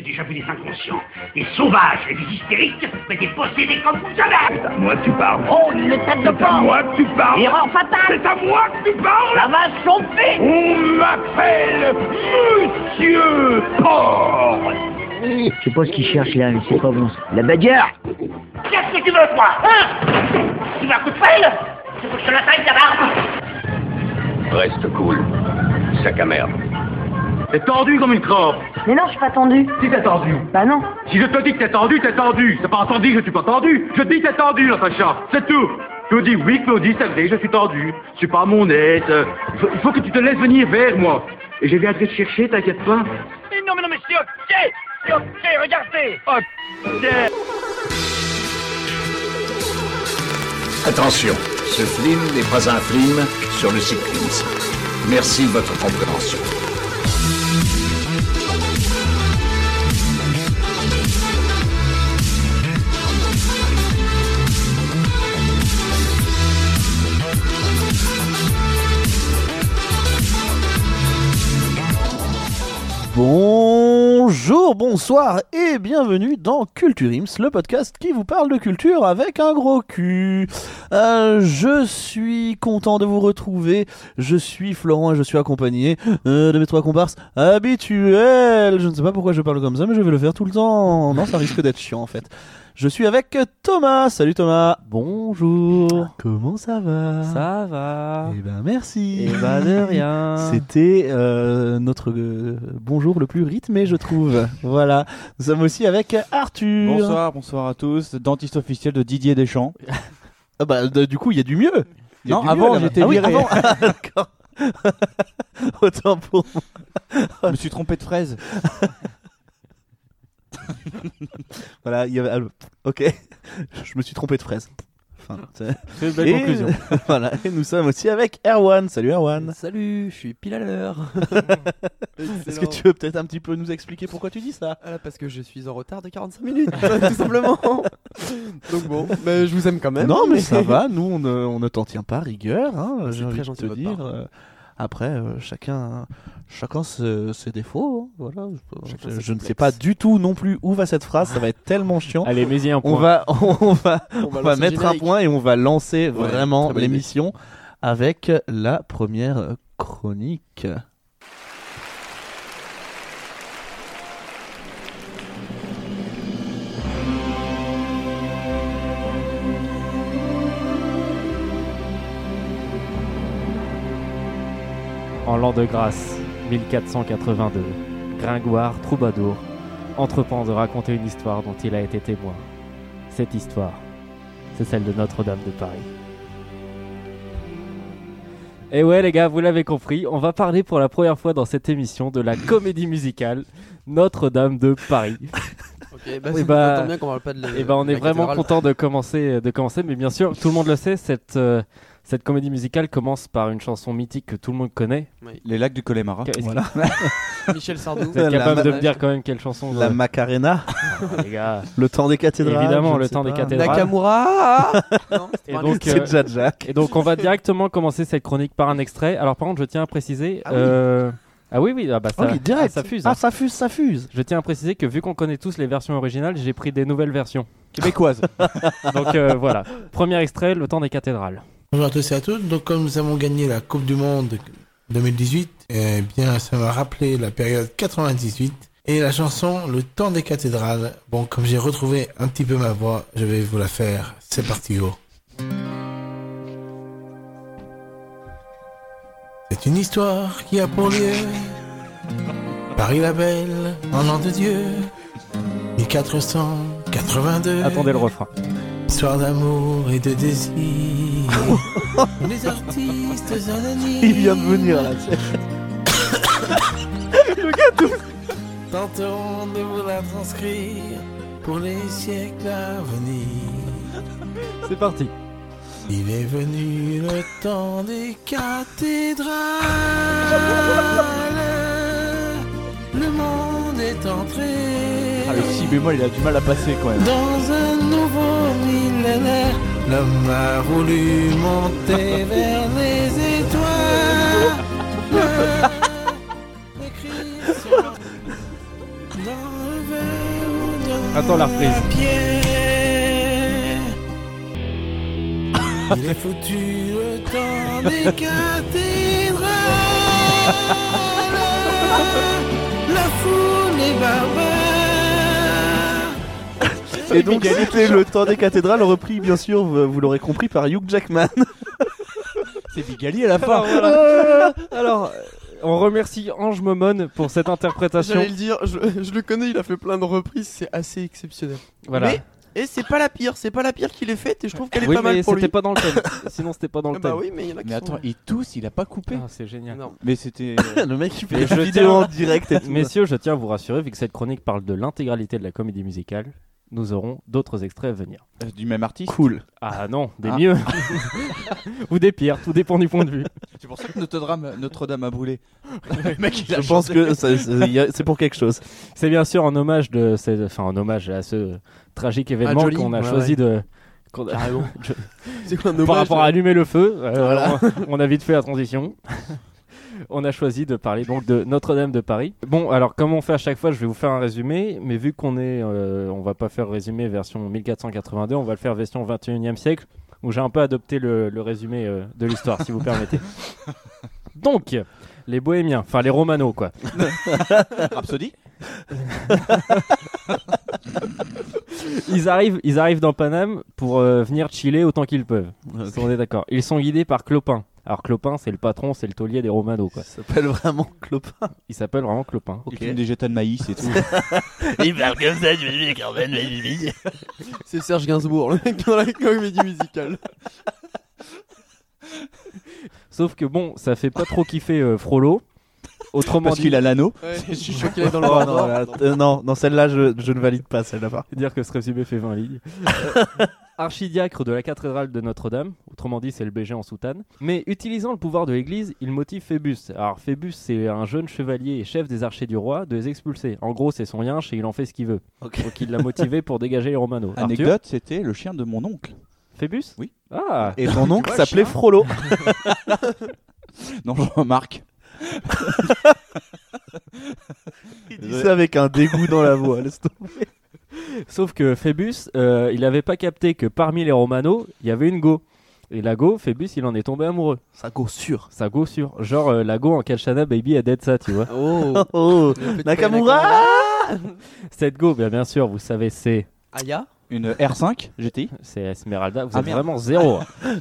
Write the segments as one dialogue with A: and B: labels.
A: des japonais inconscients, des sauvages et des hystériques, mais des possédés comme vous savez
B: C'est à moi que tu parles.
C: Oh, le tête de
B: C'est à
C: porc
B: moi que tu parles.
C: Erreur fatale
B: C'est à moi que tu parles.
C: Ça va chauffer
B: On m'appelle Monsieur Porc.
D: Je sais pas ce qu'il cherche là, mais c'est pas bon. La bagarre
A: Qu'est-ce que tu veux, toi Hein Tu veux un coup de pelle Tu veux que je te l'attaque, ta barbe
B: Reste cool, sac à merde.
E: T'es tendu comme une crampe.
F: Mais non, je suis pas tendu.
E: Si t'es tendu.
F: Bah non.
E: Si je te dis que t'es tendu, t'es tendu. T'as pas entendu que je suis pas tendu. Je te dis que t'es tendu, Natacha. C'est tout. Claudie, oui, Claudie, c'est vrai, je suis tendu. Je suis pas à mon aise. Euh, faut- Il faut que tu te laisses venir vers moi. Et je viendrai te chercher, t'inquiète pas.
C: Non, mais non, mais c'est ok C'est ok, regardez
G: Attention, ce film n'est pas un film sur le cyclisme. Merci de votre compréhension.
H: Bonjour, bonsoir et bienvenue dans Culture Ims, le podcast qui vous parle de culture avec un gros cul. Euh, je suis content de vous retrouver. Je suis Florent et je suis accompagné euh, de mes trois comparses habituels. Je ne sais pas pourquoi je parle comme ça, mais je vais le faire tout le temps. Non, ça risque d'être chiant en fait. Je suis avec Thomas. Salut Thomas. Bonjour. Comment ça va
I: Ça va.
H: Eh ben merci.
I: Et bah de rien.
H: C'était euh, notre euh, bonjour le plus rythmé, je trouve. voilà. Nous sommes aussi avec Arthur.
I: Bonsoir, bonsoir à tous. Dentiste officiel de Didier Deschamps.
H: Ah bah, d- du coup, il y a du mieux. Il y a
I: Non,
H: du mieux,
I: avant,
H: là-bas.
I: j'étais
H: ah oui,
I: viré.
H: avant. Ah, D'accord. Autant pour moi.
I: Je me suis trompé de fraise.
H: Voilà, il y avait. ah, le- Ok. Je me suis trompé de fraise. Enfin, c'est-
I: C'est une belle
H: Et-
I: conclusion.
H: voilà. Et nous sommes aussi avec Erwan. Salut Erwan.
J: Salut, je suis pile à l'heure.
H: Est-ce que tu veux peut-être un petit peu nous expliquer pourquoi tu dis ça
J: Ah, parce que je suis en retard de 45 minutes, tout simplement. Donc bon, mais je vous aime quand même.
H: Non, mais ça va, nous, on ne, on ne t'en tient pas rigueur, hein,
J: C'est
H: j'ai envie
J: très
H: de
J: gentil
H: te
J: de votre
H: dire. euh, Après, euh, chacun, chacun ses, ses défauts, hein, voilà. Je-
J: Chacun
H: Je,
J: ses
H: je ne sais
J: complexes.
H: pas du tout non plus où va cette phrase, ça va être tellement chiant.
I: Allez, mais un
H: On va, on va,
J: On va,
H: on
J: lancer
H: va
J: le
H: mettre un
J: générique.
H: point et on va lancer vraiment
J: très bonne idée.
H: l'émission avec la première chronique.
K: En l'an de grâce, 1482, Gringoire, troubadour, entreprend de raconter une histoire dont il a été témoin. Cette histoire, c'est celle de Notre-Dame de Paris. Et Eh ouais les gars, vous l'avez compris, on va parler pour la première fois dans cette émission de la comédie musicale Notre-Dame de Paris.
J: Ok, bah,
K: Oui,
J: c'est-
K: bah,
J: ça tombe bien qu'on parle pas de la-
K: Et ben on
J: de
K: est
J: la
K: vraiment
J: cathédrale.
K: content de commencer, de commencer, mais bien sûr, tout le monde le sait, cette, euh, cette comédie musicale commence par une chanson mythique que tout le monde connaît.
I: Les lacs du Connemara.
K: Est-ce que-
H: Voilà.
J: Michel Sardou.
K: Vous êtes
H: La
K: capable de
H: manège.
K: me dire quand même quelle chanson
H: La
K: vous-
H: Macarena,
K: les gars.
H: le temps des cathédrales.
K: Évidemment,
H: je ne
K: le
H: sais
K: temps des
H: pas.
K: cathédrales.
J: Nakamura Non, c'était
K: Et
J: pas un
K: donc,
H: C'est
K: euh,
H: déjà Jack.
K: et donc on va directement commencer cette chronique par un extrait. Alors par contre, je tiens à préciser.
J: Ah oui.
K: euh, Ah oui, oui, ah bah ça,
H: Ok, direct.
K: ah, ça fuse. hein.
H: Ah, ça fuse, ça fuse.
K: Je tiens à préciser que vu qu'on connaît tous les versions originales, j'ai pris des nouvelles versions.
I: Québécoise.
K: Donc euh, voilà. Premier extrait, le temps des cathédrales.
L: Bonjour à tous et à toutes. Donc, comme nous avons gagné la Coupe du Monde 2018, eh bien, ça m'a rappelé la période 98 et la chanson Le temps des cathédrales. Bon, comme j'ai retrouvé un petit peu ma voix, je vais vous la faire. C'est parti, go. C'est une histoire qui a pour lieu Paris la Belle, en l'an de Dieu, 1482.
K: Attendez le refrain.
L: Histoire d'amour et de désir. Les artistes anonymes.
H: Il vient de venir là. tu sais.
L: Tenteront de vous la transcrire pour les siècles à venir.
K: C'est parti.
L: Il est venu le temps des cathédrales. Le monde est entré.
I: Ah, le si bémol, il a du mal à passer quand même.
L: Dans un nouveau millénaire, l'homme a voulu monter vers les étoiles. Écrit sur- dans le
K: Attends la reprise.
L: Il est foutu le temps des cathédrales. La foule est barbare.
H: Et donc c'était le temps des cathédrales repris bien sûr vous, vous l'aurez compris par Hugh Jackman.
I: C'est Bigali à la fin.
K: Alors, voilà. Alors, euh, on remercie Ange Momon pour cette interprétation.
E: J'allais le dire, je, je le connais, il a fait plein de reprises, c'est assez exceptionnel.
K: Voilà.
E: Mais, et c'est pas la pire, c'est pas la pire qu'il ait faite, et je trouve qu'elle est
K: Oui,
E: pas mal
K: mais
E: pour lui.
K: c'était pas dans le thème. Sinon, c'était pas dans le
E: Ah bah
K: thème.
E: oui, mais il y en a qui
I: Mais
E: sont-
I: attends, il tousse, il a pas coupé.
K: Ah, c'est génial.
E: Non.
I: Mais c'était.
H: le mec qui
K: Mais
H: fait
K: je
H: des vidéos
K: tiens-
H: en direct et tout.
K: Messieurs, je tiens à vous rassurer, vu que cette chronique parle de l'intégralité de la comédie musicale, nous aurons d'autres extraits à venir.
I: Euh, Du même artiste.
H: Cool.
K: Ah non, des
I: Ah.
K: mieux ou des pires, tout dépend du point de vue.
I: C'est pour ça que
H: euh,
I: Notre-Dame Notre-Dame a brûlé.
H: Je pense que ça- ça- y a- c'est pour quelque chose.
K: C'est bien sûr en hommage de, ces- enfin en hommage à ce euh, tragique événement
E: Johnny,
K: qu'on a
E: ouais,
K: choisi
E: ouais.
K: de. qu'on a- Je-
E: C'est quoi un
K: Par
E: hommage,
K: rapport
E: là
K: à allumer le feu, euh, on, on a vite fait la transition. on a choisi de parler donc de Notre-Dame de Paris. Bon, alors comme on fait à chaque fois, je vais vous faire un résumé, mais vu qu'on est, euh, on va pas faire résumé version 1482, on va le faire version 21e siècle, où j'ai un peu adopté le, le résumé euh, de l'histoire, si vous permettez. Donc, les Bohémiens, enfin les Romano, quoi.
I: Rhapsody.
K: Ils arrivent, ils arrivent dans Paname pour euh, venir chiller autant qu'ils peuvent. Ça, On est d'accord. Ils sont guidés par Clopin. Alors Clopin, c'est le patron, c'est le taulier des Romano, quoi.
H: Ça s'appelle vraiment Clopin.
K: Il s'appelle vraiment Clopin.
I: Il fume des jetons de maïs et tout.
H: Il parle comme ça, je vais quand même vie.
E: C'est Serge Gainsbourg, le mec dans la comédie musicale.
K: Sauf que bon, ça fait pas trop kiffer euh, Frollo. Autrement
I: Parce
K: dit,
I: qu'il a l'anneau.
E: Ouais, je suis
H: sûr
E: sûr qu'il est dans le
H: Oh,
E: bord
H: non, là, euh, non, non, celle-là, je, je ne valide pas celle-là. par
K: dire que ce résumé fait 20 lignes. Euh, Archidiacre de la cathédrale de Notre-Dame, autrement dit c'est le BG en soutane, mais utilisant le pouvoir de l'Église, il motive Phébus. Alors Phébus c'est un jeune chevalier et chef des archers du roi de les expulser. En gros c'est son yinche et il en fait ce qu'il veut.
H: Ok.
K: Donc il l'a motivé pour dégager les Romano. Arthur,
I: Anecdote, c'était le chien de mon oncle.
K: Phébus
I: Oui.
K: Ah
H: Et ton oncle
E: vois,
H: s'appelait
E: chien.
H: Frollo.
I: Non, Jean-Marc.
H: Il dit ça avec un dégoût dans la voix. laisse tomber.
K: Sauf que Phébus, euh, il n'avait pas capté que parmi les Romano, il y avait une go. Et la go, Phébus, il en est tombé amoureux.
H: Ça go sûr.
K: Ça go sûr. Genre euh, la go en Kalshana Baby a dead ça, tu vois.
E: Oh,
H: Oh, Nakamura
K: Cette go, bien, bien sûr, vous savez, c'est
E: Aya
I: Une R5 GTI.
K: c'est Esmeralda. Vous
I: Ah,
K: êtes
I: merde.
K: vraiment zéro. hein.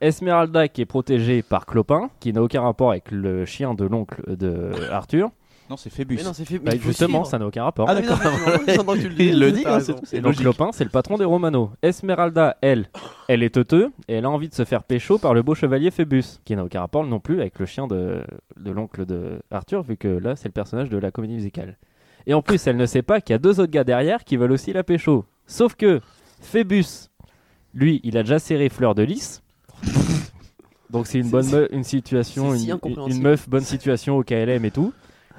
K: Esmeralda qui est protégée par Clopin, qui n'a aucun rapport avec le chien de l'oncle de Arthur.
I: Non, c'est Phébus.
E: Mais non, c'est fait.
K: Bah, justement, ça n'a aucun rapport.
H: Ah, d'accord. Il
E: Il
H: le
E: le
H: dit,
E: dit,
H: hein,
E: c'est
H: c'est
E: tout.
H: tout. c'est
K: Donc
H: logique.
K: Clopin, c'est le patron des Romano. Esmeralda, elle, elle est teuteux et elle a envie de se faire pécho par le beau chevalier Phébus, qui n'a aucun rapport non plus avec le chien de, de l'oncle de Arthur, vu que là, c'est le personnage de la comédie musicale. Et en plus, elle ne sait pas qu'il y a deux autres gars derrière qui veulent aussi la pécho. Sauf que Phébus, lui, il a déjà serré Fleur de Lys. Donc c'est une
E: C'est-
K: bonne
E: c'est-
K: me- une situation,
E: c'est si
K: une,
E: incompréhensible.
K: une meuf bonne situation au KLM et tout.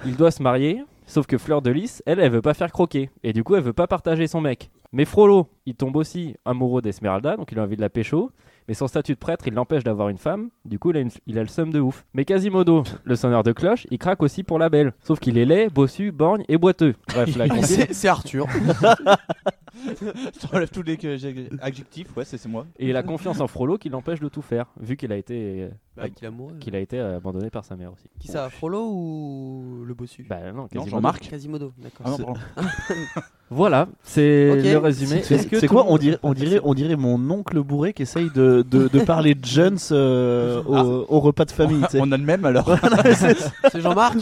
K: Il doit se marier, sauf que Fleur de Lys, elle, elle veut pas faire croquer. Et du coup, elle veut pas partager son mec. Mais Frollo, il tombe aussi amoureux d'Esmeralda, donc il a envie de la pécho. Mais son statut de prêtre, il l'empêche d'avoir une femme. Du coup, il a, une- il a le seum de ouf. Mais Quasimodo, le sonneur de cloche, il craque aussi pour la belle. Sauf qu'il est laid, bossu, borgne et boiteux. Bref, la compile-
E: C'est c'est Arthur.
I: T'enlèves tous les que- adjectifs, ouais, c'est c'est moi.
K: Et la confiance en Frollo qui l'empêche de tout faire, vu qu'il a été, euh,
E: Bah, qu'il a mouru.
K: qu'il a été euh, abandonné par sa mère aussi.
E: Qui ça, Frollo ou le bossu
K: Bah non,
I: Non,
K: quasiment.
I: Jean-Marc.
E: Quasimodo,
I: Ah
E: d'accord.
I: non, pardon.
K: Voilà, c'est
E: Ok.
K: le résumé.
H: C'est
K: Est-ce que
H: c'est
K: tout
H: quoi
K: le
H: on
K: monde-
H: dirait, on, dirait, on dirait mon oncle bourré qui essaye de, de, de parler de jeunes euh, au, au repas de famille. tu sais.
I: On a le même alors.
E: C'est Jean-Marc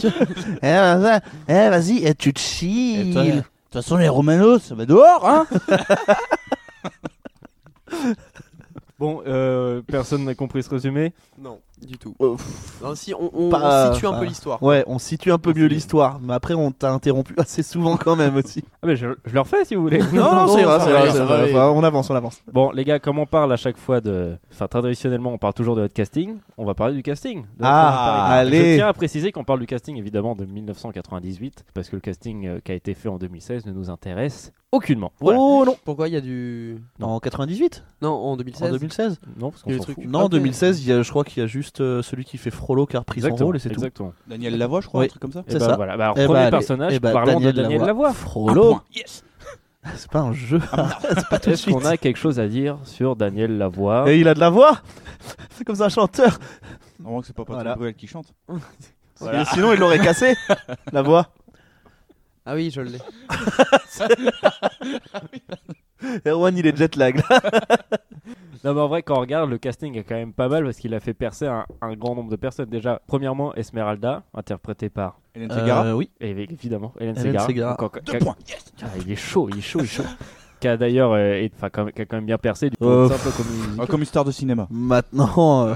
H: Eh, vas-y, eh, vas-y, eh, tu te
I: Et
H: chies.
I: toi,
G: eh, euh, oh.
I: De toute façon, les Romanos, ça va dehors, hein
K: Bon, euh, personne n'a compris ce résumé.
E: Non, du tout.
H: Euh,
E: Non, si, on, on-
H: Pas-
E: on situe un
H: pas-
E: peu l'histoire.
H: Ouais, on situe un peu mieux l'histoire, mais après on t'a interrompu assez souvent quand même aussi.
K: Ah, mais je, je le refais si vous voulez.
H: c'est vrai,
E: ça
H: c'est
E: va,
H: vrai,
E: ça
H: c'est
E: va,
H: vrai.
E: oui.
H: Enfin, on avance, on avance.
K: Bon, les gars, comme on parle à chaque fois de. Enfin, traditionnellement, on parle toujours de notre casting. On va parler du casting. de notre
H: Ah,
K: Paris.
H: allez.
K: Je tiens à préciser qu'on parle du casting évidemment de 1998, parce que le casting euh, qui a été fait en 2016 ne nous intéresse aucunement. Voilà.
H: Oh non
E: Pourquoi il y a du.
H: En 98
E: Non, en
H: En
E: 2016
H: 2016
K: Non, parce
E: Il y a
K: qu'on
E: des
K: s'en
E: trucs-
K: fout.
H: Non, en
E: Ok.
H: 2016, il y a- je crois qu'il y a juste juste euh, celui qui fait Frollo qui a repris son
K: Exactement,
H: rôle et c'est tout.
K: exactement.
G: Daniel Lavoie, je crois, un truc comme ça.
H: C'est
K: Eh ben
H: ça.
K: voilà. Bah, alors,
H: Eh ben,
K: premier
H: allez.
K: personnage,
H: Eh ben,
K: parlons de Daniel Lavoie.
H: Frollo.
K: Un point.
H: C'est pas un jeu. c'est pas tout de
K: Est-ce qu'on
H: suite. Eh
K: a quelque chose à dire sur Daniel Lavoie
H: Et il Ah, a de la voix. C'est comme un chanteur.
G: Normalement que c'est pas Patrick
H: Voilà.
G: Bruel qui chante.
H: Voilà. Sinon, il l'aurait cassé, la voix.
I: Ah oui, je l'ai.
H: Erwan, il est jet lag.
K: Non, mais en vrai, quand on regarde, le casting est quand même pas mal parce qu'il a fait percer un, un grand nombre de personnes. Déjà, premièrement, Esmeralda, interprétée par.
G: Hélène Segarra
H: Euh, oui.
K: Et évidemment, Hélène
H: Hélène
K: Segarra.
H: Segarra.
K: Donc, en-
G: Deux
K: qu'a-
G: points.
K: Ah, il est chaud, il est chaud, il est chaud. qui a d'ailleurs, euh, est- enfin, quand même- qui a quand même bien percé. Du coup,
H: Euh,
K: c'est un peu comme.
G: Ah, comme une star de cinéma.
H: Maintenant, euh,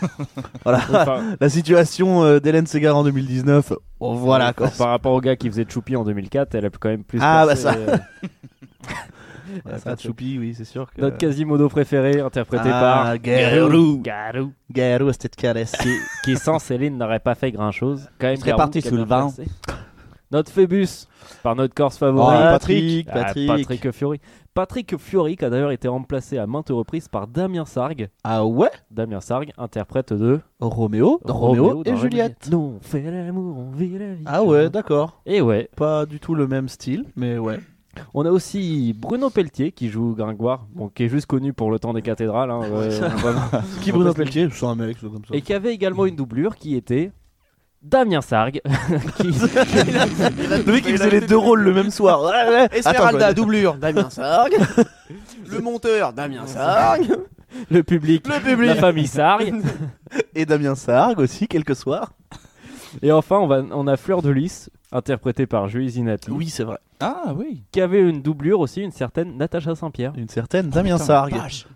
H: voilà.
K: Enfin,
H: La situation euh, d'Hélène Segar en 2019. Oh, voilà quoi.
K: Par rapport au gars qui faisait Choupi en 2004, elle a quand même plus.
H: Ah,
K: percé,
H: bah ça.
K: euh,
H: Ouais, pas de choupi, oui, c'est sûr que.
K: Notre Quasimodo préféré, interprété
H: Ah,
K: par.
H: Garou.
K: Garou.
H: Garou, c'était de caresse.
K: qui, qui sans Céline n'aurait pas fait grand chose. Quand même,
G: serait
K: Garou
G: parti
K: qui a
G: sous
K: bien
G: le vent.
K: passé. Notre Phébus, par notre Corse favori.
H: Ah,
G: Patrick,
K: Ah,
H: Patrick.
K: Patrick Fiori. Patrick Fiori, qui a d'ailleurs été remplacé à maintes reprises par Damien Sargue.
H: Ah ouais
K: Damien Sargue, interprète de
H: Roméo, dans Roméo,
K: Roméo
H: et
K: dans
H: Juliette.
K: Non, on fait l'amour, on vit la vie.
H: Ah ouais, d'accord.
K: Et ouais,
H: Pas du tout le même style, mais ouais.
K: on a aussi Bruno Pelletier qui joue Gringoire, bon, qui est juste connu pour le temps des cathédrales. hein, ouais, vraiment.
H: Qui Bruno Pelletier Je suis un mec, comme ça.
K: Et qui avait également une doublure qui était Damien Sargue. qui-
H: Le mec qui faisait les deux rôles le même soir. Ouais, ouais. Attends,
I: Esmeralda,
H: quoi.
I: doublure, Damien Sargue. le monteur, Damien
J: Ah,
I: Sargue.
K: le public,
I: Le public.
K: la famille Sargue.
H: Et Damien Sargue aussi, quelques soirs.
K: Et enfin, on, va, on a Fleur de Lys, interprétée par Julie Zinatli,
H: Oui, c'est vrai.
G: Ah oui.
K: qui avait une doublure aussi, une certaine Natacha Saint-Pierre.
H: Une certaine Damien
G: Putain,
H: Sargue.
G: vache.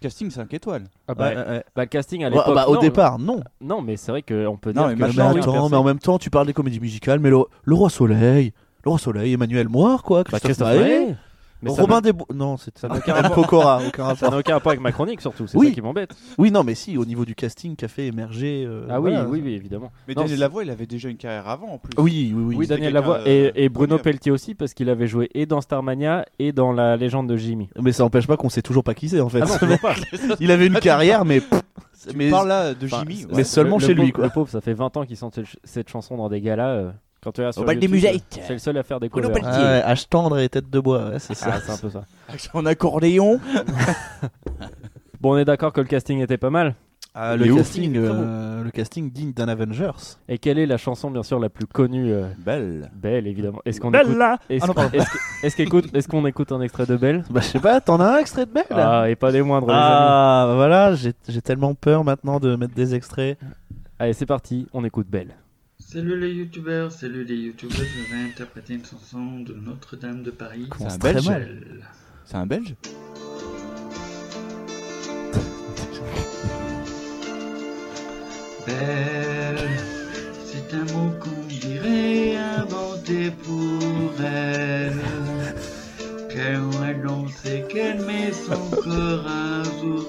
G: Casting 5 étoiles.
K: bah,
H: Ouais, ouais, ouais.
K: le casting à
H: Ouais,
K: l'époque.
H: bah, au
K: non,
H: départ, non.
K: Non, mais bah, c'est vrai qu'on peut
G: Non,
K: dire
G: mais
H: Mais
G: maintenant,
K: que.
G: Machin, oui,
H: attends, mais en même temps, tu parles des comédies musicales, mais le, le Roi Soleil, le Roi Soleil, Emmanuel Moir, quoi,
K: Bah,
H: Christophe,
K: Christophe
H: Maé,
K: Maé. Mais ça
H: Robin
K: n'a-
H: des Bois. Non, c'était
K: ça n'a aucun
H: El
K: rapport.
H: Pokora, aucun
K: Ça
H: rapport.
K: n'a aucun rapport avec ma chronique, surtout. C'est
H: Oui.
K: ça qui m'embête.
H: Oui, non, mais si, au niveau du casting qui a fait émerger. euh,
K: Ah oui,
H: voilà.
K: oui, oui, évidemment.
G: Mais
K: Non,
G: Daniel
K: c'est-
G: Lavoie, il avait déjà une carrière avant en plus.
H: Oui, oui, oui.
K: Oui,
G: c'était
K: Daniel
G: quelqu'un,
K: Lavoie
G: euh,
K: et, et Bruno
G: premier.
K: Pelletier aussi, parce qu'il avait joué et dans Starmania et dans La légende de Jimmy.
H: Mais ça n'empêche pas qu'on sait toujours pas qui c'est en fait.
K: Ah non, je vois pas.
H: il avait une carrière, mais. pff, mais
G: Tu parles là de
H: enfin,
G: Jimmy.
H: mais seulement
K: Le- le
H: chez lui,
K: pauvre-
H: quoi.
K: Le pauvre, ça fait 20 ans qu'il chante cette- cette chanson dans des galas. euh, Quand tu vas sur
G: bal des
K: YouTube,
G: musettes.
K: euh, C'est le seul à faire des
G: Bruno
K: covers.
H: Ah ouais, hache tendre et tête de bois, ouais, c'est ça.
K: Ah, c'est un peu ça.
G: En accordéon.
K: Bon, on est d'accord que le casting était pas mal.
H: Ah,
G: Il
H: le,
G: est ouf.
H: casting,
G: Il est très beau.
H: euh, le casting digne d'un Avengers.
K: Et quelle est la chanson, bien sûr, la plus connue euh,
G: Belle.
K: Belle, évidemment. Est-ce qu'on écoute, est-ce,
H: Ah non, pardon.
K: est-ce que- est-ce qu'écoute- est-ce qu'on écoute un extrait de Belle
H: Bah, je sais pas, t'en as un extrait de Belle
K: Ah, et pas des moindres, les amis.
H: Eh ben. Ah, bah voilà, j'ai j'ai tellement peur maintenant de mettre des extraits.
K: Allez, c'est parti, on écoute Belle.
E: Salut les youtubeurs, salut les youtubeurs, je vais interpréter une chanson de Notre-Dame de Paris.
G: C'est un
H: très
G: belge.
H: mal.
G: C'est un belge.
E: Belle, c'est un mot qu'on dirait inventé pour elle. Qu'elle annonçait qu'elle met son corps à jour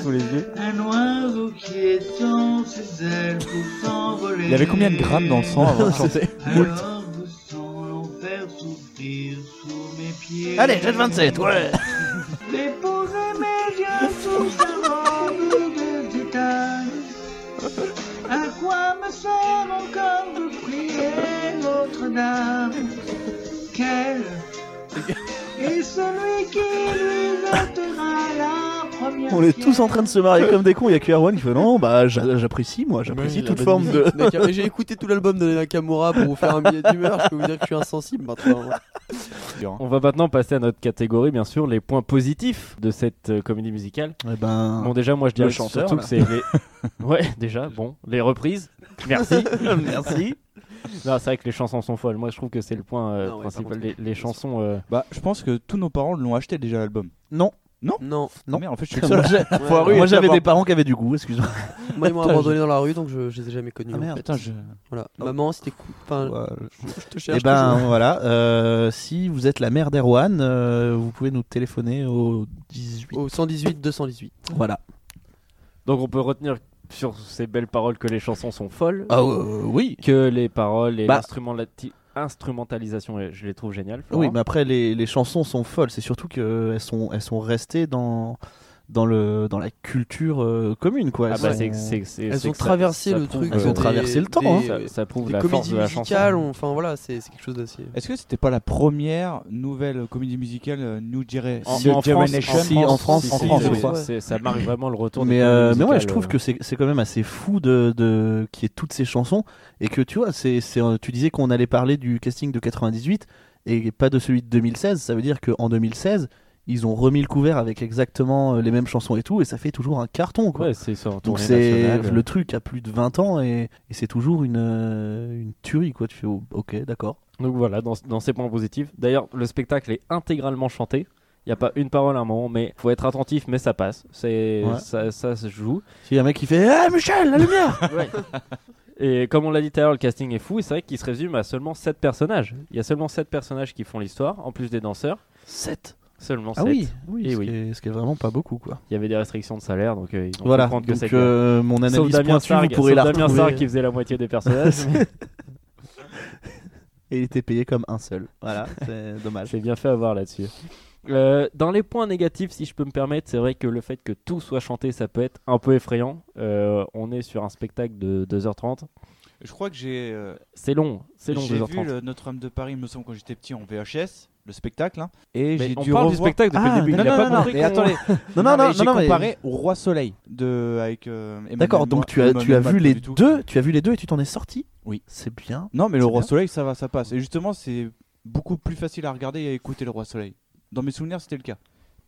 K: sous les yeux.
E: Un oiseau qui étend ses ailes pour s'envoler.
G: Il avait combien de grammes dans le
H: Oh,
G: sang avant de chanter
E: Alors vous sans l'enfer souffrir sous mes pieds.
H: Allez, j'ai le 27, ouais
E: Déposer mes yeux sous un rendu de détail. À quoi me sert encore de prier Notre-Dame Quel est celui qui lui jettera la première
H: On est tous en
E: pierre
H: train de se marier comme des cons, il y a que Erwan qui fait non, bah j'a- j'apprécie moi, j'apprécie toute forme de.
I: Naka- euh, J'ai écouté tout l'album de Nakamura pour vous faire un billet d'humeur. Je peux vous dire que je suis insensible maintenant. hein.
H: hein.
K: On va maintenant passer à notre catégorie, bien sûr, les points positifs de cette euh, comédie musicale.
H: Eh ben.
K: Bon, déjà, moi, je dirais
H: Le chanteur,
K: surtout que c'est les... Ouais, déjà, bon, les reprises, merci.
H: Merci.
K: Non, c'est vrai que les chansons sont folles. Moi, je trouve que c'est le point euh,
I: Non, ouais, par
K: principal.
I: contre,
K: Les, les chansons. euh,
G: Bah, je pense que tous nos parents l'ont acheté déjà l'album.
H: Non.
I: Non,
H: Non.
G: Merde, en fait, je suis le
H: Moi
G: seul.
H: j'ai-
I: Ouais,
H: moi,
I: ouais.
H: j'avais des parents qui avaient du goût, excuse-moi.
I: moi ils m'ont
H: Putain,
I: abandonné dans la rue donc je, je les ai jamais connus.
H: Ah,
I: en
H: merde.
I: fait.
G: Putain, je.
I: Voilà. Maman, si t'écoutes, enfin, je te cherche.
H: Et ben voilà, euh, si vous êtes la mère d'Erwan, euh, vous pouvez nous téléphoner au 18.
I: toujours.
H: euh,
I: Au 118 218.
H: Voilà.
K: Donc, on peut retenir sur ces belles paroles que les chansons sont folles,
H: Ah euh, oui.
K: que les paroles et
H: Bah.
K: l'instrumentalati- instrumentalisation, euh, je les
H: bah,
K: trouve géniales. Florent.
H: Oui, mais après les, les chansons sont folles, c'est surtout qu'elles sont, elles sont restées dans, dans, le, dans la culture euh, commune. Quoi.
K: Ah
H: Elles
K: bah,
H: sont-
K: c'est- c'est- c'est-
H: elles
K: c'est
H: ont
K: que ça-
H: traversé
K: ça
H: le
K: prouve
H: truc.
K: que
H: Elles ont
K: des-
H: traversé le temps. hein.
K: des- Ça- ça prouve
I: des
K: la force
I: comédies
K: de la chanson.
I: musicales, on- enfin voilà, c'est c'est quelque chose d'assez.
G: Est-ce que c'était pas la première nouvelle comédie musicale euh, New Gera-
K: En-
G: New
K: en France,
G: Generation
K: si, en France,
G: Si,
K: en
G: si,
K: France,
G: si,
K: oui.
G: si.
K: C'est- ça marque vraiment le retour
H: mais
K: des
H: euh,
K: comédies
H: mais ouais je
K: musicales,
H: trouve
K: euh.
H: que c'est c'est quand même assez fou de, de qu'il y ait toutes ces chansons et que tu vois c'est c'est, euh, tu disais qu'on allait parler du casting de 98 et pas de celui de 2016 ça veut dire qu'en 2016 ils ont remis le couvert avec exactement euh, les mêmes chansons et tout et ça fait toujours un carton quoi
K: euh, Ouais, c'est ça, en
H: donc
K: tournée
H: c'est
K: nationale. euh.
H: le truc a plus de 20 ans et, et c'est toujours une, euh, une tuerie quoi tu fais oh, ok d'accord
K: Donc voilà, dans, dans ces points positifs. D'ailleurs, le spectacle est intégralement chanté. Il n'y a pas une parole à un moment, mais faut être attentif, mais ça passe. C'est
H: Ouais.
K: ça, ça se joue.
H: s'il y a un mec qui fait ah Michel la lumière
K: Et comme on l'a dit tout à l'heure, le casting est fou. Et c'est vrai qu'il se résume à seulement 7 personnages. Il y a seulement 7 personnages qui font l'histoire, en plus des danseurs.
H: 7
K: Seulement 7.
H: ah oui, oui,
K: Et
H: ce,
K: Eh oui.
H: Qui est, ce qui est vraiment pas beaucoup quoi
K: Il y avait des restrictions de salaire, donc euh, ils vont
H: Voilà,
K: comprendre que
H: donc,
K: c'est
H: euh,
K: que-
H: mon
K: Sauf
H: analyse
K: Damien
H: pointue,
K: Sargue-
H: vous pourrez la
K: sauf Damien
H: retrouver.
K: Sargue qui faisait la moitié des personnages. mais-
H: et il était payé comme un seul voilà c'est dommage
K: j'ai Ah, bien fait avoir là-dessus Euh, dans les points négatifs, si je peux me permettre, c'est vrai que le fait que tout soit chanté, ça peut être un peu effrayant. Euh, on est sur un spectacle de 2h30.
G: Je crois que j'ai. euh,
K: C'est long, c'est long,
G: J'ai
K: 2h30.
G: vu le Notre-Dame de Paris, il me semble, quand j'étais petit en VHS, le spectacle. hein, et
K: Mais
G: j'ai
K: on
G: dû
K: parle du
G: revoir-
K: spectacle depuis le
G: Ah,
K: début, il
G: Non,
K: a
G: non,
K: pas
G: non, non,
K: compris
G: mais
K: qu'on-
G: attendez.
H: Non, non, non,
G: mais J'ai
H: non, non, mais-
G: comparé au Roi Soleil de avec. euh, Emmanuel
H: D'accord,
G: Mo-
H: donc tu as, tu as
G: Emmanuel
H: vu
G: Macron
H: les
G: du tout.
H: deux, tu as vu les deux et tu t'en es sorti.
G: Oui.
H: C'est bien.
G: Non, mais le
H: C'est
G: Roi
H: bien.
G: Soleil, ça va, ça passe. Et justement, c'est beaucoup plus facile à regarder et à écouter le Roi Soleil. Dans mes souvenirs, c'était le cas.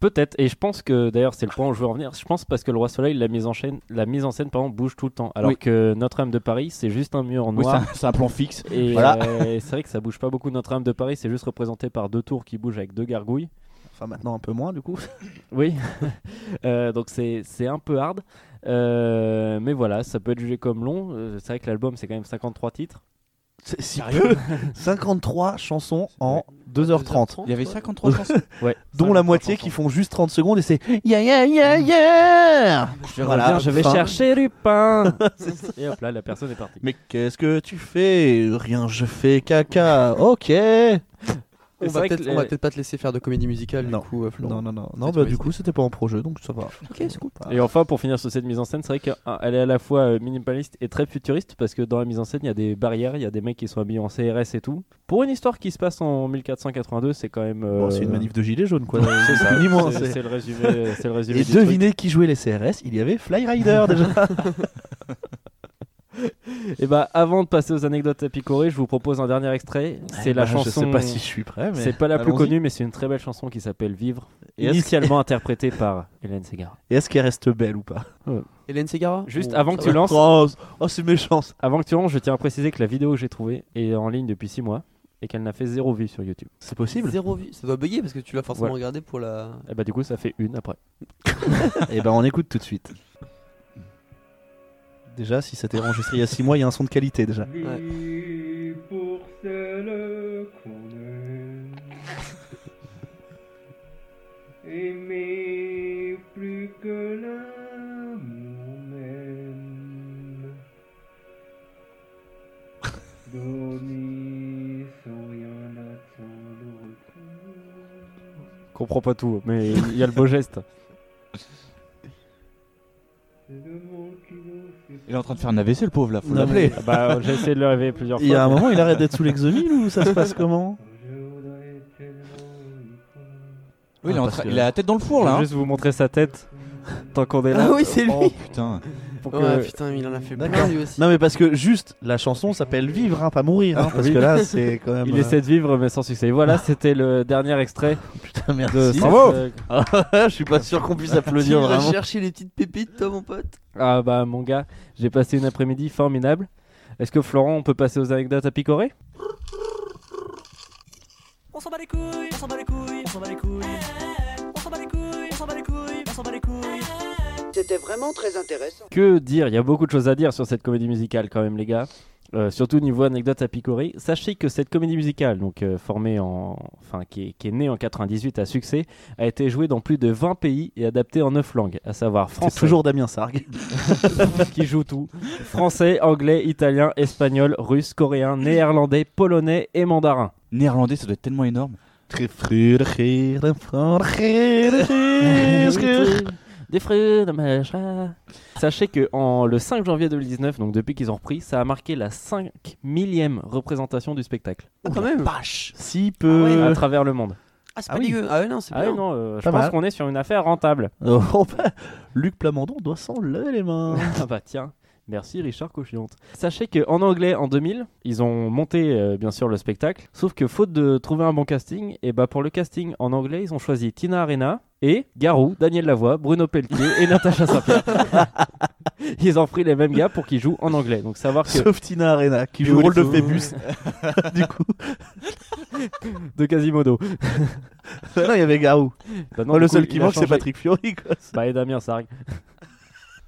K: Peut-être, et je pense que d'ailleurs c'est le point où je veux en venir. Je pense parce que le Roi Soleil, la mise en scène, la mise en scène pardon, bouge tout le temps. Alors
G: Oui.
K: que Notre-Dame de Paris, c'est juste un mur en
G: Oui,
K: noir.
G: c'est un- c'est un plan fixe.
K: Et
G: Voilà.
K: euh, c'est vrai que ça bouge pas beaucoup. Notre-Dame de Paris, c'est juste représenté par deux tours qui bougent avec deux gargouilles.
H: Enfin, maintenant un peu moins du coup.
K: Oui, Euh, donc c'est c'est un peu hard. Euh, mais voilà, ça peut être jugé comme long. Euh, c'est vrai que l'album, c'est quand même 53 titres.
H: C'est si peu. 53 chansons en 2h30.
G: Il y avait 53 chansons.
K: Ouais.
H: Dont la moitié qui font juste 30 secondes et c'est yeah yeah yeah yeah.
K: Je reviens, je vais
H: fin.
K: chercher du pain. Et hop là, la personne est partie.
H: Mais qu'est-ce que tu fais Rien, je fais caca. OK.
I: On va peut-être on va peut-être pas te laisser faire de comédie musicale
H: Non.
I: du coup, euh, Florent.
H: Non non non. Non
I: C'est
H: bah
I: une
H: du coup, c'était pas en projet donc ça va. OK, c'est cool.
K: Et enfin, pour finir sur cette mise en scène, c'est vrai qu'elle est à la fois euh, minimaliste et très futuriste parce que dans la mise en scène, il y a des barrières, il y a des mecs qui sont habillés en CRS et tout. Pour une histoire qui se passe en 1482, c'est quand même. euh,
H: Bon, Oh, c'est une manif de gilets jaunes quoi.
K: c'est
H: Ni
K: ça.
H: plus ni moins,
K: C'est-
H: c'est-
K: c'est le résumé. c'est le résumé
H: Et
K: du truc.
H: devinez qui jouait les CRS Il y avait Fly Rider déjà.
K: Et bah, avant de passer aux anecdotes à picorer, je vous propose un dernier extrait. C'est
H: Eh
K: la
H: ben, je
K: chanson.
H: sais pas si je suis prêt, mais
K: C'est pas la plus
H: allons-y.
K: connue, mais c'est une très belle chanson qui s'appelle Vivre,
H: Et est-ce-
K: initialement interprétée par Hélène Segar.
H: Et est-ce qu'elle reste belle ou pas
I: Hélène Segara
K: Juste
I: Oh,
K: avant que
I: ça
K: tu
I: va.
K: lances.
H: Oh, c'est méchant.
K: Avant que tu lances, je tiens à préciser que la vidéo que j'ai trouvée est en ligne depuis 6 mois et qu'elle n'a fait zéro vue sur YouTube.
H: C'est
I: Zéro vue. Ça doit bugger parce que tu l'as forcément
K: Voilà.
I: regardé pour la.
K: Et bah, du coup, ça fait une après.
H: Et ben on écoute tout de suite. Déjà, si ça t'est enregistré il y a 6 mois, il y a un son de qualité déjà.
E: pour celle qu'on aime. Aimer plus que l'amour même. Donner sans rien attendre de retour.
K: comprends pas tout, mais il y a le beau geste.
E: C'est le monde qui nous fait
G: Il est en train de faire un AVC, le pauvre, là. Faut
H: Non,
G: l'appeler.
H: mais-
K: Bah, j'ai essayé de le réveiller plusieurs fois.
H: Eh. Il y a un moment, il arrête d'être sous l'exomile ou ça se passe comment
G: Oui, il, est en
K: parce
G: train-
K: que- Ah,
G: il a la tête dans le four,
K: Je
G: là.
K: vais
G: hein.
K: juste vous montrer sa tête tant qu'on est là.
I: Ah oui, c'est lui.
G: Oh, putain.
K: Pour
I: Ouais,
K: que-
I: putain, il en a fait
H: D'accord.
I: plein lui aussi.
H: Non mais parce que juste la chanson s'appelle Vivre, hein, pas mourir, hein, parce
K: Oui.
H: que là c'est quand même.
K: Il
H: euh,
K: essaie de vivre mais sans succès. Et Voilà, c'était le dernier extrait.
H: Putain, merci.
K: de cette-
H: Bravo.
K: euh,
H: Je suis pas sûr qu'on puisse applaudir
I: Tu vas
H: vraiment.
I: chercher les petites pépites, toi, mon pote.
K: Ah bah mon gars, j'ai passé une après-midi formidable. Est-ce que Florent, on peut passer aux anecdotes à picorer
M: On s'en bat les couilles, on s'en bat les couilles, on s'en bat les couilles. On s'en bat les couilles, on s'en bat les couilles, on s'en bat les couilles. C'était vraiment très intéressant.
K: Que dire Il y a beaucoup de choses à dire sur cette comédie musicale quand même les gars. Euh, surtout niveau anecdote à picorer. Sachez que cette comédie musicale, donc euh, formée en, enfin qui est, qui est née en 98 à succès, a été jouée dans plus de 20 pays et adaptée en 9 langues, à savoir français.
H: toujours Damien Sargue.
K: qui joue tout. Français, anglais, italien, espagnol, russe, coréen, néerlandais, polonais et mandarin.
G: Néerlandais, ça doit être tellement énorme.
H: Très frère.
K: Des fruits de machin. Sachez que en, le 5 janvier 2019, donc depuis qu'ils ont repris, ça a marqué la 5 millième représentation du spectacle.
I: Ah, quand même.
H: Si peu.
K: À travers le monde.
I: Ah, c'est pas dégueu. Ah ouais, non, c'est
K: Ah
I: bien.
K: ouais, non, euh, je
H: Euh. Pas
K: pense
H: mal.
K: qu'on est sur une affaire rentable.
H: Oh, bah, Luc Plamondon doit s'en lever les mains.
K: ah bah tiens, merci Richard Cochillante. Sachez qu'en anglais, en 2000, ils ont monté euh, bien sûr le spectacle, sauf que faute de trouver un bon casting, et bah pour le casting en anglais, ils ont choisi Tina Arena et Garou, Daniel Lavoie, Bruno Pelletier et Natacha Saint-Pierre. ils ont pris les mêmes gars pour qu'ils jouent en anglais. Donc savoir que
H: Sauf Tina Arena, qui joue le rôle de Phébus. du coup.
K: de Quasimodo.
H: Bah non, il y avait Garou.
K: Bah non,
H: Moi,
K: du
H: le
K: coup,
H: seul
K: il
H: qui
K: a
H: manque, c'est
K: changé.
H: Patrick Fiori. Quoi.
K: Bah et Damien Sargue.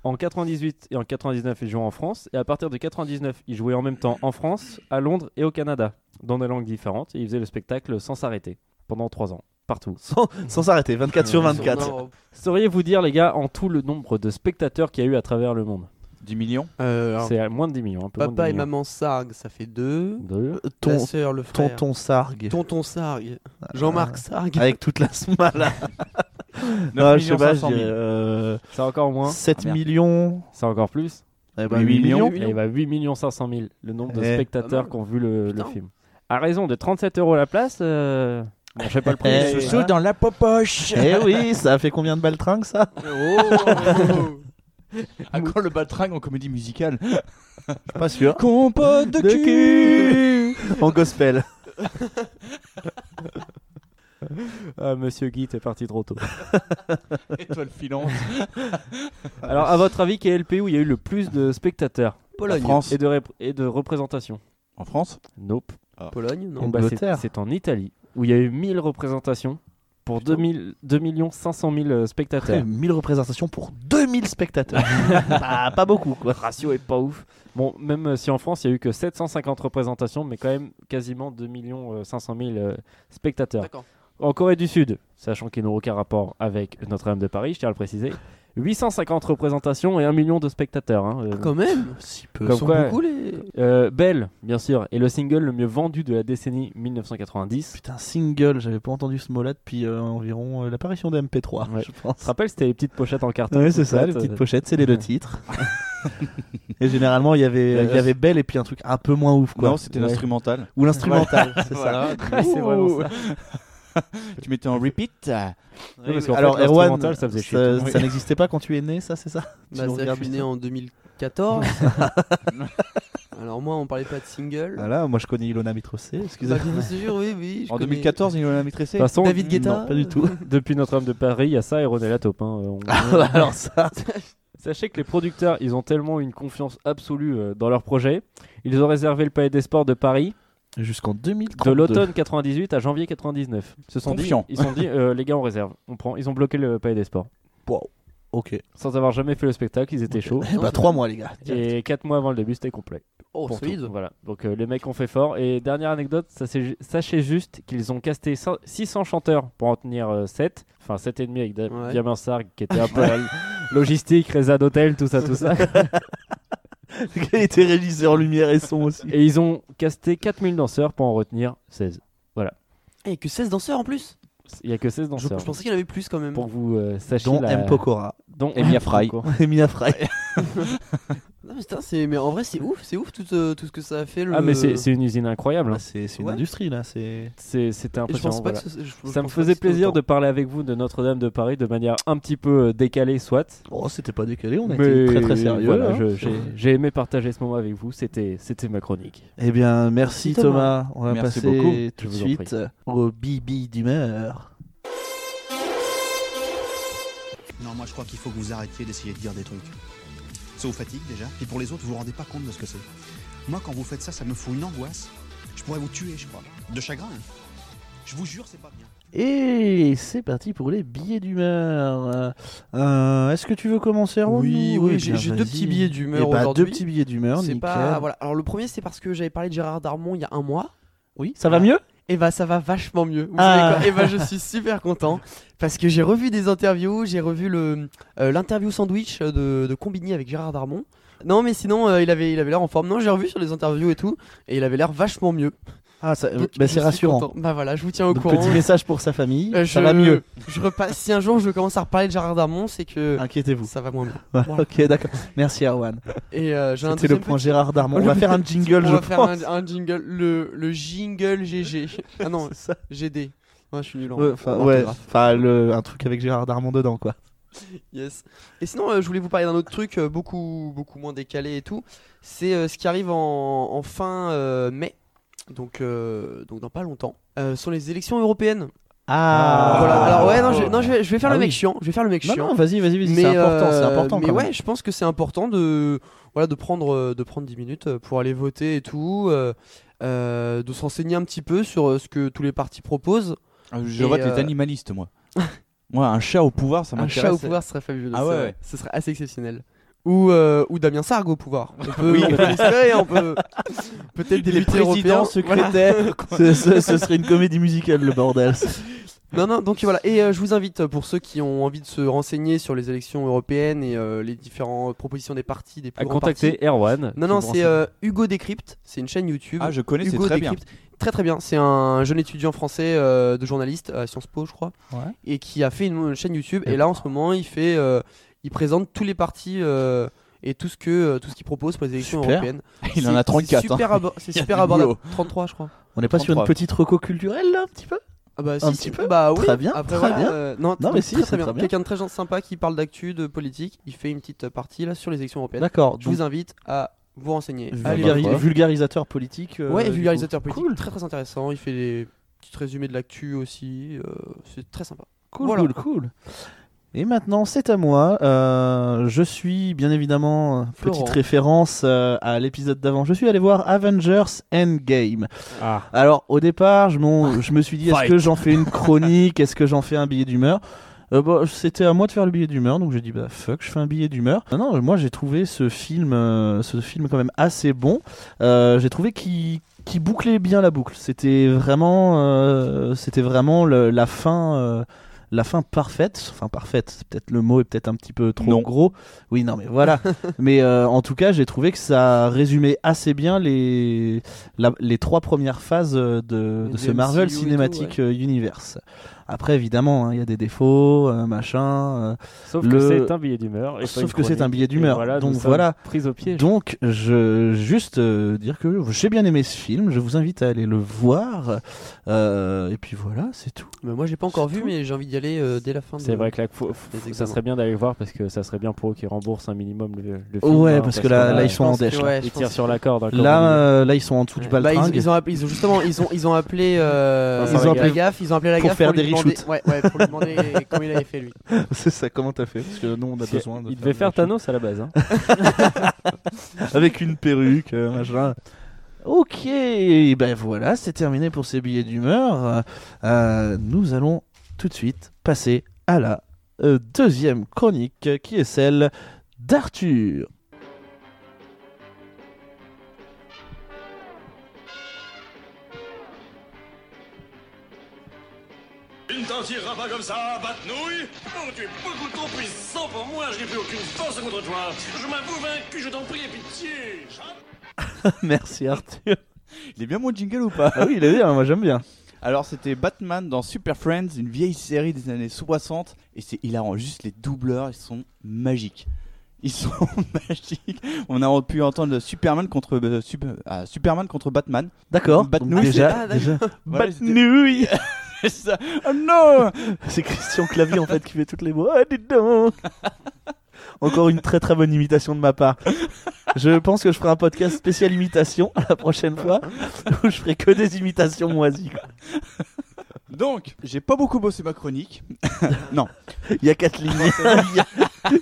K: En 98 et en 99, ils jouaient en France. Et à partir de 99, ils jouaient en même temps en France, à Londres et au Canada, dans des langues différentes. Et ils faisaient le spectacle sans s'arrêter, pendant 3 ans, partout.
H: Sans- sans s'arrêter, 24 sur 24. Non.
K: Sauriez-vous dire, les gars, en tout le nombre de spectateurs qu'il y a eu à travers le monde 10 millions C'est à moins de 10 millions. Un peu moins de 10
I: Euh, Papa et
K: millions.
I: maman Sargue, ça fait deux.
K: Deux.
I: Ton,
H: Ton-
I: Ta sœur, le frère.
H: tonton Sargue.
I: Tonton Sargue.
K: Ah.
I: Jean-Marc Sargue.
H: Avec toute la smala.
I: Non,
H: je sais pas, je
K: 500 000.
H: dirais, euh,
K: C'est encore moins.
H: 7
K: Ah, merde.
H: millions.
K: C'est encore plus.
H: Eh ben, 8 8 millions. millions.
K: Eh ben, 8 millions 500 000, le nombre de
H: Eh, pas
K: spectateurs
H: mal.
K: qui ont vu le, le film. À raison de 37 euros la place, euh... bon, je sais pas le prix.
H: Eh, voilà. Eh oui, ça a fait combien de baltringues ça
G: Oh,
N: À quand le baltringue en comédie musicale
H: Pas sûr.
N: Compote de cul.
H: En gospel.
K: Ah, Monsieur Guy, t'es parti trop tôt.
N: Étoile filante.
K: Alors, à votre avis, quel est le pays où il y a eu le plus de spectateurs
I: Pologne.
K: En France. Et de, rep- et de représentations
N: En France
K: Nope.
I: Pologne, non.
K: Eh ben, c'est-
I: Angleterre.
K: C'est en Italie, où il y a eu 1000 représentations pour 2000 2 500 000 euh, spectateurs.
H: 1000 représentations pour 2000 spectateurs. Bah, pas beaucoup quoi.
K: ratio est pas ouf. Bon, même euh, si en France, il y a eu que 750 représentations, mais quand même quasiment 2 millions euh, 500 000 euh, spectateurs. En Corée du Sud, sachant qu'ils n'ont aucun rapport avec Notre-Dame de Paris, je tiens à le préciser, 850 représentations et 1 million de spectateurs. hein, euh,
I: quand même Si peu.
K: Comme
I: Sont
K: quoi,
I: beaucoup, les-
K: euh, Belle, bien sûr, est le single le mieux vendu de la décennie 1990.
H: Putain, single, j'avais pas entendu ce mot-là depuis euh, environ euh, l'apparition de MP3, je pense.
K: Tu te rappelles, c'était les petites pochettes en euh. carton.
H: Ouais, c'est ça, les
K: toutes
H: petites
K: plates,
H: pochettes, c'est les deux titres. Et généralement, il y avait, il y avait Belle et puis un truc un peu moins ouf quoi.
N: Non, c'était l'instrumental.
H: Ou l'instrumental,
N: Voilà.
H: c'est
N: Voilà.
H: ça.
N: Ouais, c'est vraiment
H: Ouh.
N: ça. tu mettais en repeat.
K: Oui, parce qu'en
H: Alors,
K: fait,
H: Erwan,
K: l'instrumental, ça faisait chier tout le monde.
H: ça n'existait pas quand tu es né, ça, c'est ça Tu
I: Bah,
H: nous
I: c'est que je
H: regardes
I: suis
H: bien.
I: né en 2014. Alors moi, on parlait pas de single.
H: Voilà, moi je connais Ilona Mitrosé,
I: Bah,
H: excusez-moi.
I: je vous jure, oui, oui. je connais.
K: De toute façon,
I: David Guetta
K: non, pas du tout. Depuis Notre-Dame de Paris, il y a ça et René Latope. hein, euh, on-
H: bah alors ça.
K: Sachez que les producteurs, ils ont tellement une confiance absolue euh, dans leur projet, ils ont réservé le Palais des Sports de Paris
H: Jusqu'en 2032.
K: de l'automne 98 à janvier 99. Ils se sont dit,
H: Confiant.
K: ils se sont dit, euh, les gars, on réserve, on prend. Ils ont bloqué le Palais des Sports.
H: Wow. Ok.
K: Sans avoir jamais fait le spectacle, ils étaient chauds.
H: Eh bah, trois mois, les gars,
K: Et quatre mois avant le début, c'était complet.
I: Oh,
K: Pour tout.
I: solide.
K: Voilà. Donc euh, les mecs ont fait fort. Et dernière anecdote, ça, c'est ju- sachez juste qu'ils ont casté cin- 600 chanteurs pour en tenir 7. Enfin, 7 et demi avec Da-
I: Ouais.
K: Damien Sargue qui était un peu à la logistique, résa d'hôtel, tout ça, tout ça.
H: Qui était régisseur lumière et son aussi.
K: Et ils ont casté 4000 danseurs pour en retenir 16. Voilà.
I: Eh, que 16 danseurs en plus
K: Il n'y a que 16 danseurs.
I: Je pensais qu'il y en avait plus quand même.
K: Pour que vous euh, sachiez
H: Dont
K: la-
H: M. Pokora.
K: Dont
H: Et Mia
K: M.
H: Fry.
K: Pokora.
H: Et Mia Fry.
I: Non, mais, putain, c'est- mais en vrai, c'est ouf, c'est ouf tout, euh, tout ce que ça a fait. Le...
K: Ah mais c'est c'est une usine incroyable. c'est
H: Ah, une
I: Ouais.
H: industrie là, c'est.
K: C'était impressionnant.
I: pense pas que
K: voilà.
I: ce- je- je pense
K: ça
I: pas
K: me
I: que
K: faisait
I: c'était
K: plaisir
I: autant.
K: de parler avec vous de Notre-Dame de Paris de manière un petit peu euh, décalée, soit.
H: Oh, c'était pas décalé, on a
K: Mais
H: été très très sérieux.
K: voilà,
H: hein.
K: je- j'ai- J'ai aimé partager ce moment avec vous. C'était c'était ma chronique.
H: Eh bien, merci
K: Merci, Thomas.
H: Thomas. On va
K: Merci
H: passer
K: beaucoup. Je
H: tout de
K: vous en
H: suite
K: prie.
H: au bibi d'humeur.
G: Non, moi je crois qu'il faut que vous arrêtiez d'essayer de dire des trucs. Ça vous fatigue déjà, et pour les autres, vous vous rendez pas compte de ce que c'est. Moi, quand vous faites ça, ça me fout une angoisse. Je pourrais vous tuer, je crois. De chagrin. hein. Je vous jure, c'est pas bien.
H: Et c'est parti pour les billets d'humeur. Euh, Est-ce que tu veux commencer Erwan,
I: Oui,
H: ou-
I: oui,
H: eh
I: j'ai
H: bien,
I: j'ai deux
H: vas-y.
I: petits billets d'humeur
H: Eh ben,
I: aujourd'hui.
H: deux petits billets d'humeur,
I: C'est
H: nickel.
I: pas- voilà. Alors le premier, c'est parce que j'avais parlé de Gérard Darmon il y a un mois.
H: Oui, ça va mieux
I: Et bah ça va vachement mieux. Vous
H: Ah.
I: savez quoi Eh ben, je suis super content parce que j'ai revu des interviews, j'ai revu le euh, l'interview sandwich de, de Combini avec Gérard Darmon. Non mais sinon euh, il avait il avait l'air en forme. Non j'ai revu sur les interviews et tout et il avait l'air vachement mieux.
H: Ah, ça-
I: Donc,
H: bah,
I: je
H: c'est
I: suis
H: rassurant.
I: content. Bah voilà, je vous tiens au
H: Donc,
I: courant.
H: Petit message pour sa famille,
I: Euh,
H: ça
I: je-
H: va mieux.
I: Je repasse. Si un jour je commence à reparler de Gérard Darmon, c'est que.
H: Inquiétez-vous.
I: Ça va moins bien.
H: Ouais,
I: Euh, Voilà.
H: Ok, d'accord. Merci Erwan.
I: Et euh, j'ai un
H: C'était
I: deuxième
H: le point
I: petit-
H: Gérard Darmon. On
I: Le
H: va faire un
I: petit-
H: jingle,
I: On
H: je
I: va faire
H: pense.
I: un, un jingle, le, le jingle GG. Ah non, GD. Ouais, je suis nul en
H: Ouais, Enfin,
I: en
H: ouais,
I: orthographe.
H: enfin, le- un truc avec Gérard Darmon dedans, quoi.
I: Yes. Et sinon, euh, je voulais vous parler d'un autre truc euh, beaucoup, beaucoup moins décalé et tout. C'est euh, ce qui arrive en, en fin euh, mai, donc, euh, donc dans pas longtemps. Euh, sont les élections européennes.
H: Ah.
I: Voilà. Alors ouais, non, je, non, je vais, je vais faire
H: Ah
I: le mec
H: oui.
I: chiant. Je vais faire le mec
H: Non,
I: chiant.
H: non, vas-y, vas-y, vas-y,
I: Mais,
H: c'est important, c'est
I: euh,
H: important,
I: Mais
H: quand
I: ouais,
H: même.
I: je pense que c'est important de, voilà, de prendre, euh, de prendre 10 minutes euh, pour aller voter et tout, euh, euh, de s'enseigner un petit peu sur euh, ce que tous les partis proposent.
L: Ah, Je
I: Et,
L: vote
I: euh,
L: les animalistes, moi. moi, un chat au pouvoir, ça
I: un
L: m'intéresse.
I: chat au pouvoir serait fabuleux.
L: Ah
I: c'est
L: ouais,
I: vrai.
L: ouais.
I: Ce serait assez exceptionnel. Ou, euh, ou Damien Sargue au pouvoir. On peut,
L: Oui.
I: on peut l'espérer, on peut peut-être des
H: Les
I: députés
H: présidents
I: européens.
H: secrétaires. ce, ce- ce serait une comédie musicale, le bordel.
I: Non, non, donc voilà. Et euh, je vous invite, euh, pour ceux qui ont envie de se renseigner sur les élections européennes et euh, les différentes propositions des partis, des plus
K: À
I: grands
K: contacter
I: partis.
K: Erwan,
I: Non,
K: qui
I: non,
K: vous
I: c'est
K: renseigne.
I: euh, Hugo Décrypte. C'est une chaîne YouTube.
L: Ah, je connais, c'est
I: Hugo
L: très bien.
I: Décrypte. Très, très bien. C'est un jeune étudiant français euh, de journaliste à Sciences Po, je crois.
H: Ouais.
I: Et qui a fait une, une chaîne YouTube. Et là, en ce moment, il fait. euh, il présente tous les partis. euh, et tout ce que euh, tout ce qu'il propose pour les élections
H: Super.
I: européennes.
L: Il en a
I: C'est-
L: 34,
I: C'est super,
L: hein.
I: abo- c'est
L: Il y a
I: super
L: du
I: abordable.
L: boulot.
I: 33, je crois.
H: On n'est pas sur une
I: 33.
H: petite reco culturelle, là, un petit peu
I: Ah bah, si,
H: Un
I: si.
H: petit peu
I: Bah oui.
H: Très bien,
I: Après,
H: très
I: voilà,
H: bien.
I: euh, non,
H: Non, mais si,
I: très,
H: c'est
I: très bien.
H: très bien.
I: Quelqu'un de très gen- sympa qui parle d'actu, de politique. Il fait une petite euh, partie là sur les élections européennes.
H: D'accord,
I: Je
H: donc-
I: vous invite à vous renseigner. Allez
H: Vulgari-
I: voir.
H: vulgarisateur politique. euh,
I: ouais, et
H: du
I: vulgarisateur
H: coup.
I: politique. Très très intéressant. Il fait des petits résumés de l'actu aussi. euh, c'est très sympa.
H: Cool,
I: Voilà.
H: cool, cool. Et maintenant, c'est à moi. Euh, je suis, bien évidemment, euh,
I: Florent.
H: petite référence euh, à l'épisode d'avant. Je suis allé voir Avengers Endgame.
I: Ah.
H: Alors, au départ, je, m'en- je me suis dit, est-ce
K: Fight.
H: que j'en fais une chronique Est-ce que j'en fais un billet d'humeur Euh, bah, c'était à moi de faire le billet d'humeur, donc j'ai dit bah fuck, je fais un billet d'humeur. Non, non, moi j'ai trouvé ce film, euh, ce film quand même assez bon. Euh, j'ai trouvé qu'il qui bouclait bien la boucle. C'était vraiment, euh, c'était vraiment le- la fin, euh, la fin parfaite. Enfin parfaite, c'est peut-être le mot est peut-être un petit peu trop gros. Oui, non, mais voilà. mais euh, en tout cas, j'ai trouvé que ça résumait assez bien les la- les trois premières phases euh, de, de
K: Du
H: ce Marvel
K: MCU et tout,
H: Cinematic euh, Universe. Après, évidemment, hein, il y a des défauts, euh, machin. euh,
K: Sauf que
H: le-
K: c'est un billet d'humeur. et pas une
H: Sauf que c'est un
K: chronique.
H: billet
K: Et
H: d'humeur.
K: voilà,
H: Donc
K: nous sommes
H: voilà.
K: Prise au piège.
H: Donc, je juste euh, dire que j'ai bien aimé ce film. Je vous invite à aller le voir. Euh, et puis voilà, c'est tout.
I: Mais moi j'ai pas encore vu, mais j'ai envie d'y aller euh, dès la fin.
K: C'est
I: de-
K: vrai que là, faut- faut-
I: des
K: ça
I: examens.
K: serait bien d'aller le voir parce que ça serait bien pour eux qu'ils remboursent un minimum le, le film.
H: Ouais,
K: hein,
H: parce que là,
K: qu'on
H: là,
K: a-
H: ils sont en dèche. hein. là.
K: Ils tirent sur la corde. encore,
H: Là,
K: on est-
H: euh, là, ils sont en dessous du
I: Bah, ils,
H: baltringue.
I: ils ont appelé, ils ont justement, ils ont, ils ont appelé, euh,
H: Ils ont appelé
I: la gaffe, ils ont appelé la
H: pour
I: gaffe
H: faire
I: lui
H: des
I: demander-
H: reshoots.
I: Ouais, ouais, pour lui demander comment il avait fait lui.
H: C'est ça, comment t'as fait Parce que nous, on a
K: Parce que
H: besoin de.
K: il devait faire Thanos à la base, hein.
H: Avec une perruque, euh, machin. Ok, ben voilà, c'est terminé pour ces billets d'humeur. Euh, nous allons tout de suite passer à la euh, deuxième chronique euh, qui est celle d'Arthur.
O: Une t'en tirera pas comme ça, batte-nouille Oh, tu es beaucoup trop puissant pour moi, je n'ai plus aucune force contre toi Je m'avoue vaincu, je t'en prie, aie pitié
H: Merci Arthur.
L: Il est bien mon jingle ou pas
H: Ah oui, il est bien, moi j'aime bien.
L: Alors c'était Batman dans Super Friends, une vieille série des années 60 et c'est hilarant, juste les doubleurs ils sont magiques. Ils sont magiques. On a pu entendre le Superman contre euh, Sup- ah, Superman contre Batman.
H: D'accord.
L: Batnouille.
H: Donc déjà- Ah, déjà.
L: Voilà, c'était-
H: Batnouille.
L: C'est ça. Oh non
H: C'est Christian Clavier en fait qui fait toutes les voix. Ah, dis donc Encore une très très bonne imitation de ma part. Je pense que je ferai un podcast spécial imitation la prochaine fois où je ferai que des imitations moisies.
L: Donc, j'ai pas beaucoup bossé ma chronique. non.
H: Il y a 4 lignes.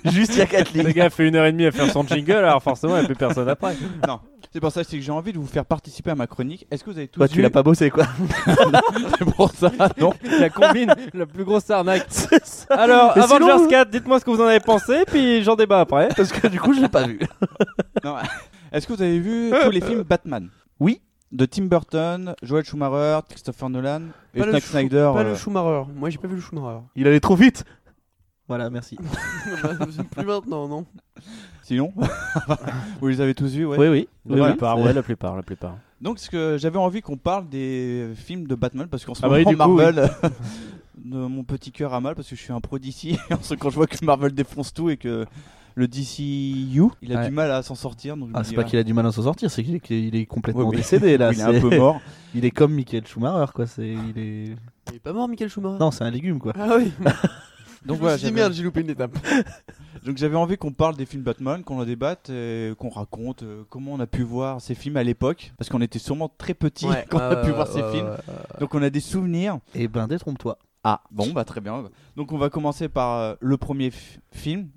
H: Juste il y a 4 lignes.
K: Le gars fait une heure et demie à faire son jingle, alors forcément, il n'y a plus personne après.
L: Non. C'est pour ça c'est que j'ai envie de vous faire participer à ma chronique. Est-ce que vous avez tous
H: Bah, tu
L: vu-
H: l'as pas bossé, quoi.
L: C'est pour ça, non.
K: La combine, la plus grosse arnaque.
L: Alors,
K: Alors,
L: Avengers
K: Avengers 4, dites-moi ce que vous en avez pensé, puis j'en débat après.
H: Parce que du coup, je l'ai pas vu.
L: Non. Est-ce que vous avez vu tous les films Batman
H: Oui.
L: De Tim Burton, Joel Schumacher, Christopher Nolan et
I: Pas le
L: Zack
I: Schou-
L: Snyder.
I: Pas
L: euh,
I: le Schumacher. Moi j'ai pas vu le Schumacher.
H: Il allait trop vite. Voilà, merci.
I: Plus maintenant, non.
L: Sinon, vous les avez tous vus, ouais.
H: Oui, oui.
L: Voilà.
K: La plupart, ouais, la plupart, la plupart.
E: Donc ce que j'avais envie qu'on parle des films de Batman parce qu'en ce
H: Ah bah
E: moment
H: oui, du coup,
E: Marvel, euh,
H: oui.
E: de mon petit cœur à mal parce que je suis un pro d'ici. quand je vois que Marvel défonce tout et que le DCU, il a
H: Ouais.
E: du mal à s'en sortir. donc je
H: Ah,
E: me
H: c'est
E: dis,
H: pas
E: ah.
H: qu'il a du mal à s'en sortir, c'est qu'il est, qu'il est complètement
E: Ouais, mais-
H: décédé là.
E: il est un
H: c'est-
E: peu mort.
H: Il est comme Michael Schumacher quoi. C'est il est.
I: Il est pas mort, Michael Schumacher
H: Non, c'est un légume quoi.
I: Ah oui.
E: Donc
I: Je me
E: voilà,
I: suis dit,
E: j'avais-
I: merde, j'ai loupé une étape.
E: Donc j'avais envie qu'on parle des films Batman, qu'on en débatte, et qu'on raconte euh, comment on a pu voir ces films à l'époque, parce qu'on était sûrement très petits
I: Ouais,
E: quand on a
I: ouais,
E: pu
I: ouais,
E: voir ces
I: ouais,
E: films.
I: ouais, ouais,
E: Donc on a des souvenirs.
H: Et ben détrompe-toi.
E: Ah bon bah très bien. Donc on va commencer par euh, le premier f- film.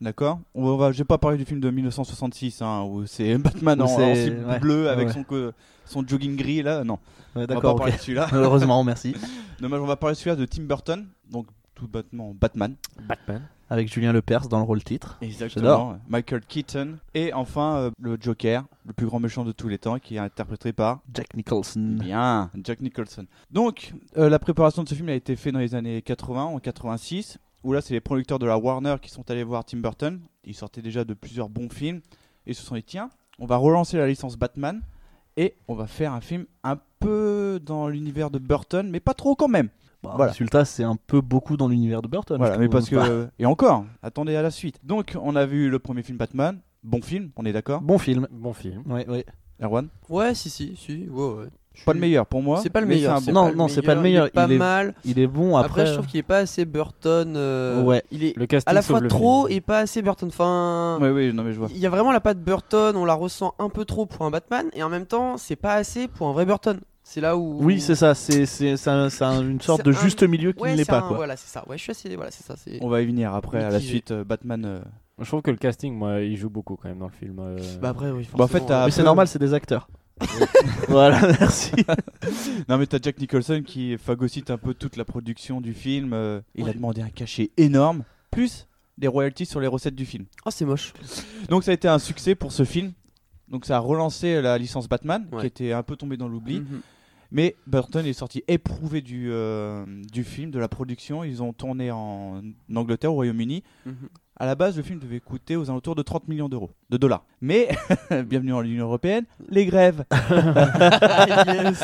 E: D'accord On va, je vais pas parler du film de 1966, hein, où c'est Batman
H: Où
E: en,
H: c'est-
E: en cible
H: ouais,
E: bleue avec
H: ouais.
E: son, co- son jogging gris, là, non.
H: Ouais,
E: on va
H: d'accord,
E: pas parler
H: ok.
E: de celui-là.
H: Heureusement, merci.
E: Dommage, on va parler de celui-là de Tim Burton, donc tout bêtement Batman.
K: Batman.
H: Avec Julien Lepers dans le rôle titre. J'adore.
E: Exactement. Michael Keaton. Et enfin, euh, le Joker, le plus grand méchant de tous les temps, qui est interprété par
H: Jack Nicholson.
E: Bien, Jack Nicholson. Donc, euh, la préparation de ce film a été faite dans les années 80, en 86, où là, c'est les producteurs de la Warner qui sont allés voir Tim Burton. Ils sortaient déjà de plusieurs bons films. Et ils se sont dit, tiens, on va relancer la licence Batman et on va faire un film un peu dans l'univers de Burton, mais pas trop quand même.
H: Bah, Résultat, c'est un peu beaucoup dans l'univers de Burton.
E: Voilà,
H: je
E: mais
H: trouve.
E: parce que. Et encore, attendez à la suite. Donc, on a vu le premier film Batman. Bon film, on est d'accord
H: Bah, Bon film.
K: Bon film.
H: Ouais, ouais.
E: Erwan
I: Ouais, si, si, si. ouais, ouais. Je
E: Pas le
I: suis-
E: meilleur pour moi.
I: C'est pas le
E: mais
I: meilleur.
E: c'est un bon-
H: Non, non, c'est pas le meilleur.
I: Il est pas
H: il est-
I: mal.
H: il est bon après, euh,
I: je trouve qu'il est pas assez Burton. euh,
H: Ouais.
I: Il est
H: Le casting
I: à la
H: sauve
I: fois
H: le
I: trop et pas assez Burton. Enfin.
E: Ouais, ouais, non, Ah, mais je vois.
I: Il y a vraiment la patte Burton, on la ressent un peu trop pour un Batman, et en même temps, c'est pas assez pour un vrai Burton. C'est là où.
H: Oui, c'est ça. C'est c'est- c'est un- c'est un- une sorte
I: C'est
H: de
I: un-
H: juste milieu qui
I: Ouais,
H: ne l'est
I: c'est
H: pas.
I: un-
H: Quoi.
I: Voilà, c'est ça. Ouais, je suis assez. Voilà, c'est ça. c'est-
E: On va y venir après, à la
I: Mitigé.
E: suite, euh, Batman. euh,
K: Je trouve que le casting, moi, il joue beaucoup quand même dans le film. euh.
I: Bah après, oui,
E: Bah, en fait, t'as
H: Mais
E: un
H: c'est
E: peu-
H: normal, c'est des acteurs. voilà, merci.
E: non, mais t'as Jack Nicholson qui phagocyte un peu toute la production du film. euh, il a demandé un cachet énorme, plus des royalties sur les recettes du film.
I: Oh, c'est moche.
E: Donc, ça a été un succès pour ce film. Donc, ça a relancé la licence Batman, qui était un peu tombée dans l'oubli.
I: Mhm.
E: Mais Burton est sorti éprouvé du, euh, du film, de la production. Ils ont tourné en Angleterre, au Royaume-Uni.
I: Mhm.
E: À la base, le film devait coûter aux alentours de 30 millions d'euros, de dollars. Mais, bienvenue en l'Union Européenne, les grèves.
I: Yes.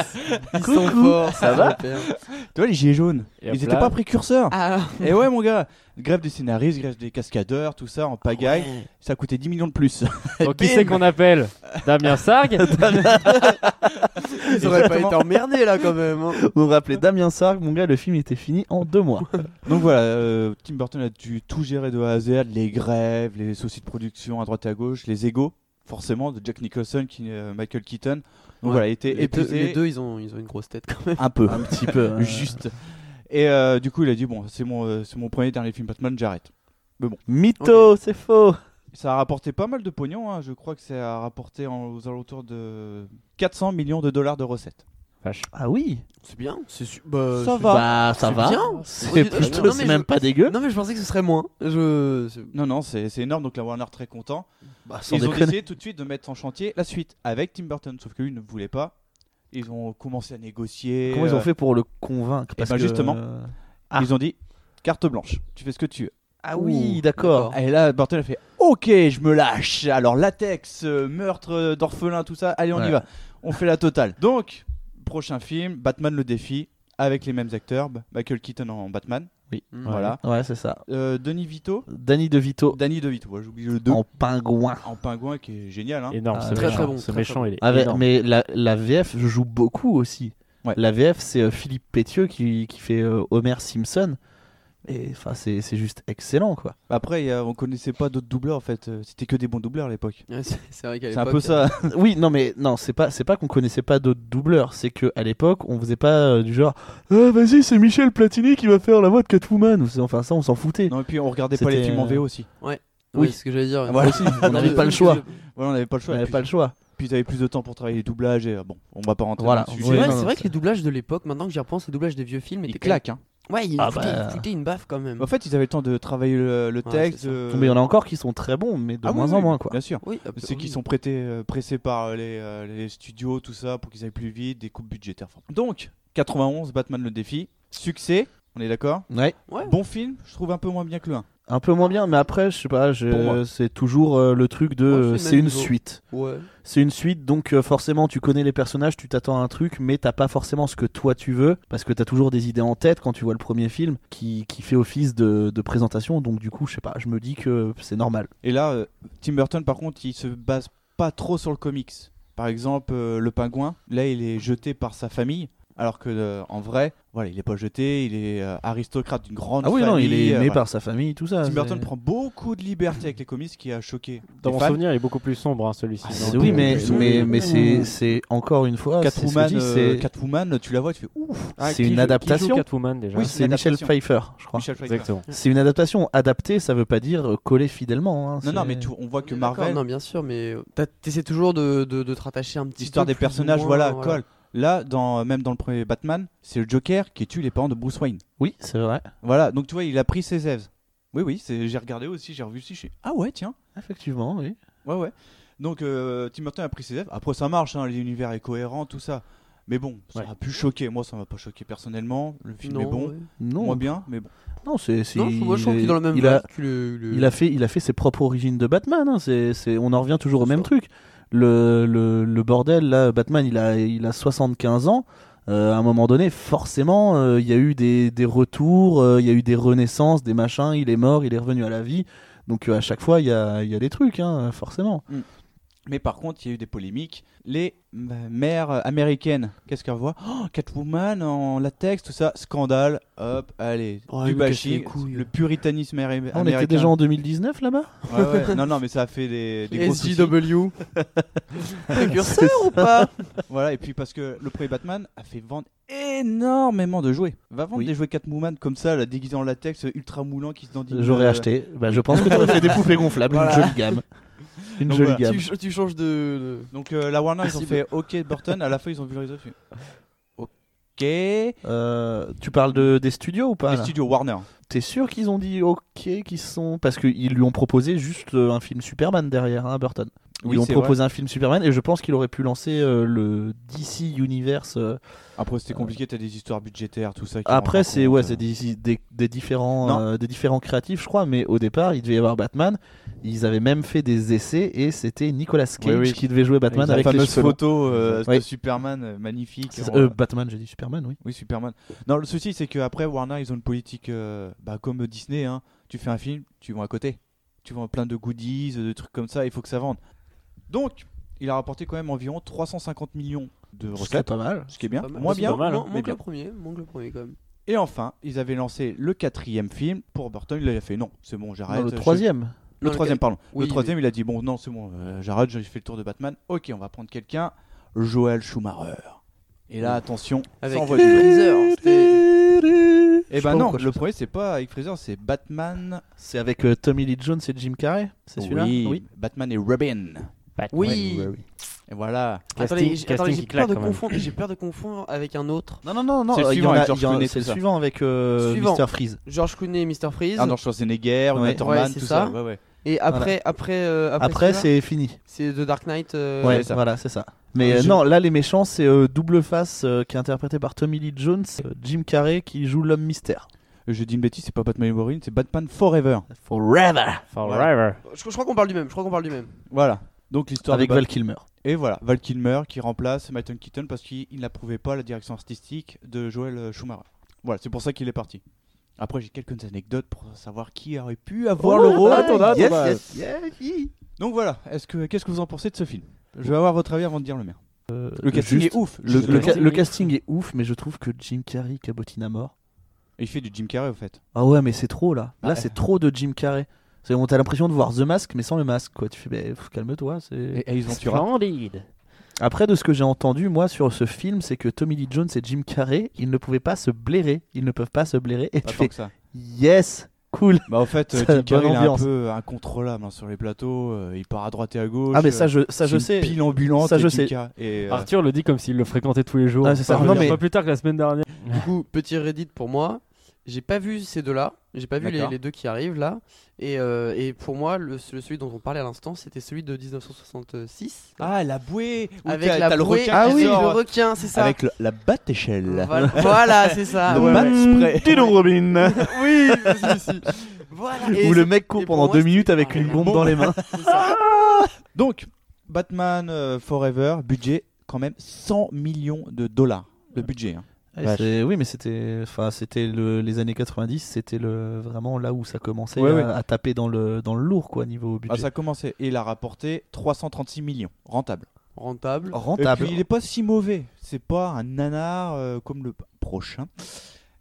I: Ils sont Coucou. forts,
E: ça
I: ces
E: va Tu
I: Européens.
E: vois, les Gilets jaunes,
I: Et
E: ils
I: hop
E: n'étaient
I: là.
E: pas précurseurs.
I: Ah.
E: Et ouais, mon gars, grève des scénaristes, grève des cascadeurs, tout ça, en pagaille. Ça coûtait 10 millions de plus.
K: Donc, qui c'est qu'on appelle Damien Sargue
I: Ils auraient pas été emmerdés là quand même. hein.
H: Vous vous rappelez Damien Sarg, mon gars, le film était fini en deux mois.
E: Donc voilà, euh, Tim Burton a dû tout gérer de A à Z, les grèves, les soucis de production à droite et à gauche, les égaux, forcément, de Jack Nicholson, qui, euh, Michael Keaton. Donc
I: Ouais.
E: voilà, il était
I: les deux,
E: épuisé.
I: les deux, ils ont, ils ont une grosse tête quand même.
E: Un peu.
H: Un petit peu, hein.
E: Juste. Et euh, du coup, il a dit bon, c'est mon, euh, c'est mon premier dernier film Batman, j'arrête. Mais bon.
H: Mytho, c'est faux.
E: Ça a rapporté pas mal de pognon, hein. je crois que ça a rapporté en- aux alentours de 400 millions de dollars de recettes.
H: Ah oui
I: C'est bien. C'est su- bah,
E: Ça
I: c'est-
E: va.
H: Bah, ça
I: c'est
H: va.
I: bien.
H: C'est
I: Oh, dis-
H: plutôt-
I: non,
H: c'est
I: mais
H: même
I: je-
H: pas dégueu.
I: Non mais je pensais que ce serait moins. Je. c'est-
E: Non, non, c'est c'est énorme, donc la Warner très content.
H: Bah, sans
E: Ils ont
H: déconner.
E: décidé tout de suite de mettre en chantier la suite avec Tim Burton, sauf que lui ne voulait pas. Ils ont commencé à négocier.
H: Comment ils ont
E: euh,
H: fait pour le convaincre
E: Eh
H: Parce
E: ben,
H: que,
E: justement,
H: euh,
E: ils ont dit carte blanche, tu fais ce que tu veux.
H: Ah oui, d'accord.
E: Et là, Burton a fait Ok, je me lâche. Alors, latex, euh, meurtre euh, d'orphelin, tout ça, allez, on
H: Ouais.
E: y va. On fait la totale. Donc, prochain film Batman le défi, avec les mêmes acteurs B- Michael Keaton en Batman.
H: Oui,
I: Mm,
E: voilà.
H: Ouais, c'est ça.
E: Euh, Denis Vito
H: Danny DeVito.
E: Danny DeVito, ouais, j'oublie le 2.
H: En pingouin.
E: En pingouin qui est génial. Hein.
K: Énorme,
H: Ah,
K: ce
H: très,
K: méchant.
H: très
I: bon,
K: Ce
I: très,
K: méchant,
I: très
K: il est
H: Avec-
K: énorme.
H: Ah, mais la, la VF joue beaucoup aussi. La VF, c'est euh, Philippe Pétieux qui, qui fait euh, Homer Simpson. Et enfin, c'est c'est juste excellent, quoi.
E: Après, il y a- on connaissait pas d'autres doubleurs en fait. Euh, C'était que des bons doubleurs à l'époque.
I: Ouais, c'est- c'est vrai qu'à
E: C'est un
I: l'époque, euh,
E: peu ça.
H: oui, non, mais non, c'est pas, c'est pas qu'on connaissait pas d'autres doubleurs, c'est que à l'époque, on faisait pas euh, du genre, ah, vas-y, c'est Michel Platini qui va faire la voix de Catwoman. Ou c'est- Enfin, ça, on s'en foutait.
E: Non, et puis on regardait pas les
H: C'était,
E: films en
H: euh,
E: VO aussi.
I: Ouais.
H: Oui.
I: Ouais, c'est ce que j'allais dire.
H: Voilà.
I: Aussi,
H: on n'avait pas le choix.
E: Ouais, on n'avait pas le choix.
H: On n'avait
E: Puis-
H: pas le choix.
E: Puis t'avais plus de temps pour travailler les doublages et euh, bon, on va pas rentrer
H: Voilà.
E: dans le
H: Ouais,
E: sujet.
I: Ouais, c'est vrai que les doublages de l'époque, maintenant que j'y repense, les doublages des vieux films étaient. quand même-
E: claquent, hein.
I: Ouais, ils
H: Ah
I: foutaient- ils
H: bah.
I: foutaient une baffe quand même.
E: En fait, ils avaient le temps de travailler le, le
I: Ouais,
E: texte.
I: c'est ça.
E: de-
H: Mais il y en a encore qui sont très bons, mais de
E: Ah oui,
H: moins
E: oui,
H: en
E: oui,
H: moins, quoi.
E: Bien sûr.
I: Oui, ah,
E: c'est
I: oui.
E: qu'ils sont prêtés, euh, pressés par les, euh, les studios, tout ça, pour qu'ils aillent plus vite, des coupes budgétaires. Enfin, Donc, 91, Batman le défi. Succès, on est d'accord
H: Ouais.
I: Ouais.
E: Bon film, je trouve un peu moins bien que le 1.
H: Un peu moins bien, mais après, je sais pas, je-
I: Pour moi.
H: c'est toujours euh, le truc de. euh,
I: c'est le
H: c'est
I: même
H: une
I: niveau.
H: suite.
I: Ouais.
H: C'est une suite, donc euh, forcément, tu connais les personnages, tu t'attends à un truc, mais t'as pas forcément ce que toi tu veux, parce que t'as toujours des idées en tête quand tu vois le premier film qui, qui fait office de, de présentation, donc du coup, je sais pas, je me dis que c'est normal.
E: Et là, euh, Tim Burton, par contre, il se base pas trop sur le comics. Par exemple, euh, le pingouin, là, il est jeté par sa famille. Alors que euh, en vrai, voilà, il est pas jeté, il est euh, aristocrate d'une grande
H: Ah oui,
E: famille. euh,
H: non, il est né
E: voilà.
H: par sa famille, tout ça,
E: Tim Burton
H: c'est-
E: prend beaucoup de liberté avec les comics, ce qui a choqué.
P: Dans
E: les
P: mon
E: fans.
P: souvenir, il est beaucoup plus sombre, hein, celui-ci.
H: Ah, C'est-
P: Donc,
H: oui,
P: euh,
H: mais,
P: plus sombre.
H: mais, mais c'est, c'est encore une fois, c'est ce que je
E: Catwoman,
H: dis,
E: euh,
H: c'est-
E: Catwoman, tu la vois, tu fais ouf.
H: Ah, c'est une adaptation.
E: Oui,
H: c'est
E: une
H: Michel
E: adaptation.
H: Pfeiffer, je crois.
E: Michel Pfeiffer.
H: C'est une adaptation. Adapter, ça veut pas dire euh, coller fidèlement. hein,
E: Non, non,
H: c'est-
E: mais tu- on voit que
I: est d'accord,
E: Marvel.
I: non, bien sûr, mais euh, t'as- t'essaies toujours de, de, de te rattacher un petit peu.
E: L'histoire des
I: plus ou
E: personnages,
I: moins,
E: voilà, colle. Là, dans, même dans le premier Batman, c'est le Joker qui tue les parents de Bruce Wayne.
H: Oui, c'est vrai.
E: Voilà, donc tu vois, il a pris ses aides. Oui, oui, c'est- j'ai regardé aussi, j'ai revu aussi, je suis ah ouais, tiens.
H: Effectivement, oui.
E: Ouais, ouais. Donc euh, Tim Burton a pris ses aides. Après, ça marche, hein, l'univers est cohérent, tout ça. Mais bon, ça a pu choquer. Moi, ça m'a pas choqué personnellement. Le film
I: Non,
E: est bon.
I: ouais.
H: Non.
E: Moi, bien, mais bon.
H: Non, c'est. c'est-
I: Non, moi, je trouve
H: il
I: qu'il est dans la même
H: il a,
I: vague que le- le-
H: il a fait, il a fait ses propres origines de Batman. hein, c'est- c'est- on en revient toujours au même truc. Le, le- le bordel, là, Batman, il a, il a 75 ans. Euh, à un moment donné, forcément, euh, il y a eu des, des retours, euh, il y a eu des renaissances, des machins. Il est mort, il est revenu à la vie. Donc euh, à chaque fois, il y a, il y a des trucs, hein, forcément.
E: Mm. Mais par contre, il y a eu des polémiques. Les m- mères euh, américaines, qu'est-ce qu'elles voient oh, Catwoman en latex, tout ça, scandale. Hop, allez, du
H: il Oh, me casse les
E: bashing, le puritanisme amé-
H: Ah, on
E: américain.
H: était déjà en 2019 là-bas
E: Ouais, ouais. Non, non, mais ça a fait des, des gros soucis.
I: SJW. Précurseur ou pas
E: Voilà, et puis parce que le premier Batman a fait vendre énormément de jouets. Va vendre
H: Oui.
E: des jouets Catwoman comme ça, là, déguisés en latex, euh, ultra moulant, qui se dandinent.
H: J'aurais
E: euh,
H: acheté. Bah, je pense que t'aurais fait des poupées gonflables, une jolie gamme. Une jolie gamme.
E: Tu,
I: changes de.
E: Donc euh, la Warner, ils ont
I: Cible.
E: fait OK Burton, à la fin ils ont vu le réseau. ils ont fait, OK.
H: Euh, tu parles de, des studios ou pas
E: Les
H: là
E: studios Warner.
H: T'es sûr qu'ils ont dit ok, qu'ils sont. Parce qu'ils lui ont proposé juste euh, un film Superman derrière, hein, Burton. Ils
E: Oui,
H: lui ont
E: c'est
H: proposé
E: vrai.
H: un film Superman et je pense qu'il aurait pu lancer euh, le DC Universe. euh,
E: Après c'était compliqué, t'as des histoires budgétaires, tout ça. qui
H: Après,
E: rentrent en
H: c'est
E: compte,
H: ouais,
E: euh.
H: c'est des, des, des différents,
E: Non.
H: euh, des différents créatifs, je crois. Mais au départ, il devait y avoir Batman. Ils avaient même fait des essais et c'était Nicolas Cage
E: Oui, oui.
H: qui devait jouer Batman
E: la
H: avec les
E: fameuse
H: cheveux longs.
E: photo euh, de
H: Oui.
E: Superman euh, magnifique.
H: C'est ça,
E: On-
H: euh, Batman, j'ai dit Superman, oui.
E: Oui, Superman. Non, le souci c'est qu'après Warner, ils ont une politique euh, bah, comme Disney. hein. Tu fais un film, tu vends à côté. Tu vends plein de goodies, de trucs comme ça, il faut que ça vende. Donc, il a rapporté quand même environ 350 millions de
H: Ce
E: recettes.
H: qui est pas mal.
E: Ce qui est bien.
I: Pas mal.
E: Moins
I: C'est
E: bien,
I: pas mal, hein.
E: mais
I: Manque
E: bien.
I: le premier, manque le premier quand même.
E: Et enfin, ils avaient lancé le quatrième film pour Burton. Il a fait non, c'est bon, j'arrête.
H: Non, le
E: je-
H: troisième.
E: Le
I: Non,
E: troisième,
I: lequel-
E: pardon.
I: Oui,
E: le troisième, il a dit bon, non, c'est bon, euh, j'arrête, j'ai fait le tour de Batman. Ok, on va prendre quelqu'un. Joël Schumacher. Et là, attention,
I: Avec
E: ça envoie du bruit.
I: Freezer. c'était-
E: Eh ben non, le premier c'est pas avec Fraser, c'est Batman.
H: C'est avec euh, Tommy Lee Jones et Jim Carrey, c'est celui-là
E: oui, Batman et Robin.
I: Oui.
E: et Robin. Et voilà.
I: Attendez, j'ai- attendez, j'ai peur de confondre, j'ai peur de confondre avec un autre.
H: Non, non, non, non, euh,
E: C'est le
H: il y
E: suivant
H: en a-
E: avec George
H: il y en a-
E: Clooney,
H: c'est le
E: tout ça.
H: suivant avec euh,
I: Suivant.
H: Mr. Freeze.
I: George Clooney et Mr. Freeze.
E: Arnold Schwarzenegger,
H: Ouais.
E: Nathan
I: Ouais,
E: Man,
I: c'est
E: tout
I: ça.
E: ça. Ouais, ouais.
I: Et après,
H: Voilà.
I: après, euh, après,
H: Après,
I: celui-là,
H: c'est fini.
I: C'est The Dark Knight. euh,
H: ouais, voilà, c'est ça. Mais euh,
I: Je-
H: non, là, les méchants, c'est euh, Double Face euh, qui est interprété par Tommy Lee Jones, euh, Jim Carrey qui joue l'homme mystère.
E: Euh, Je dis une bêtise, c'est pas Batman et Robin, c'est Batman Forever.
H: Forever.
E: Forever.
I: Je, je crois qu'on parle du même. Je crois qu'on parle du même.
E: Voilà. Donc l'histoire
H: Avec
E: de Bat-
H: Val Kilmer.
E: Et voilà, Val Kilmer qui remplace Michael Keaton parce qu'il il n'approuvait pas la direction artistique de Joel euh, Schumacher. Voilà, c'est pour ça qu'il est parti. Après, j'ai quelques anecdotes pour savoir qui aurait pu
H: Oh,
E: avoir le rôle. Yes, yes, yes. Donc voilà, est-ce que qu'est-ce que vous en pensez de ce film Je vais avoir votre avis avant de dire le mien. le casting
H: Euh, Juste,
E: est ouf.
H: Le,
E: Juste
H: le ca-
E: casting
H: le
E: est
H: casting est ouf, mais je trouve que Jim Carrey cabotine à mort.
E: Il fait du Jim Carrey au fait.
H: Ah ouais, mais c'est trop là. Là,
E: Ah,
H: c'est trop de Jim Carrey. C'est on t'as l'impression de voir The Mask, mais sans le masque, quoi. Tu fais, bah, pff, calme-toi. C'est.
E: Et Ace Ventura.
P: Splendide.
H: Après, de ce que j'ai entendu, moi, sur ce film, c'est que Tommy Lee Jones et Jim Carrey, ils ne pouvaient pas se blairer. Ils ne peuvent pas se blairer. Et tu
E: tant
H: fais,
E: que ça.
H: yes, cool.
E: Bah, en fait, euh,
H: Ça
E: Jim
H: a la
E: Carrey
H: bonne
E: il est un
H: ambiance.
E: peu incontrôlable hein, sur les plateaux. euh, il part à droite et à gauche.
H: Ah, mais ça,
E: euh,
H: je, ça,
E: c'est
H: je
E: une
H: sais.
E: Pile ambulante.
H: Ça,
E: et
H: je
E: Jim
H: sais.
E: Carrey. Et, euh,
P: Arthur le dit comme s'il le fréquentait tous les jours.
H: Ah, c'est ça.
P: Enfin,
H: Non,
P: je veux dire,
H: mais-
P: Pas plus tard que la semaine dernière.
I: Du coup, petit Reddit pour moi. J'ai pas vu ces deux-là. J'ai pas vu les,
P: D'accord.
I: les deux qui arrivent là. Et, euh, et pour moi, le, le- celui dont on parlait à l'instant, c'était celui de 1966.
E: Ah, la bouée où
I: Avec
E: t'as-
I: la
E: t'as le
I: bouée
E: requin
I: ah
E: qui
I: oui,
E: sort.
I: le requin, c'est ça.
H: Ah,
E: Avec le- la batte échelle.
I: Voilà, voilà, c'est ça.
E: Le
I: Ouais,
E: bat
I: ouais.
E: spray.
I: Oui, si, si. Voilà.
H: Où le mec court pendant deux minutes avec une bombe dans les mains.
E: Donc, Batman euh, Forever, budget quand même 100 millions de dollars de budget. hein.
H: Ouais, c'est- oui, mais c'était, enfin, c'était le- les années 90, c'était le vraiment là où ça commençait
E: Ouais,
H: à,
E: ouais.
H: à taper dans le dans le lourd quoi niveau budget.
E: Ah, ça a commencé et il a rapporté 336 millions, rentable.
I: Rentable.
H: Rentable.
E: Et puis, il est pas si mauvais. C'est pas un nanar euh, comme le prochain.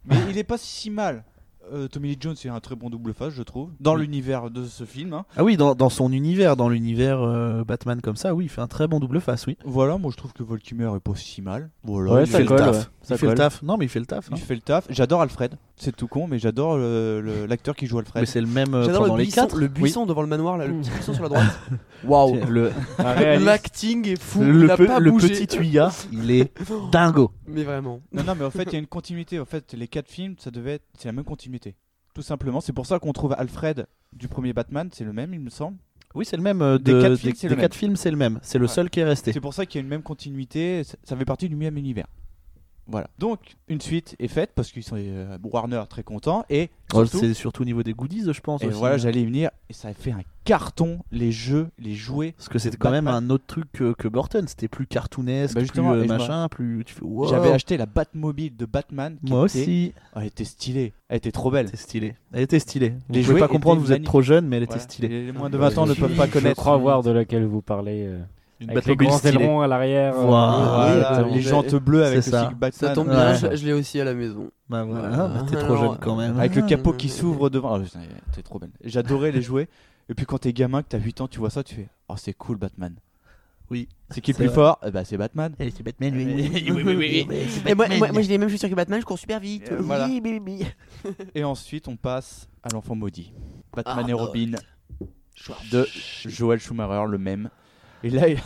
E: Mais il est pas si mal. Euh, Tommy Lee Jones c'est un très bon double face, je trouve, dans
H: Oui.
E: l'univers de ce film. hein.
H: Ah oui, dans, dans son univers, dans l'univers euh, Batman comme ça, oui, il fait un très bon double face, oui.
E: Voilà, moi je trouve que Voltimer est pas si mal. Voilà,
H: Ouais,
E: il
H: ça
E: fait
H: colle,
E: le taf.
H: ouais. Ça
E: il fait le
H: colle.
E: taf.
H: Non, mais il fait le taf, hein.
E: Il fait le taf. J'adore Alfred. C'est tout con, mais j'adore euh, le- l'acteur qui joue Alfred.
H: Mais c'est le même, euh,
I: J'adore le buisson, le buisson devant le manoir, là,
H: Mm.
I: le petit buisson sur la droite. Waouh.
H: Le-
I: L'acting est fou.
H: Le
I: il a
H: pe-
I: pas
H: le
I: bougé. Oh,
H: petit Tuya, il est dingo.
I: Mais vraiment.
E: Non, non, mais en fait, il y a une continuité. En fait, les quatre films, ça devait être. C'est la même continuité. Tout simplement. C'est pour ça qu'on trouve Alfred du premier Batman, c'est le même, il me semble.
H: Oui, c'est le même. euh,
E: Des
H: de-
E: quatre films,
H: des-
E: c'est
H: des
E: le
H: quatre
E: même.
H: films, c'est le même. C'est le seul qui est resté.
E: C'est pour ça qu'il y a une même continuité. ça- Ça fait partie du même univers. Voilà. Donc, une suite est faite parce qu'ils sont euh, Warner très contents. Et
H: Oh,
E: surtout-
H: C'est surtout au niveau des goodies, je pense.
E: Et
H: aussi. hein.
E: voilà, j'allais y venir. Et ça a fait un carton, les jeux, les jouets.
H: Parce que c'était quand même un autre truc que, que Burton. C'était plus cartoonesque,
E: Bah, justement,
H: plus euh,
E: et je me-
H: machin, plus. tu fais, wow.
E: J'avais acheté la Batmobile de Batman. qui
H: Moi
E: était-
H: aussi.
E: Oh, elle était stylée. Elle était trop belle. Elle était
H: stylée. Elle était stylée. Vous pouvez pas comprendre, vous êtes trop jeune, mais elle était stylée.
E: Les moins de 20 ans ne peuvent pas
H: connaître.
P: Je crois voir de laquelle vous parlez. euh,
H: Une
P: avec les
H: Batmobile
P: grands
H: stylée.
P: ailerons à l'arrière. euh,
H: Voilà,
P: exactement.
E: les jantes bleues avec
H: C'est
E: le
H: ça.
E: sigle Batman.
I: Ça tombe bien, je, je l'ai aussi à la maison.
H: Bah voilà, bah, t'es
I: Ah,
H: trop
I: alors,
H: jeune quand même.
E: Avec le capot qui s'ouvre devant. Oh, putain, t'es trop belle. J'adorais les jouer. Et puis quand t'es gamin, que t'as 8 ans, tu vois ça, tu fais Oh, c'est cool Batman.
H: Oui.
E: C'est qui le
H: C'est
E: plus
H: vrai.
E: fort Eh ben, C'est Batman.
H: Et c'est Batman,
I: Et moi, moi, moi, j'ai les mêmes chaussures que Batman, je cours super vite.
E: Euh, voilà.
I: Oui, baby.
E: Et ensuite, on passe à l'enfant maudit. Batman et
I: Arnold.
E: Robin de Joel Schumacher, le même. Et là, il-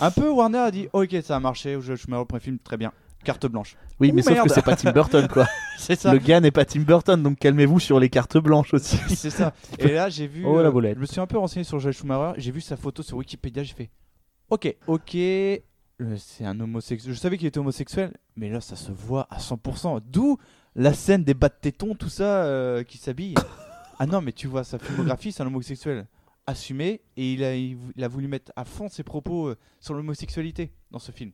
E: un peu Warner a dit Ok, ça a marché. Joel Schumacher, le premier film, très bien. Carte blanche.
H: Oui,
E: Oh,
H: mais sauf
E: merde.
H: que c'est pas Tim Burton, quoi.
E: c'est ça.
H: Le gars n'est pas Tim Burton, donc calmez-vous sur les cartes blanches aussi.
E: C'est ça. Et là, j'ai vu.
H: Oh, la
E: euh,
H: boulette.
E: Je me suis un peu renseigné sur Joel Schumacher. J'ai vu sa photo sur Wikipédia. J'ai fait Ok, ok. euh, C'est un homosexuel. Je savais qu'il était homosexuel, mais là, ça se voit à 100%. D'où la scène des bas de tétons, tout ça, euh, qui s'habille. ah non, mais tu vois, sa filmographie, c'est un homosexuel assumé. Et il a, il vou- il a voulu mettre à fond ses propos euh, sur l'homosexualité dans ce film.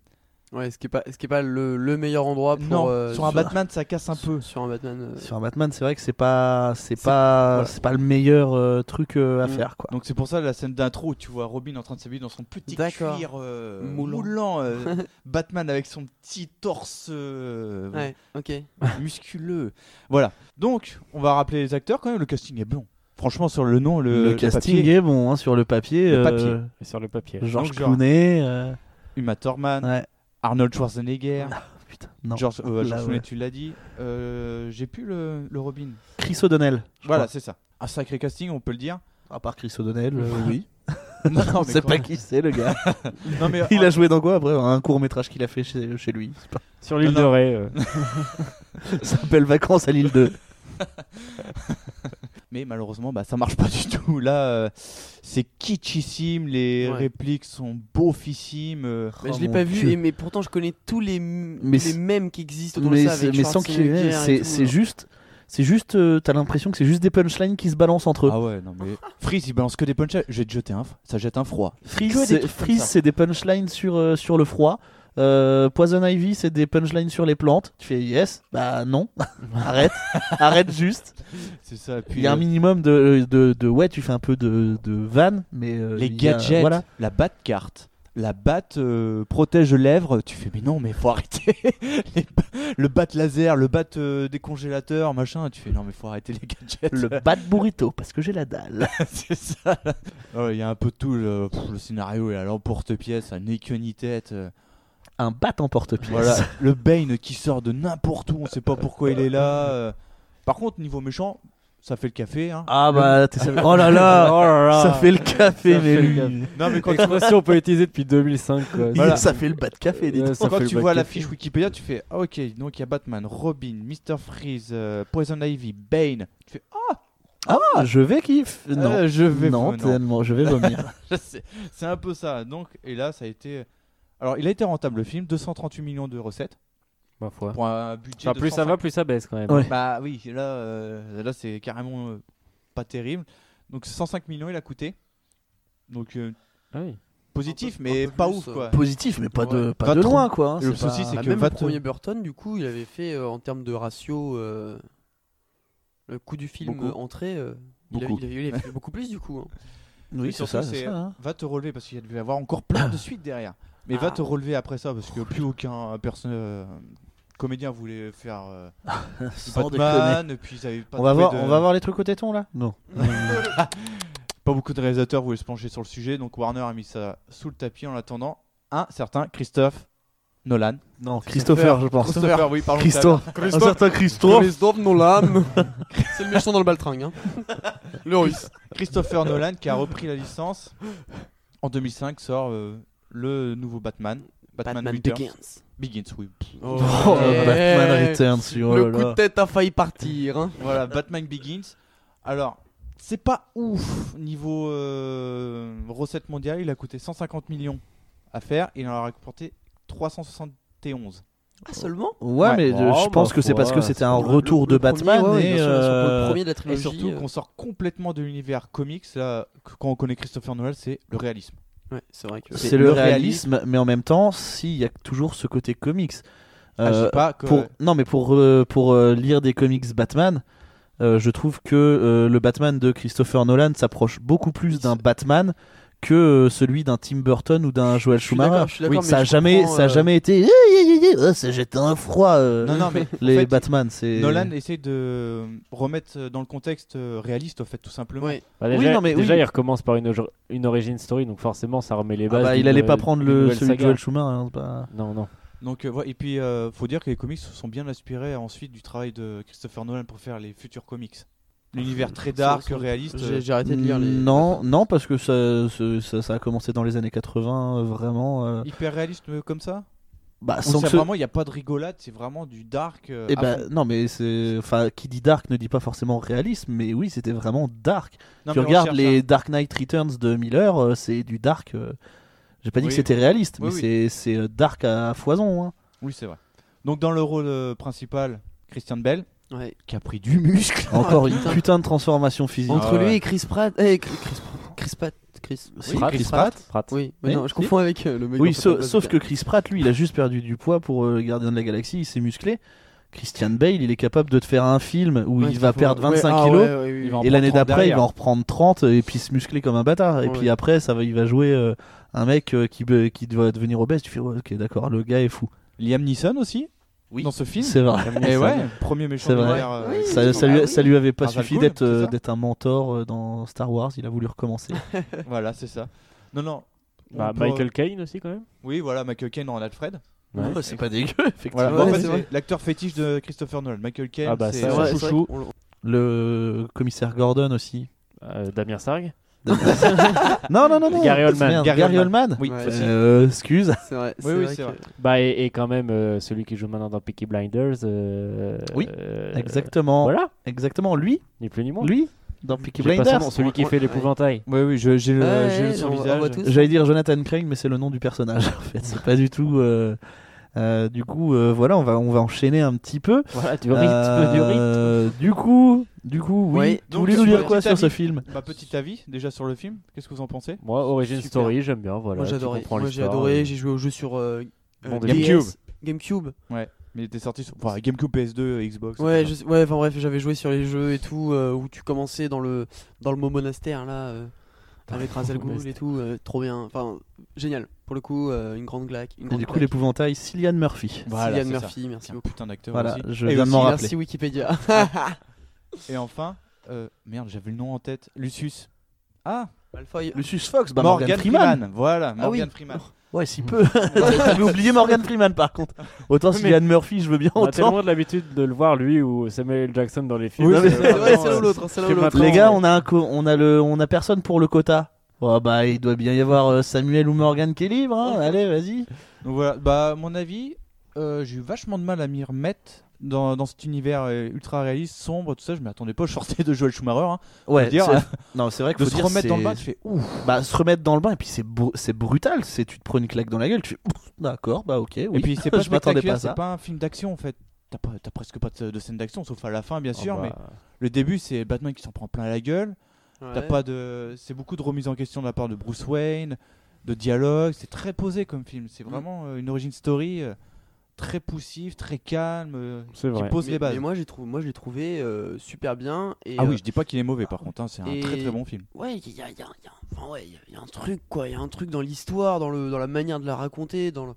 I: Ouais, ce qui est pas, ce qui est pas le, le meilleur endroit pour.
E: Non,
I: euh,
E: sur un Batman, ça casse un peu.
I: Sur un Batman. euh,
H: Sur un Batman, c'est vrai que c'est pas, c'est pas,
E: voilà.
H: c'est pas le meilleur euh, truc euh, à
E: Mm.
H: faire, quoi.
E: Donc c'est pour ça la scène d'intro où tu vois Robin en train de s'habiller dans son petit
I: D'accord.
E: cuir euh,
I: Moulant.
E: moulant, euh, Batman avec son petit torse euh,
I: Ouais, ok.
E: musculeux. Voilà. Donc on va rappeler les acteurs quand même. Le casting est bon. Franchement sur le nom, euh, le,
H: Le,
E: le
H: casting
E: papier.
H: est bon hein, sur le papier.
E: Le papier.
H: euh,
E: Et sur le papier.
H: George
E: Donc, genre-
H: Clooney. euh,
E: Uma Thurman, Arnold Schwarzenegger.
H: Ah, non.
E: George, euh,
H: Là,
E: George Clooney,
H: ouais.
E: tu l'as dit. Euh, J'ai plus le, le Robin.
H: Chris O'Donnell. je
E: Voilà,
H: crois.
E: c'est ça. Un sacré casting, on peut le dire.
H: À part Chris O'Donnell, euh, oui.
E: Non,
H: on
E: mais
H: sait
E: quand
H: pas
E: même.
H: qui c'est le gars.
E: Non, mais-
H: Il a joué dans quoi après Un court métrage qu'il a fait chez, chez lui. c'est pas-
P: Sur l'île de Ré. euh.
H: Ça s'appelle Vacances à l'île de.
E: Mais malheureusement, bah, ça marche pas du tout. Là, euh, c'est kitschissime, les
I: Ouais.
E: répliques sont beaufissimes. euh,
I: Bah,
E: oh
I: je l'ai
E: mon
I: pas vu,
E: Dieu.
I: et- mais pourtant je connais tous les, m-
E: Mais
I: les
E: c'est-
I: mêmes qui existent autour
H: Mais,
I: de ça.
H: c'est-
I: Avec
H: mais sans qu'il y ait-
I: Schwarzenegger et
H: c'est
I: tout,
H: c'est
I: hein.
H: juste, c'est juste, euh, t'as l'impression que c'est juste des punchlines qui se balancent entre eux.
E: Ah ouais, non mais. Freeze, il balance que des punches. Je vais te jeter un. f- Ça jette un froid.
H: Freeze,
E: Que des
H: c'est-
E: trucs comme
H: Freeze,
E: ça.
H: c'est des punchlines sur, euh, sur le froid. Euh, Poison Ivy, c'est des punchlines sur les plantes. Tu fais yes, bah non, arrête, arrête juste.
E: C'est ça. et puis,
H: Il y a un
E: euh,
H: minimum de, de, de- ouais, tu fais un peu de, de van, mais euh,
E: Les
H: il y a-
E: gadgets,
H: voilà.
E: la batte carte, la batte euh, protège lèvres. Tu fais mais non, mais faut arrêter. Les ba- le batte laser, le batte euh, décongélateur, machin. Tu fais non, mais faut arrêter les gadgets.
H: Le bat burrito, parce que j'ai la dalle.
E: c'est ça. Ouais, Il y a un peu de tout. Le, pff, le scénario est à l'emporte-pièce, à n'est queue ni tête. euh.
H: Un bat en porte-pièce.
E: Voilà, le Bane qui sort de n'importe où, on sait pas pourquoi il est là. euh. Par contre, niveau méchant, ça fait le café. hein.
H: Ah
E: Le-
H: bah, t'es sérieux. Oh là là,
P: Oh là là.
H: ça fait le café,
P: Ça
H: mais
P: fait le
H: lui.
P: café.
E: Non, mais quand-
P: Expression peut utiliser depuis 2005. Quoi.
H: Il- ça fait le bas de café, dis
P: Ouais,
H: donc.
P: ça fait
E: Quand
P: le
E: tu
P: bas
E: vois
P: de
E: la
P: café.
E: fiche Wikipédia, tu fais ah, ok, donc il y a Batman, Robin, Mr. Freeze, euh, Poison Ivy, Bane. Tu fais ah,
H: Ah, je vais kiff. Non,
E: Euh, je vais
H: non,
E: vomir.
H: tellement, je vais vomir.
E: Je sais. C'est un peu ça. Donc, et là, ça a été. Alors, il a été rentable le film, 238 millions de recettes. Pour un budget
P: Enfin,
E: de
P: plus ça
E: 150.
P: va, plus ça baisse quand même.
E: Bah oui, là, euh, là c'est carrément euh, pas terrible. Donc 105 millions, il a coûté. Donc euh,
P: Ah
E: positif, mais pas ouf quoi.
H: Positif, mais pas de-
E: Ouais.
H: pas de
E: 23.
H: loin, quoi, hein,
E: Le
H: c'est pas-
E: souci, c'est
H: Ah,
E: que
I: Bah, Même le
E: 23
I: premier Burton, du coup, il avait fait euh, en termes de ratio. euh, le coût du film
E: Beaucoup.
I: euh, entrée, euh, il, avait,
E: Beaucoup.
I: il, avait- il avait fait beaucoup plus du coup. hein.
E: Mais surtout,
H: euh, hein.
E: Va te relever parce qu'il y a dû y avoir encore plein de suites derrière. Mais va
I: Ah.
E: te relever après ça parce que plus aucun personne, euh, comédien voulait faire euh, du
H: Sans
E: Batman.
H: déconner.
E: et Puis ils avaient pas
H: on, va
E: trouvé
H: voir,
E: de-
H: on va voir les trucs au téton là Non.
E: Pas beaucoup de réalisateurs voulaient se pencher sur le sujet, donc Warner a mis ça sous le tapis en attendant un certain Christophe Nolan.
H: Non, Christopher, je pense.
E: Christopher, oui, pardon.
H: Christophe.
E: Christophe.
H: Un certain Christophe.
I: Christophe Nolan. C'est le méchant dans le baltringue. Hein. Le russe.
E: Christopher Nolan qui a repris la licence. En 2005 sort euh, le nouveau Batman. Batman,
I: Batman
E: Returns.
I: Begins.
E: Begins, oui.
I: Oh,
H: Oh, ouais. Batman Returns, oh
I: Le
H: là
I: coup
H: là.
I: de tête a failli partir. hein.
E: Voilà, Batman Begins. Alors, c'est pas ouf niveau euh, recette mondiale. Il a coûté 150 millions à faire. Il en a rapporté 371.
I: Ah, seulement
H: Ouais, mais euh, je pense que c'est parce que c'était un retour de Batman et, euh,
E: et surtout qu'on sort complètement de l'univers comics. Là, que- quand on connaît Christopher Nolan, c'est le réalisme.
I: Ouais, c'est vrai que
H: c'est le réalisme, mais en même temps, s'il y a toujours ce côté comics.
E: Ah, je dis pas que-
H: Euh, pour, non, mais pour, euh, pour euh, lire des comics Batman, euh, je trouve que euh, le Batman de Christopher Nolan s'approche beaucoup plus d'un Batman que euh, celui d'un Tim Burton ou d'un Joel
I: suis d'accord,
H: Schumacher.
I: je suis d'accord, mais
H: ça a
I: je
H: jamais,
I: comprends,
H: ça a
I: euh,
H: jamais été. Ah, c'est- J'étais un froid. euh,
E: Non, non, mais en
H: les
E: fait,
H: Batman, c'est.
E: Nolan essaie de remettre dans le contexte euh, réaliste, en fait, tout simplement.
P: Bah, déjà, déjà, il recommence par une, ojo- une origin story, donc forcément, ça remet les
H: Ah
P: bases.
H: bah, il
P: d'une-
H: allait pas prendre
P: d'une
H: le,
P: nouvelle
H: celui de
P: saga.
H: Joel Schumacher. hein, c'est pas-
P: Non, non.
E: Donc, euh, ouais, et puis, euh, faut dire que les comics se sont bien inspirés ensuite du travail de Christopher Nolan pour faire les futurs comics.
H: Ah,
E: L'univers très dark, réaliste. euh,
H: Mm, Non, non, parce que ça, ce- ça, ça a commencé dans les années 80, euh, vraiment. euh,
E: Hyper réaliste euh, comme ça
H: Bah,
E: On
H: sans
E: sait
H: que ce-
E: vraiment, il n'y a pas de rigolade, c'est vraiment du dark. euh,
H: Eh
E: à
H: ben,
E: fond.
H: non, mais c'est. Enfin, qui dit dark ne dit pas forcément réalisme, mais oui, c'était vraiment dark.
E: Non,
H: tu
E: mais on
H: regardes
E: cherche hein.
H: les Dark Knight Returns de Miller, euh, c'est du dark. euh, J'ai pas dit
E: Oui.
H: que c'était réaliste,
E: Oui,
H: mais
E: oui.
H: c'est- c'est euh, dark à, à foison. hein.
E: Oui, c'est vrai. Donc, dans le rôle euh, principal, Christian Bell, qui a pris du muscle.
H: Encore
I: Ah,
H: une
I: putain.
H: Oh, putain de transformation physique.
I: Entre
E: Ah ouais.
I: lui et Chris Pratt. Eh, Chris Pratt. Chris Pratt. Ah, Chris,
H: Si, Chris Pratt.
I: Oui, mais
H: Eh,
I: non, je
H: si.
I: confonds avec euh, le mec.
H: Oui,
I: dans
H: sauf,
I: Fantasy
H: sauf que
I: Star.
H: Chris Pratt, lui, il a juste perdu du poids pour euh, le Gardien de la Galaxie, il s'est musclé. Christian Bale, il est capable de te faire un film où
I: Ouais,
H: il va
I: faut-
H: perdre
I: ouais,
H: 25
I: ah,
H: kilos
I: ouais, ouais, oui, oui. Il va en
H: et l'année
I: prendre 30
H: d'après, il va en
I: derrière.
H: reprendre 30 et puis se muscler comme un bâtard. Et
I: Ouais.
H: puis après, ça va, il va jouer euh, un mec euh, qui, be- qui doit devenir obèse. Tu fais, ouais, ok, d'accord, le gars est fou.
E: Liam Neeson aussi Dans ce film
H: C'est vrai.
E: Et ouais, premier méchant
H: C'est
E: de
H: vrai.
E: l'univers, euh,
H: ça, ça
E: Ah
H: lui,
E: oui.
H: ça lui avait pas
E: Ra's al
H: suffi
E: Ghul,
H: d'être
E: c'est
H: euh,
E: ça
H: d'être un mentor euh, dans Star Wars. Il a voulu recommencer.
E: voilà, c'est ça. Non, non.
P: Bah,
E: On
I: euh,
E: peut-
P: Michael Caine aussi, quand même.
E: Oui, voilà, Michael Caine en Alfred.
P: Ouais. Ouais, c'est pas dégueu,
E: Voilà,
P: effectivement.
E: bah, en
P: Ouais,
E: fait,
P: c'est
E: c'est
P: vrai.
E: l'acteur fétiche de Christopher Nolan. Michael Caine,
P: Ah bah,
E: c'est euh,
P: ça,
E: son
P: ouais, c'est
E: chouchou.
P: vrai
H: Le commissaire Gordon aussi.
P: Euh, Damien Sarg
H: Non, non, non, non.
P: Gary Oldman.
H: Merde, Gary Gary Oldman. Oldman.
P: Oui,
H: Ouais. Euh, excuse. C'est vrai, c'est vrai que-
P: Bah, et, et quand même, euh, celui qui joue maintenant dans Peaky Blinders. euh,
H: Oui,
P: euh,
H: exactement.
P: Voilà.
H: Exactement, lui.
P: Ni plus ni moins.
H: Lui, dans Peaky
P: J'ai pas son
H: Blinders.
P: nom, celui qui fait l'épouvantail.
E: Oui, oui, j'ai
H: le-
P: Ouais,
E: j'ai le- son
P: on- on
E: visage.
P: voit tous.
H: J'allais dire Jonathan Crane, mais c'est le nom du personnage en fait. C'est pas du tout. euh, euh, du coup, euh, voilà, on va, on va enchaîner un petit peu.
P: Voilà, du rythme,
H: Euh,
P: du rythme.
H: Du coup, du coup, oui.
E: Oui,
H: tu voulais nous dire quoi sur ce film
E: Bah, petit avis déjà sur le film, qu'est-ce que vous en pensez
P: Moi, Origin Story, j'aime bien. Voilà,
I: Moi
P: tu
I: j'adorais.
P: comprends
I: Moi j'ai
P: l'histoire,
I: adoré.
P: euh.
I: J'ai joué au jeu sur euh,
E: Bon,
I: euh,
E: des-
I: DS,
E: GameCube.
I: GameCube.
E: Ouais, mais il était sorti sur enfin, GameCube, PS2, Xbox.
I: Ouais,
E: etc.
I: je- ouais, enfin bref, j'avais joué sur les jeux et tout euh, où tu commençais dans le dans le mot monastère là euh, avec Ra's al Ghul et tout, euh, trop bien. Enfin, génial. Pour le coup, euh, une grande claque. Une
H: Et
I: grande
H: du coup,
I: claque.
H: l'épouvantail Cillian Murphy.
I: Voilà, Cillian
E: c'est ça.
I: Murphy, merci
E: Un
I: beaucoup.
E: Putain d'acteur
H: Voilà,
E: aussi.
H: je viens de m'en rappeler.
I: Merci Wikipédia.
E: Et enfin, euh, merde, j'avais le nom en tête. Lucius. Ah
I: Malfoy.
H: Lucius Fox, bah
E: Morgan,
H: Morgan,
E: Freeman. Voilà,
H: Ah oui.
E: Morgan Freeman.
H: Ouais, si peu. J'avais oublié Morgan Freeman par contre. Autant
P: Oui, mais-
H: Cillian Murphy, je veux bien
P: On a
H: autant.
P: tellement de l'habitude de le voir, lui ou Samuel L. Jackson dans les films.
H: Oui,
P: euh,
H: mais-
P: vraiment,
I: ouais, c'est l'un ou
P: euh,
I: l'autre, c'est l'un
P: que
I: ou l'autre.
P: maintenant,
H: Les gars, on a, un co- on, a le, on a personne pour le quota. Oh, bah, il doit bien y avoir euh, Samuel ou Morgan qui est libre. hein. Allez, vas-y.
E: Donc voilà, bah à mon avis, euh, j'ai eu vachement de mal à m'y remettre dans, dans cet univers euh, ultra réaliste, sombre, tout ça. Je m'y attendais pas, je sortais de Joel Schumacher. hein.
H: Ouais,
E: Faut dire,
H: c'est-
E: euh,
H: non, c'est vrai que
E: de
H: faut
E: se
H: dire,
E: remettre dans le
H: c'est-
E: bain, tu fais ouf.
H: Bah, se remettre dans le bain, et puis c'est bru- c'est brutal. C'est tu te prends une claque dans la gueule, tu fais ouf, d'accord, bah ok. Oui.
E: Et puis c'est pas
H: je m'attendais pas à
E: spectaculaire,
H: ça.
E: c'est pas un film d'action en fait. t'as pas- t'as presque pas de, de scène d'action, sauf à la fin, bien
P: Oh
E: sûr.
P: bah.
E: Mais le début, c'est Batman qui s'en prend plein la gueule. T'as
I: Ouais.
E: pas de, c'est beaucoup de remise en question de la part de Bruce Wayne, de dialogue. C'est très posé comme film. C'est
I: Mm.
E: vraiment euh, une origin story euh, très poussif, très calme, euh, qui pose
I: Mais-
E: les bases.
I: Mais moi, j'ai trouvé, moi, je l'ai trouvé euh, super bien. Et,
E: ah
I: euh,
E: oui, je dis pas qu'il est mauvais par contre. hein, c'est un très
I: et-
E: très bon film.
I: Ouais, il y a, il y a- il y a- enfin, ouais, il y a- il y a un truc, quoi. Il y a un truc dans l'histoire, dans, le- dans la manière de la raconter, dans le-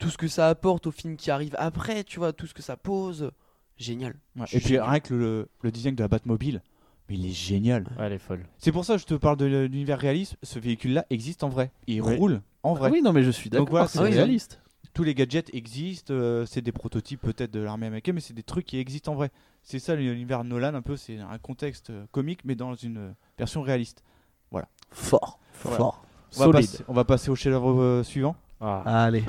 I: tout ce que ça apporte au film qui arrive après, tu vois, tout ce que ça pose. Génial.
E: Ouais, Et puis rien que le, le design de la Batmobile, mais il est génial.
P: elle est folle.
E: C'est pour ça que je te parle de l'univers réaliste. Ce véhicule-là existe en vrai. Il
P: Oui.
E: roule en vrai.
P: Oui, non, mais je suis
E: Donc
P: d'accord,
E: voilà,
P: c'est
H: Ah,
E: c'est-
P: réaliste.
E: Tous les gadgets existent. euh, c'est des prototypes peut-être de l'armée américaine, mais c'est des trucs qui existent en vrai. C'est ça l'univers Nolan un peu. C'est un contexte euh, comique, mais dans une euh, version réaliste. Voilà.
H: Fort,
E: Voilà.
H: fort.
E: On va,
H: Solide.
E: passer, on va passer au chef-d'œuvre euh, suivant.
P: Ah,
H: Allez.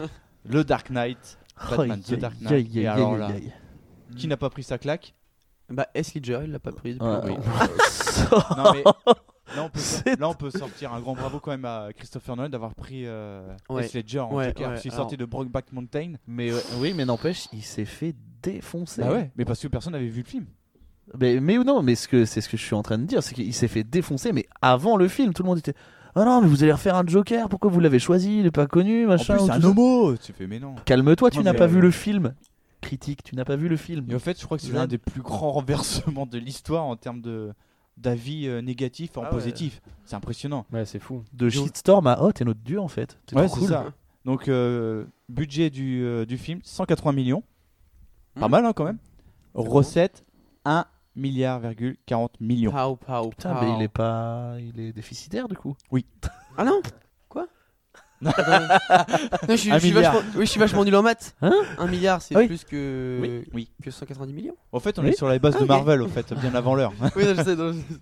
E: Le Dark Knight. Batman,
H: Aïe,
E: The Dark
H: aïe,
E: Knight.
H: aïe,
E: Et
H: aïe,
E: alors
H: aïe,
E: là,
H: aïe.
E: qui n'a pas pris sa claque
I: Bah, S. Ledger, il l'a pas pris depuis
E: Ah,
I: longtemps.
E: oui. non, mais là on, peut, là, on peut sortir un grand bravo quand même à Christopher Nolan d'avoir pris euh,
H: Ouais.
E: Heath Ledger en
H: Ouais,
E: Joker.
H: ouais,
E: parce qu'il
H: alors-
E: sortait de Brokeback Mountain.
H: Mais euh, oui, mais n'empêche, il s'est fait défoncer.
E: Bah ouais, mais parce que personne n'avait vu le film.
H: Mais, mais non, mais ce que- c'est ce que je suis en train de dire, c'est qu'il s'est fait défoncer, mais avant le film, tout le monde était. Ah non, mais vous allez refaire un Joker, pourquoi vous l'avez choisi Il est pas connu, machin.
E: en plus,
H: ou
E: c'est un
H: tout ça.
E: homo. Tu fais mais non.
H: Calme-toi, tu
E: Non,
H: n'as
E: mais-
H: pas vu le film. Critique, tu n'as pas vu le film.
E: Et au fait, je crois que c'est
H: Zad.
E: l'un des plus grands renversements de l'histoire en termes de d'avis euh, négatifs en
H: Ah ouais.
E: positif. C'est impressionnant.
P: Ouais, c'est fou.
H: De shitstorm à oh, t'es notre dieu en fait. T'es
E: Ouais,
H: trop
E: c'est
H: cool.
E: ça. Donc, euh, budget du, euh, du film 180 millions. Pas
I: Hmm.
E: mal hein, quand même. Recette 1 milliard 40 millions.
I: Pow, pow,
H: Putain,
E: Ah.
H: mais il est pas. Il est déficitaire du coup.
E: Oui.
I: Ah non Quoi Attends. Non, je, suis-
E: Un
I: je suis
E: milliard.
I: vachement, oui, je suis vachement nul en maths.
E: Hein
I: Un milliard, c'est
E: Ah oui.
I: plus que,
E: Oui.
I: que 190 millions.
E: En fait, on
I: Euh, Oui.
E: est sur la base
I: Ah,
E: de
I: ok.
E: Marvel, au fait, bien avant l'heure.
I: oui, non, je sais, non, je sais.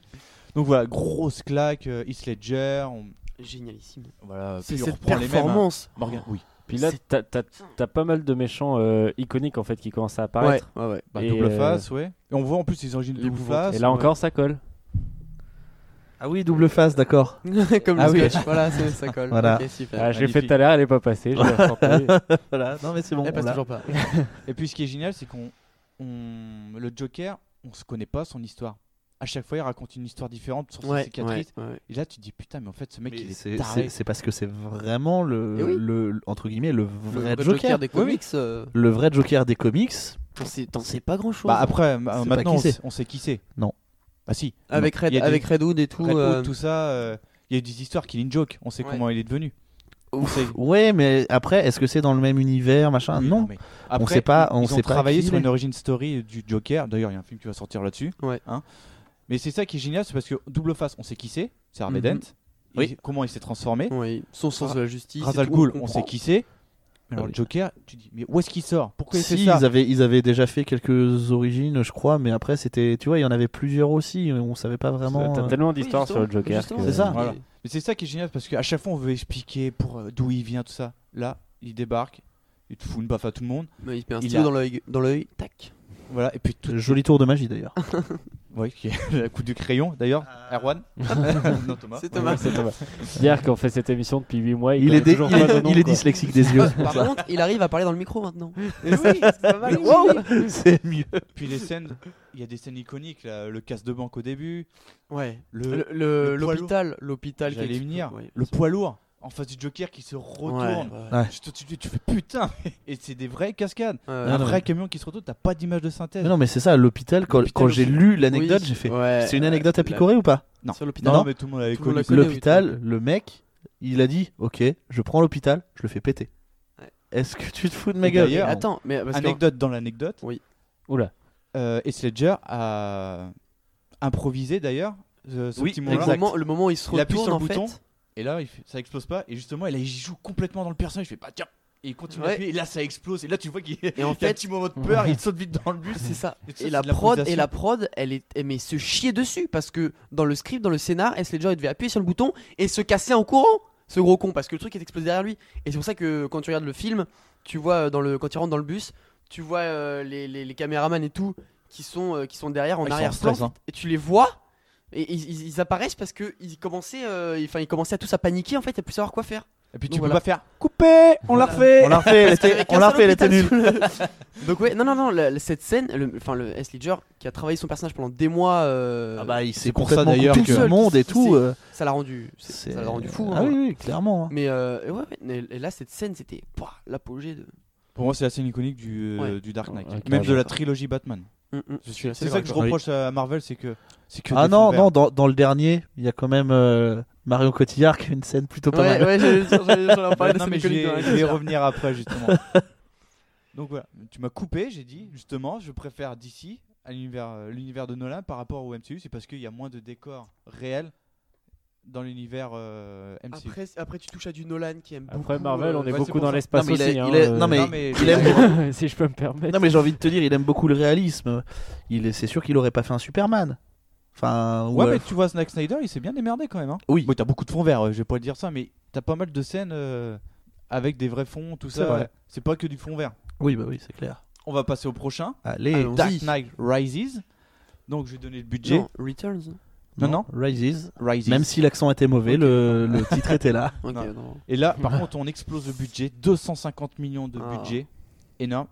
E: Donc voilà, grosse claque, euh, Heath Ledger. on-
I: Génialissime.
E: Voilà,
I: C'est
E: puis on
I: cette
E: reprend les mêmes, hein.
I: performance.
E: Morgan, oui.
P: Puis là,
E: C'est-
P: t'as- t'as t'as pas mal de méchants euh, iconiques en fait qui commencent à apparaître.
I: Ouais, ouais, ouais.
E: Bah,
P: Et,
E: double
P: euh,
E: face, ouais. Et on voit en plus les origines de double face.
P: Et là
E: ouais.
P: encore, ça colle.
H: Ah oui, double
E: euh,
H: face, d'accord.
I: Comme
E: Ah oui.
I: voilà, c'est- ça colle.
H: Voilà.
I: Ok, super.
P: Ah, je l'ai fait
E: Magnifique.
P: tout à l'heure, elle est pas passée. Je l'ai ressorti.
H: Voilà, non, mais c'est bon,
E: Eh,
I: Elle passe
H: on l'a.
I: toujours pas.
E: Et puis ce qui est génial, c'est qu'on. on- Le Joker, on se connaît pas son histoire. À chaque fois, il raconte une histoire différente sur
I: Ouais,
E: ses cicatrices.
I: ouais, ouais.
E: Et là, tu te dis putain, mais en fait, ce mec, il est,
H: C'est-
E: taré.
H: C'est c'est parce que c'est vraiment le,
E: Eh oui.
H: le- entre guillemets le vrai
I: vrai
H: Joker.
I: Joker des
H: Oui, oui.
I: comics, euh.
H: Le vrai Joker des comics.
I: T'en sais- T'en sais pas grand chose.
E: Bah après, ma- maintenant, on sait- on sait qui c'est.
H: Non.
E: Bah si.
I: Avec
E: Il y a
I: Red-
E: des-
I: avec Redwood et tout,
E: Redwood,
I: euh,
E: tout ça. euh, Il y a eu des histoires Killing Joke. On sait
I: Ouais.
E: comment il est devenu. On sait-
H: Ouais, mais après, est-ce que c'est dans le même univers, machin Ah, Non. on
E: Mm. Après,
H: sait pas.
E: ils-
H: On
E: ils ont
H: sait pas
E: travaillé
H: qui
E: sur
H: il
E: une
H: est.
E: origin story du Joker. D'ailleurs, il y a un film qui va sortir là-dessus. hein. Mais c'est ça qui est génial, c'est parce que double face, on sait qui c'est. C'est Harvey
I: Mhm.
E: Dent. Il- Comment il s'est transformé.
I: Son sens
E: Ra-
I: de la justice
E: Ra's
I: et
E: al
I: tout, Oh.
E: Ghul,
I: on
E: on
I: comprend.
E: sait qui c'est. Mais alors,
H: Ah Oui.
E: le Joker, tu dis, mais où est-ce qu'il sort Pourquoi il fait
H: Si,
E: ça
H: ils avaient, ils avaient déjà fait quelques origines, je crois, mais après, c'était. Tu vois, il y en avait plusieurs aussi. On savait pas vraiment.
P: T'as
H: euh,
P: tellement d'histoires sur le Joker. que-
H: C'est ça.
E: Voilà. Mais c'est ça qui est génial parce qu'à chaque fois on veut expliquer pour euh, d'où il vient tout ça. Là, il débarque, il te fout une baffe à tout le monde.
I: Mais il te met un stylo dans l'œil- dans l'œil, tac.
E: Voilà et puis tout.
H: Joli tour de magie d'ailleurs.
E: oui, qui est le coup du crayon d'ailleurs.
H: Ah.
E: Erwan. non Thomas.
I: C'est Thomas.
E: Ouais,
I: C'est Thomas.
P: Dire qu'on fait cette émission depuis 8 mois, il,
H: Il
P: connaît
H: est dé-
P: toujours
H: il
P: pas
H: est-
P: nos noms,
H: il est
P: quoi.
H: dyslexique des yeux.
I: Par contre, il arrive à parler dans le micro maintenant.
E: Et oui,
I: c'est pas mal. Wow.
H: C'est mieux.
E: Puis les scènes, il y a des scènes iconiques là, le casse de banque au début.
I: Ouais.
E: Le-
I: Le- le-
E: le poids
I: l'hôpital,
E: lourd.
I: l'hôpital qui
E: J'allais
I: explose,
E: venir.
I: ouais,
E: le poids lourd en face du Joker qui se retourne.
I: Ouais, ouais.
E: Tu, te- tu- tu fais putain et c'est des vraies cascades.
H: Ah,
E: Un
H: non,
E: vrai
H: mais-
E: camion qui se retourne, t'as pas d'image de synthèse.
H: Mais non, mais c'est ça, l'hôpital, quand, quand j'ai lu l'anecdote,
E: Oui.
H: j'ai fait.
E: Ouais,
H: c'est une
E: euh,
H: anecdote à
E: la-
H: picorer ou pas
E: Non. Sur l'hôpital. Non, mais tout le monde l'avait Tout le monde connu. l'a connu,
H: L'hôpital, le mec, il a dit Ok, je prends l'hôpital, je le fais péter. Est-ce que tu te fous de ma gueule
E: D'ailleurs,
H: parce que-
E: anecdote dans l'anecdote.
I: Oui.
P: Oula.
E: Euh, Heath Ledger a improvisé d'ailleurs euh, ce
I: Oui,
E: petit moment-là.
I: le moment- le moment où il se
E: appuie sur
I: retourne,
E: le
I: en
E: bouton
I: fait.
E: et là il fait- ça explose pas et justement là il joue complètement dans le personnage. Il fait pas tiens. Et il continue à
I: Ouais.
E: appuyer, et là ça explose et là tu vois qu'il
I: Et en
E: il y a un
I: fait-
E: petit moment de peur, il saute vite dans le bus.
I: C'est ça.
E: Et ça,
I: Et
E: c'est
I: la
E: de la
I: prod, et
E: improvisation.
I: la prod, elle est, elle- mais se chier dessus parce que dans le script, dans le scénar, S. Ledger il devait appuyer sur le bouton et se casser en courant, ce gros con, parce que le truc est explosé derrière lui. Et c'est pour ça que quand tu regardes le film, tu vois euh, dans le, quand il rentre dans le bus, tu vois euh, les, les, les caméramans et tout qui sont, euh, qui sont derrière
E: Ah,
I: en
E: ils sont en
I: arrière
E: stress, hein.
I: et tu les vois. Et ils, ils- ils apparaissent parce que ils commençaient, euh, ils- enfin ils commençaient à tous à paniquer en fait, à plus savoir quoi faire.
E: Et puis tu
I: Donc
E: peux
I: voilà.
E: pas faire couper, on la refait.
I: On l'a refait, elle était- on l'a refait, elle était
E: nulle.
I: Donc ouais, non, non, non, la- la- cette scène, le- enfin le, S. Ledger qui a travaillé son personnage pendant des mois. ah bah
H: il s'est complètement coupé tout le monde et tout, euh,
I: ça l'a rendu, c'est- ça l'a rendu fou.
H: Ah oui, oui, clairement, hein.
I: Mais euh, ouais, ouais, mais- et là cette scène c'était pouah, l'apogée de.
E: Pour moi, c'est la scène iconique du, euh,
I: Ouais.
E: du Dark Knight,
I: Ouais,
E: même
I: carrément.
E: de la trilogie Batman.
I: Mm, mm.
E: Je suis-
I: Je suis assez
E: C'est ça que je
I: d'accord.
E: reproche à à Marvel, c'est que c'est que
H: Ah
E: des
H: non,
E: fonds verts.
H: non, dans, dans le dernier, il y a quand même euh, Marion Cotillard qui a une scène plutôt pas
E: Ouais,
H: mal.
E: ouais, j'allais dire- j'allais- j'allais en parler de
H: Non,
E: scène
H: mais je
E: iconique
H: vais-
E: dans la
H: je vais
E: culture.
H: revenir après, justement.
E: Donc voilà, tu m'as coupé, j'ai dit justement, je préfère DC à l'univers euh, l'univers de Nolan par rapport au MCU, c'est parce qu'il y a moins de décors réels dans l'univers euh, MCU.
I: Après, après tu touches à du Nolan qui aime beaucoup. euh,
E: Après,
P: Marvel, on est
E: ouais, c'est
P: beaucoup
E: pour
P: dans
E: ça.
P: l'espace
H: Non, mais il
P: aussi.
H: est-
P: hein,
H: il est- non,
P: euh,
H: mais il aime-
P: si je peux me permettre.
H: Non mais j'ai envie de te dire, il aime beaucoup le réalisme. Il est- c'est sûr qu'il aurait pas fait un Superman. Enfin, ou,
E: Ouais,
H: euh,
E: mais tu vois, Snack Snyder, il s'est bien démerdé quand même. Hein.
H: Oui.
E: Bon, t'as beaucoup de fonds verts, euh, je vais pas le dire ça, mais t'as pas mal de scènes euh, avec des vrais fonds, tout
H: C'est
E: ça.
H: vrai.
E: euh, C'est pas que du fond vert.
H: Oui, bah oui, c'est clair.
E: On va passer au prochain.
H: Allez. Allons-y.
E: Dark Knight Rises. Donc, je vais donner le budget.
I: Non, Returns.
E: Non, non.
H: Non, Rises.
E: Rises.
H: Même si l'accent était mauvais, le, le titre était là.
E: Non. Et là, par contre, on explose le budget, 250 millions de
H: Ah.
E: budget, énorme.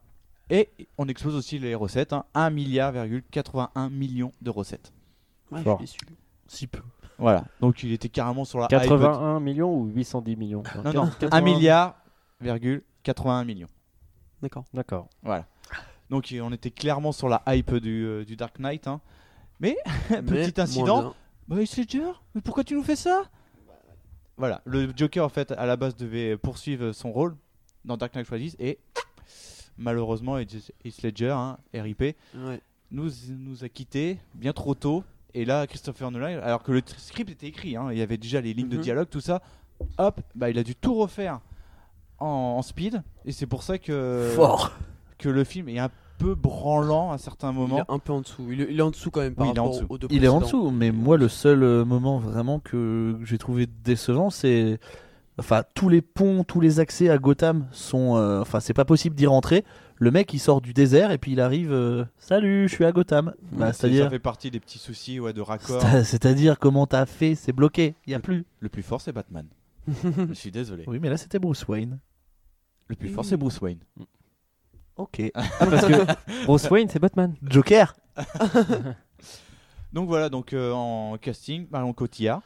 E: Et on explose aussi les recettes, hein, 1 milliard 81 millions de recettes.
I: Ouais,
E: Fort.
I: je suis déçu.
H: Si peu.
E: Voilà, donc il était carrément sur la hype.
P: 81 millions ou 810 millions quoi.
E: Non, non,
P: 80.
E: 1 milliard, virgule, 81 millions.
I: D'accord.
P: D'accord.
E: Voilà. Donc et on était clairement sur la hype du, euh, du Dark Knight. hein. Mais, petit
I: moins
E: incident.
I: bien.
E: Bah, Heath Ledger, mais pourquoi tu nous fais ça Voilà, le Joker en fait à la base devait poursuivre son rôle dans Dark Knight Rises et malheureusement Heath Heath Ledger, hein, RIP, nous, nous a quittés bien trop tôt. Et là, Christopher Nolan, alors que le tr- script était écrit, hein, il y avait déjà les lignes de
I: Mhm.
E: dialogue, tout ça, hop, bah, il a dû tout refaire en, en speed. Et c'est pour ça que,
I: Fort.
E: que le film est un peu branlant à certains moments.
I: Il est un peu en dessous. Il est, il est en dessous quand même par
E: Oui, il est en
I: rapport
E: dessous.
I: aux deux
H: Il est en
I: précédents.
H: dessous, mais moi le seul euh, moment vraiment que j'ai trouvé décevant, c'est enfin tous les ponts, tous les accès à Gotham sont, euh, enfin c'est pas possible d'y rentrer. Le mec il sort du désert et puis il arrive, euh, salut, je suis à Gotham. Bah,
E: C'est- Ça
H: c'est-à-dire,
E: fait partie des petits soucis ouais, de raccord.
H: c'est-à-dire comment t'as fait, c'est bloqué, il y a plus.
E: Le plus fort, c'est Batman. Je suis désolé.
H: Oui, mais là c'était Bruce Wayne.
E: Le plus fort, c'est Bruce Wayne.
H: Ok.
P: Ah, parce que Bruce Wayne, c'est Batman.
H: Joker.
E: Donc voilà, donc euh, en casting, Marion Cotillard,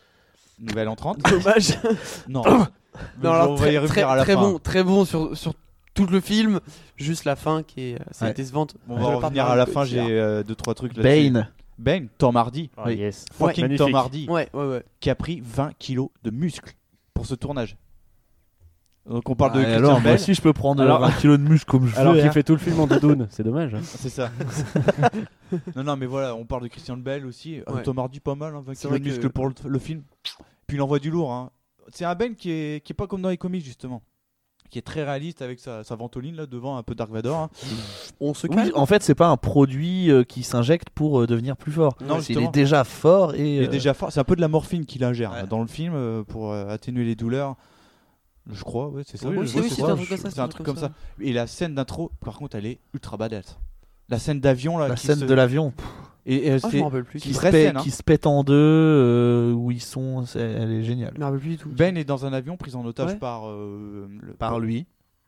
E: nouvelle entrante.
I: Dommage.
E: non. Mais
I: Non, alors,
E: on va y
I: très,
E: revenir
I: très,
E: à la
I: très
E: fin.
I: bon, très bon sur, sur tout le film. Juste la fin qui est, c'est
E: Ouais.
I: décevante.
E: On va en
I: Je parle
E: revenir
I: pas
E: à la
I: de
E: fin,
I: Cotillard.
E: j'ai euh, deux trois trucs là
H: Bane. Ah,
E: Bane, Ben, Tom Hardy.
P: Ah, Oui. yes.
E: Fucking
P: Ouais.
E: Tom
P: Magnifique.
E: Hardy.
I: Ouais, ouais, ouais.
E: Qui a pris 20 kilos de muscles pour ce tournage. Donc on parle
H: Ah,
E: de
H: et
E: Christian
H: alors, moi
E: Bale.
H: aussi, je peux prendre, euh, 20 kilos de muscles comme je
P: Alors
H: veux,
P: qu'il
H: hein.
P: fait tout le film en doudoune, c'est dommage. hein.
E: C'est ça. non, non, mais voilà, on parle de Christian Bell aussi. Euh,
P: Ouais.
E: Tom Hardy, pas mal, hein, 20
P: C'est
E: kilos de
P: vrai que-
E: muscles pour le, le film. Puis il envoie du lourd. hein. C'est un Ben qui est, qui est pas comme dans les comics, justement. Qui est très réaliste avec sa, sa ventoline là devant, un peu Dark Vador. hein.
I: On se
H: Oui, en fait, c'est pas un produit euh, qui s'injecte pour euh, devenir plus fort.
E: Non,
H: C'est- il
E: justement.
H: est déjà fort et.
E: Il est
H: euh,
E: déjà fort. C'est un peu de la morphine qu'il ingère là, dans le film euh, pour euh, atténuer les douleurs. Je crois, ouais, c'est ça.
H: Oui,
E: Ouais,
H: oui,
E: je crois
H: oui,
E: que
H: c'est
E: c'est ça.
H: un truc comme ça,
E: C'est un truc comme ça. Et la scène d'intro, par contre, elle est ultra badass. La scène d'avion là.
H: La
E: qui
H: scène
E: se- Oh,
H: de l'avion.
E: Et, et
H: Ah, je
E: c'est-
H: m'en rappelle plus.
E: c'est
H: Qui
E: une
H: se
E: vraie
H: pète-
E: scène, hein.
H: qui se pète en deux, euh, où ils sont, c'est- elle est géniale.
E: Ben est dans un avion pris en otage
H: Ouais.
E: par euh, le-
H: Par lui.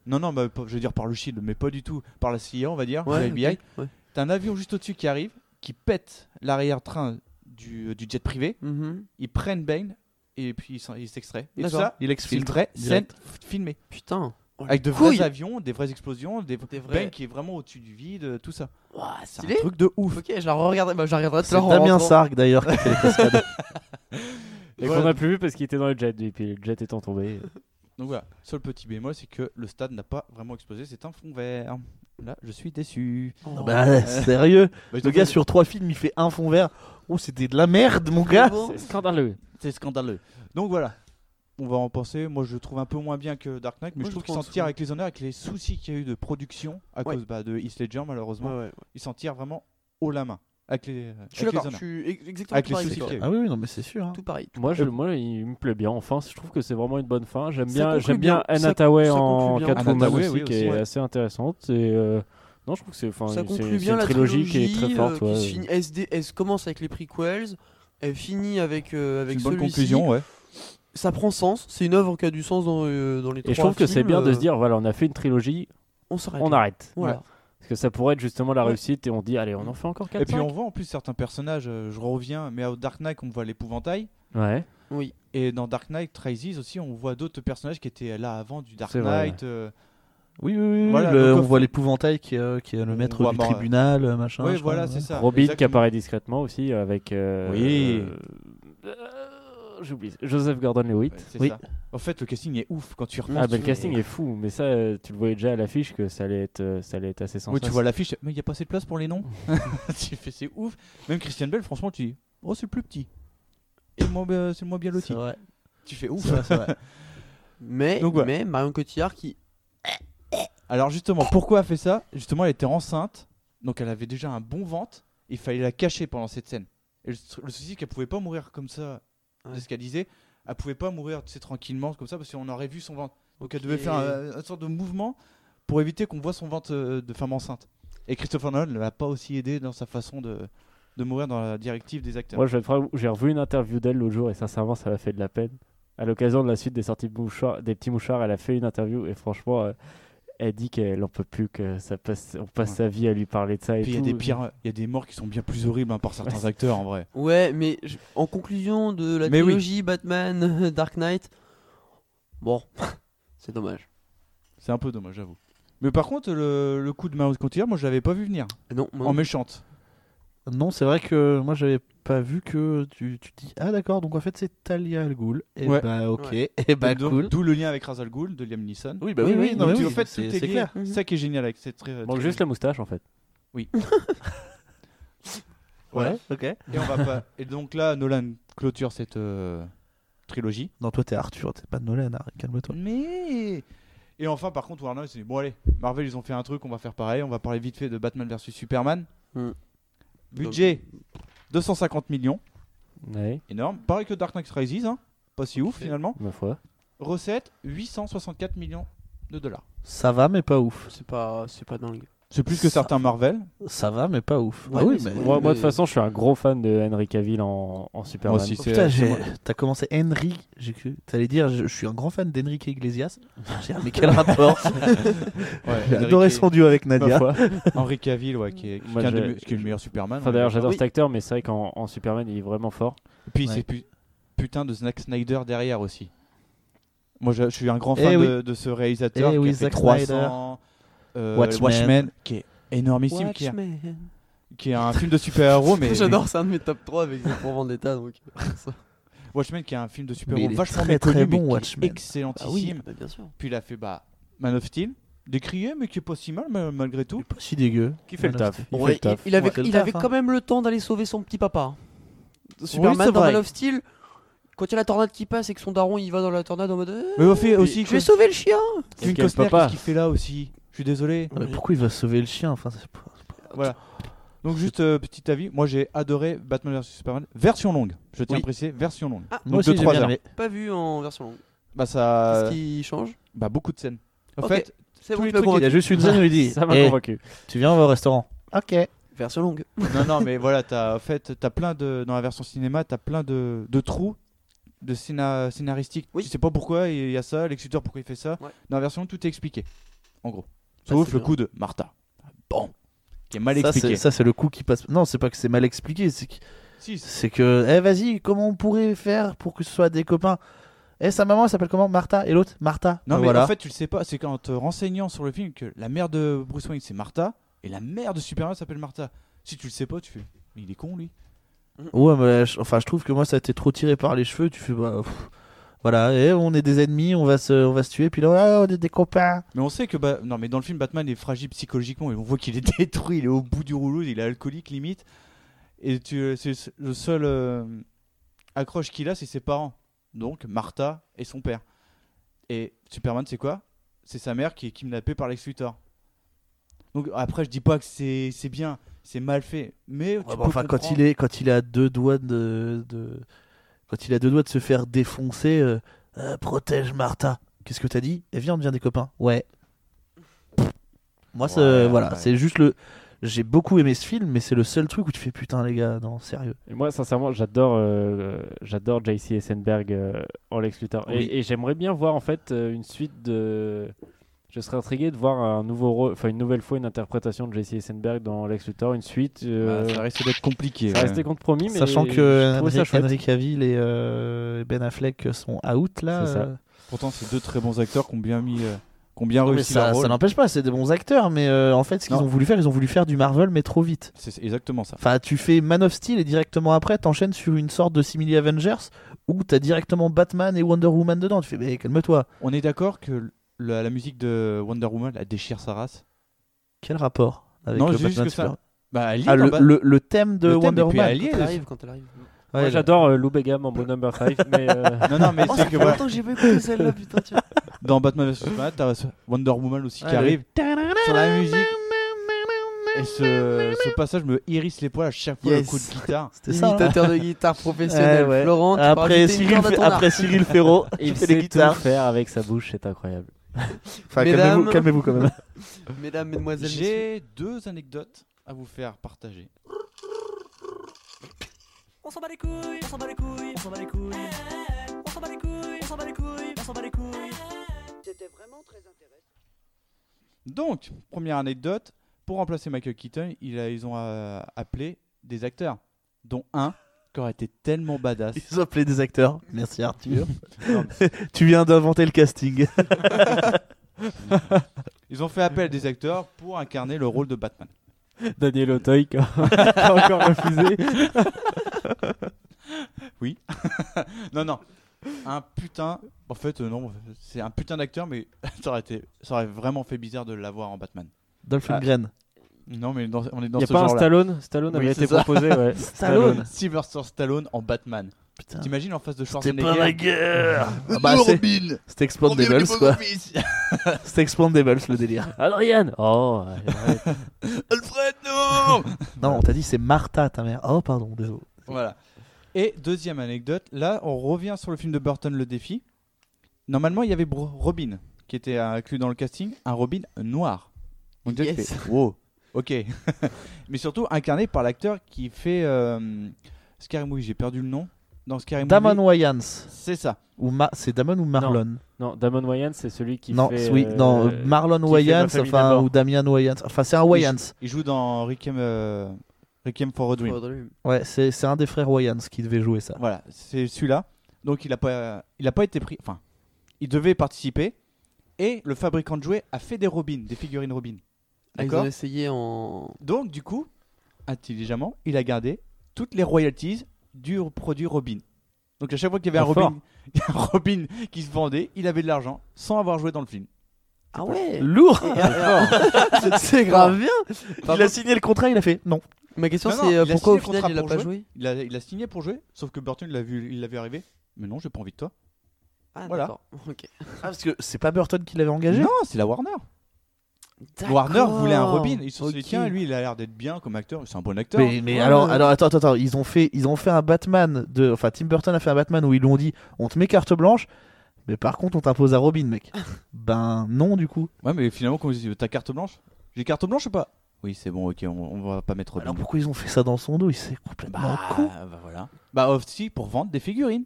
E: Non, non, bah, pas- je veux dire par le Shield, mais pas du tout. Par la CIA, on va dire,
I: Ouais,
E: la FBI.
I: ok, ouais.
E: T'as un avion juste au-dessus qui arrive, qui pète l'arrière-train du, du jet privé. Ils prennent Bane et puis ils s'en- ils s'extraient. Et
I: D'accord.
E: ça,
I: Il exfilme
E: c'est une vraie scène
I: direct.
E: f- filmée.
I: Putain. Oh,
E: Avec
I: les
E: de vrais
I: couilles.
E: avions, des vraies explosions, des,
I: vrais-
E: Bane qui est vraiment au-dessus du vide, euh, tout ça. c'est
I: Stylé
E: un truc de ouf.
I: Ok, je la regarderai. Bah, je la regarderai tout à
H: C'est
I: l'heure. en
H: Damien
I: rentrant.
H: Sark d'ailleurs qui fait les cascades.
P: Et
E: Voilà.
P: qu'on a plus vu parce qu'il était dans le jet, et puis le jet étant tombé.
E: Donc voilà, seul petit bémol, c'est que le stade n'a pas vraiment explosé, c'est un fond vert. Là, je suis déçu.
H: Ah bah, sérieux.
E: Bah, ils
H: le
E: ont
H: gars
E: fait-
H: sur trois films, il fait un fond vert. Oh, c'était de la merde, mon gars.
E: C'est
P: scandaleux.
E: C'est scandaleux. Donc voilà. On va en penser. Moi, je le trouve un peu moins bien que Dark Knight, mais je
I: Moi, je
E: trouve
I: le
E: qu'il
I: trouve en
E: s'en tire
I: dessous.
E: avec les honneurs, avec les soucis qu'il y a eu de production à
I: Ouais.
E: cause bah, de Heath Ledger, malheureusement.
I: Ouais, ouais, ouais.
E: Il s'en tire vraiment haut la main. Avec les, euh,
I: Je suis
E: avec les
I: d'accord,
E: honneurs.
I: je suis ex- exactement
E: Avec les
I: pareil
E: soucis
I: que toi.
E: qu'il y a eu.
H: Ah oui, oui, non, mais c'est sûr. hein.
I: Tout pareil.
P: Moi, je, moi, il me plaît bien. Enfin, je trouve que c'est vraiment une bonne fin. J'aime
I: Euh, Ça
P: bien,
I: conclut
P: j'aime bien
I: bien.
P: Anne
I: Ça-
P: Hathaway
I: ça
P: en
I: conclut bien.
P: Catwoman
I: Anne Hathaway,
P: aussi,
I: oui,
P: qui
I: aussi,
P: est
I: ouais.
P: assez intéressante. Et, euh, non, je trouve que c'est, enfin,
I: Ça
P: c'est-
I: conclut
P: c'est
I: bien
P: une
I: la
P: trilogie,
I: trilogie
P: qui est très forte.
I: euh, qui
P: ouais.
I: se finit- SD, elle se commence avec les prequels, elle finit avec, euh, avec
E: C'est une bonne
I: celui-ci.
E: conclusion, ouais.
I: ça prend sens, c'est une œuvre qui a du sens dans, euh, dans les trois
P: Et je trouve que
I: films,
P: c'est bien de
I: euh,
P: se dire voilà, on a fait une trilogie,
I: on s'arrête.
P: arrête.
I: Voilà.
P: Parce que ça pourrait être justement la
E: Ouais.
P: réussite et on dit allez, on en fait encore 4
E: Et puis on voit en plus certains personnages, euh, je reviens, mais à Dark Knight on voit l'épouvantail.
P: Ouais.
I: Oui.
E: Et dans Dark Knight Rises aussi on voit d'autres personnages qui étaient là avant du Dark
H: C'est vrai,
E: Knight. euh,
H: Oui, oui, oui.
E: Voilà,
H: le-
E: donc,
H: on
E: euh,
H: voit l'épouvantail qui, est, euh, qui est le maître
E: voit
H: du
E: mort-
H: tribunal, euh, machin.
E: Oui,
H: je crois,
E: voilà,
H: ouais.
E: c'est ça.
P: Robin qui apparaît discrètement aussi avec. euh,
E: Ah, Oui.
P: euh, euh, J'oublie. Joseph Gordon-Lewitt.
E: c'est ça. En fait, le casting est ouf quand tu repenses.
P: Ah, bah, le
E: tu-
P: casting est fou, mais ça, euh, tu le voyais déjà à l'affiche que ça allait être, euh, ça allait être assez sensationnel.
E: Oui, tu vois l'affiche, mais il n'y a pas assez de place pour les noms. tu fais, c'est ouf. Même Christian Bell, franchement, tu dis, oh, c'est le plus petit. Et le moins, bien- c'est le moins bien loti. Tu fais ouf.
I: C'est vrai, c'est vrai. mais, mais Marion Cotillard qui.
E: Alors, justement, pourquoi elle fait ça Justement, elle était enceinte, donc elle avait déjà un bon ventre. Il fallait la cacher pendant cette scène. Et le, le souci, c'est qu'elle pouvait pas mourir comme ça, de ce qu'elle disait. Elle pouvait pas mourir, tu sais, tranquillement, comme ça, parce qu'on aurait vu son ventre. Donc, elle devait
I: Ok.
E: faire un- une sorte de mouvement pour éviter qu'on voit son ventre euh, de femme enceinte. Et Christopher Nolan ne l'a pas aussi aidé dans sa façon de, de mourir dans la directive des acteurs.
P: Moi, je vais te faire- j'ai revu une interview d'elle l'autre jour et sincèrement, ça m'a fait de la peine. À l'occasion de la suite des sorties de mouchoirs- des petits mouchards, elle a fait une interview et franchement, euh, elle dit qu'elle en peut plus, que ça passe, on passe sa vie à lui parler de ça et
E: Puis il y a
P: tout.
E: des pires, il y a des morts qui sont bien plus horribles hein, par certains
P: Ouais.
E: acteurs en vrai.
I: Ouais, mais je- en conclusion de la
E: Mais oui.
I: trilogie Batman Dark Knight, bon, c'est dommage.
E: C'est un peu dommage, j'avoue. Mais par contre, le, le coup de Marion Cotillard, moi je l'avais pas vu venir.
I: Ah Non, moi
E: en
I: non.
E: méchante.
H: Non, c'est vrai que moi j'avais pas vu que tu, tu dis ah d'accord donc en fait c'est Talia Al Ghul et
E: Ouais.
H: bah ok
E: Ouais.
H: et bah
E: Donc,
H: cool
E: D'où le lien avec Razal Ghoul de Liam Neeson.
H: Oui, bah oui, oui, non,
E: Donc,
H: mais
E: tu-
H: oui,
E: en fait, tout
H: c'est-
E: est,
H: c'est
E: lié.
H: clair.
E: C'est ça qui est génial avec cette. très-
P: Manque
E: très-
P: juste la moustache en fait.
E: Oui.
H: Ouais, ok.
E: Et, on va pas... et donc là, Nolan clôture cette euh, trilogie.
H: non toi t'es Arthur t'es pas Nolan arrête, calme-toi
E: Mais. Et enfin, par contre, Warner, il s'est dit bon, allez, Marvel, ils ont fait un truc, on va faire pareil, on va parler vite fait de Batman vs Superman.
H: Mm.
E: Budget 250 millions. Énorme. Pareil que Dark Knight Rises, hein. pas si ouf finalement.
P: Ma foi.
E: Recette 864 millions de dollars.
H: ça va mais pas ouf
I: c'est pas c'est pas dingue
E: C'est plus que certains Marvel.
H: ça va mais pas ouf
P: Ouais,
H: ah oui
P: mais
H: mais
P: c'est- moi, moi, de toute façon, je suis un gros fan de Henry Cavill en, en Superman.
H: Oh, putain, j'ai- t'as commencé Henry j'ai cru t'allais dire je, je suis un grand fan d'Henrique Iglesias J'ai dit, mais quel rapport j'ai adoré son duo avec Nadia
E: Henri Cavill, ouais, qui est, qui
P: Moi,
E: est un des
P: j'ai-
E: me- qui est le meilleur Superman.
P: Enfin,
E: on Ah est
P: d'ailleurs,
E: d'accord.
P: j'adore
E: Oui.
P: cet acteur, mais c'est vrai qu'en en Superman, il est vraiment fort.
E: Et puis
P: Ouais.
E: c'est pu- putain de Zack Snyder derrière aussi. Moi, je, je suis un grand fan
H: Eh oui.
E: de, de ce réalisateur
H: Eh
E: qui
H: oui,
E: a fait
H: Zack
E: 300, euh,
H: Watchmen.
E: Watchmen. qui est énormissime, qui est,
I: Watchmen.
E: qui est un film de super-héros, mais
I: J'adore, c'est un de mes top 3 avec Z pour Vendetta donc.
E: Watchmen qui est un film de
I: Mais
E: super-héros
I: il est
E: vachement
I: très,
E: méconnu,
I: très
E: mais
I: bon,
E: qui est
I: Watchmen.
E: excellentissime.
I: Ah oui, bah, bien sûr.
E: Puis il a fait bah Man of Steel, décrié mais qui est pas si mal ma- malgré tout.
H: Pas si dégueu.
E: Qui fait le taf.
I: Il, Ouais, il- il avait, il avait
E: hein.
H: hein.
I: quand même le temps d'aller sauver son petit papa. hein. Superman
E: c'est
I: dans
E: vrai.
I: Man of Steel, quand il y a la tornade qui passe et que son daron il va dans la tornade en mode. euh,
E: Mais au fait aussi
I: Je
E: que-
I: vais sauver le chien
E: Kevin Costner, qu'est-ce qu'il fait là aussi Je suis désolé.
H: mais pourquoi il va sauver le chien enfin c'est pas-
E: Voilà. Donc juste euh, petit avis, moi j'ai adoré Batman vs Superman version longue. Je tiens
I: Oui.
E: à préciser version longue.
I: Ah.
E: Donc
I: Moi
E: de
I: aussi, j'ai
E: trois
I: bien
E: heures.
I: aimé. Pas vu en version longue.
E: Bah ça.
I: Qu'est-ce qui change
E: Bah beaucoup de scènes. En
I: Ok,
E: fait,
I: c'est
E: tous
I: bon,
E: les
I: tu m'as
E: trucs-
I: convaincu.
H: il y a juste une scène où il dit Eh, tu viens on va au restaurant ok
I: Version longue.
E: non non mais voilà, t'as en fait t'as plein de dans la version cinéma t'as plein de, de trous de scéna- scénaristiques. Tu sais pas pourquoi il y a ça, l'exécuteur pourquoi il fait ça. Dans la version longue, tout est expliqué. En gros. Sauf
H: c'est
E: le
H: bien.
E: coup de Martha. Bon. Qui est mal
H: Ça,
E: expliqué.
H: c'est- Ça, c'est le coup qui passe. Non, c'est pas que c'est mal expliqué, c'est que.
E: Si,
H: C'est que, eh, vas-y, comment on pourrait faire pour que ce soit des copains Eh, sa maman, elle s'appelle comment Martha. Et l'autre Martha.
E: Non,
H: Ah,
E: mais
H: voilà.
E: en fait, tu le sais pas. C'est qu'en te renseignant sur le film que la mère de Bruce Wayne, c'est Martha, et la mère de Superman s'appelle Martha. Si tu le sais pas, tu fais. Mais il est con, lui.
H: Ouais, mais je- enfin, je trouve que moi, ça a été trop tiré par les cheveux. Tu fais, bah. pff, voilà, eh, on est des ennemis, on va se, on va se tuer, puis là, ah, on est des copains.
E: Mais on sait que. Bah, non, mais dans le film, Batman est fragile psychologiquement, et on voit qu'il est détruit, il est au bout du rouleau, il est alcoolique limite. Et tu- c'est le seul euh, accroche qu'il a, c'est ses parents. Donc, Martha et son père. Et Superman, c'est quoi C'est sa mère qui est kidnappée par lex Luthor. Donc, après, je dis pas que c'est c'est bien, c'est mal fait. Mais. tu
H: Ouais, bon,
E: peux
H: enfin, quand
E: comprendre.
H: il, est, quand il a deux doigts de, de- Quand il a deux doigts de se faire défoncer, euh, Euh, protège Martha. Qu'est-ce que t'as dit Eh, viens, on devient des copains. Ouais. Moi, c'est-
E: Ouais,
H: voilà,
E: ouais.
H: c'est juste le, J'ai beaucoup aimé ce film, mais c'est le seul truc où tu fais putain, les gars, non, sérieux.
P: Et moi, sincèrement, j'adore, euh, j'adore J.C. Eisenberg euh, en Lex Luthor. Et-
H: Oui.
P: Et, j'aimerais bien voir en fait euh, une suite de. Je serais intrigué de voir un nouveau, rôle- enfin une nouvelle fois une interprétation de J.C. Eisenberg dans Lex Luthor, une suite. euh,
E: Bah, ça risque d'être compliqué,
P: Ça
E: ouais.
P: restait compromis, mais
H: Sachant
P: je
H: que
P: trouvais ça
H: Henry,
P: chouette.
H: Henry Cavill et euh, Ben Affleck sont out là.
E: C'est ça.
H: euh,
E: Pourtant, c'est deux très bons acteurs qui ont bien mis, euh, qui ont bien
H: non, mais
E: réussi leur
H: ça,
E: rôle.
H: ça n'empêche pas, c'est des bons acteurs, mais euh, en fait, ce qu'ils
E: Non.
H: ont voulu faire, ils ont voulu faire du Marvel, mais trop vite.
E: C'est exactement ça.
H: Enfin, tu fais Man of Steel et directement après, t'enchaînes sur une sorte de simili Avengers où t'as directement Batman et Wonder Woman dedans. Tu fais, mais calme-toi.
E: On est d'accord que la, la musique de Wonder Woman, elle déchire sa race.
H: Quel rapport avec
E: Non,
H: le
E: juste
H: Batman
E: que ça.
H: Super-
E: Bah, elle y est
H: Ah,
E: dans
H: le,
E: Bat-
H: le- le thème de
E: Le thème,
H: Wonder
E: et puis
H: Woman.
E: elle y est,
I: Quand elle
E: le-
I: arrive, quand elle arrive.
H: Ouais,
P: Moi,
H: là.
P: j'adore euh, Lou Begum en Bon Number 5, mais. euh,
E: Non, non, mais
I: Oh,
E: c'est
I: ça
E: que
I: fait
E: voilà.
I: longtemps que j'ai pas écouté celle-là, putain, tiens.
E: Dans Batman vs Superman, t'as Wonder Woman aussi qui
I: Ouais,
E: arrive.
I: le-
E: Sur la musique. Et ce, ce passage me hérisse les poils à chaque fois
I: Yes.
E: le coup de guitare.
I: C'était ça, Imitateur hein. de guitare professionnel,
E: Eh ouais.
I: Florent, tu peux
H: Après
I: rajouter une
H: Cyril,
I: corde à ton
H: après
I: arc.
H: Cyril Ferro,
P: il
H: tu
P: sait
H: fais les guitares.
P: tout faire avec sa bouche, c'est incroyable.
H: Enfin, calmez-vous- calmez-vous quand même.
I: Mesdames, mesdemoiselles,
E: J'ai deux anecdotes à vous faire partager.
Q: On s'en bat les couilles, on s'en bat les couilles, on s'en bat les couilles. On s'en bat les couilles, on s'en bat les couilles, on s'en bat les couilles. C'était vraiment très intéressant.
E: Donc, première anecdote, pour remplacer Michael Keaton, il a- ils ont euh, appelé des acteurs, dont un qui aurait été tellement badass.
H: Ils ont appelé des acteurs. Merci Arthur. tu viens d'inventer le casting.
E: Ils ont fait appel à des acteurs pour incarner le rôle de Batman.
P: Daniel Auteuil qui a qui a encore refusé.
E: Oui. non, non. Un putain. En fait, euh, non, c'est un putain d'acteur, mais ça aurait, été... ça aurait vraiment fait bizarre de l'avoir en Batman.
H: Dolph
E: Ah.
H: Lundgren.
E: Non, mais dans- on est dans
P: Y a
E: ce
P: pas un
E: genre-là.
P: Stallone Stallone avait
E: Oui,
P: été
E: c'est ça.
P: proposé, ouais.
E: Stallone
P: Stallone. Ah.
E: Sylvester Stallone en Batman. T'imagines en face de
H: C'était
E: Schwarzenegger
H: pas la guerre Ah bah, c'est- C'était Expandables quoi. C'était Expandables le délire.
P: Adrian Oh
E: Alfred, non
H: Non, on t'a dit c'est Martha ta mère. Oh pardon, désolé.
E: Voilà. Et deuxième anecdote, là, on revient sur le film de Burton, Le Défi. Normalement, il y avait Bro- Robin qui était inclus dans le casting, un Robin noir. Donc, déjà, tu
I: Yes.
E: fais, wow, ok. Mais surtout incarné par l'acteur qui fait euh, Scary Movie, j'ai perdu le nom. Dans Scary
H: Damon
E: Movie.
H: Wayans.
E: C'est ça.
H: Ou Ma- c'est Damon ou Marlon
P: Non, Damon Wayans, c'est celui qui
H: Non,
P: fait.
H: oui,
P: euh,
H: non, euh, Marlon
P: qui fait
H: Wayans
P: Ma famille
H: enfin
P: d'abord.
H: ou Damian Wayans. Enfin, c'est un
E: Il
H: Wayans.
E: jou- Il, joue dans Requiem, euh, Requiem for a Dream.
I: Ah,
H: Ouais, c'est c'est un des frères Wayans qui devait jouer ça.
E: Voilà, c'est celui-là. Donc il a pas, il a pas été pris. Enfin, il devait participer. Et le fabricant de jouets a fait des robins, des figurines robins.
I: Ah, ils
E: D'accord.
I: ont essayé en.
E: Donc du coup, intelligemment, il a gardé toutes les royalties du produit Robin. Donc à chaque fois qu'il y avait un
I: Ah, fort.
E: Robin, un Robin qui se vendait, il avait de l'argent sans avoir joué dans le film.
I: Ah ouais
H: Lourd
I: Et alors-
H: C'est grave bien Il a signé le contrat, il a fait non.
I: Ma question
E: Non, non,
I: c'est euh,
E: il a
I: pourquoi au
E: signé le
I: final il a
E: contrat
I: pas
E: pour jouer.
I: joué
E: il a, il a signé pour jouer, sauf que Burton il l'a vu, il l'a vu arriver. Mais non, j'ai pas envie de toi.
I: Ah
E: Voilà.
I: d'accord, ok.
H: Ah, parce que c'est pas Burton qui l'avait engagé
E: Non, c'est la Warner.
I: D'accord.
E: Warner voulait un Robin. Ils se sont dit
I: Ok.
E: tiens, lui il a l'air d'être bien comme acteur, c'est un bon acteur.
H: Mais, mais
E: Ouais,
H: alors,
E: ouais.
H: alors attends, attends, attends, ils ont fait, ils ont fait un Batman de, enfin Tim Burton a fait un Batman où ils lui ont dit, on te met carte blanche, mais par contre on t'impose un Robin, mec. ben non du coup.
E: Ouais, mais finalement, quand ils disent t'as carte blanche J'ai carte blanche ou pas Oui, c'est bon, ok, on, on va pas mettre Robin.
H: Alors pourquoi ils ont fait ça dans son dos Il s'est complètement con.
E: Ah, bah voilà. Bah, aussi pour vendre des figurines.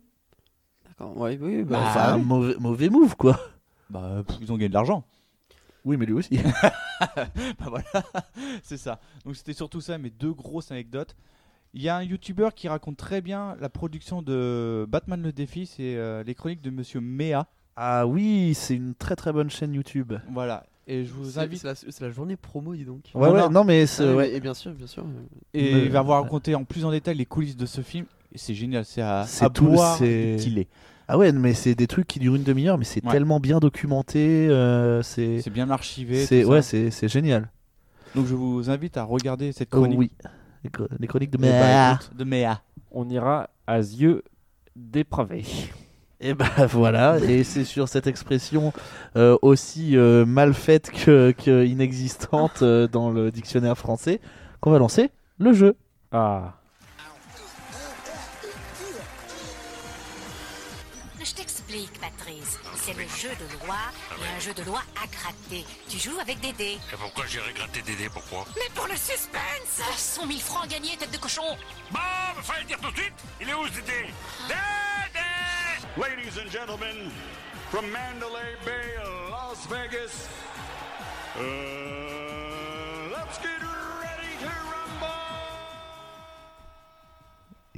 I: D'accord, ouais, oui,
H: Bah,
I: bah,
H: enfin,
I: oui.
H: mauvais, mauvais move quoi.
E: Bah pff, ils ont gagné de l'argent.
H: Oui, mais lui aussi.
E: bah voilà, c'est ça. Donc c'était surtout ça, mes deux grosses anecdotes. Il y a un youtubeur qui raconte très bien la production de Batman le défi, c'est euh, les chroniques de Monsieur Mea.
H: ah oui, c'est une très très bonne chaîne YouTube.
E: Voilà. Et je vous
I: C'est-
E: invite.
I: c'est la- C'est la, journée promo, dis donc.
H: Ouais, ouais, non, mais c'est-
I: Ah oui,
H: ouais.
I: mais- Et bien sûr, bien sûr.
E: Et
H: Me-
E: il va vous raconter en plus en détail les coulisses de ce film. Et C'est génial, c'est à, Ah, à
H: C'est tout,
E: boire et
H: c'est.
E: distiller.
H: Ah ouais, mais c'est des trucs qui durent une demi-heure, mais c'est
E: Ouais.
H: tellement bien documenté, euh, c'est.
E: C'est bien archivé,
H: C'est
E: tout
H: ouais,
E: ça.
H: c'est c'est génial.
E: Donc je vous invite à regarder cette
H: Oh
E: chronique.
H: oui, les, chro- les chroniques de
E: Eh bah,
H: Mea.
E: écoute, de Mea.
P: On ira à yeux dépravés.
H: Et bah voilà, et c'est sur cette expression euh, aussi euh, mal faite que, que inexistante euh, dans le dictionnaire français qu'on va lancer le jeu.
P: Ah.
C: Je je t'explique, Patrice. C'est le jeu de loi et un jeu de loi à gratter. Tu joues avec des dés.
R: Et pourquoi j'irai gratter Dédé Pourquoi
C: Mais pour le suspense 100 000 francs gagnés, tête de cochon
R: Bon, bah, fallait le dire tout de suite Il est où ce Dédé Dédé
L: Ladies and gentlemen, from Mandalay Bay, Las Vegas, uh, let's get ready to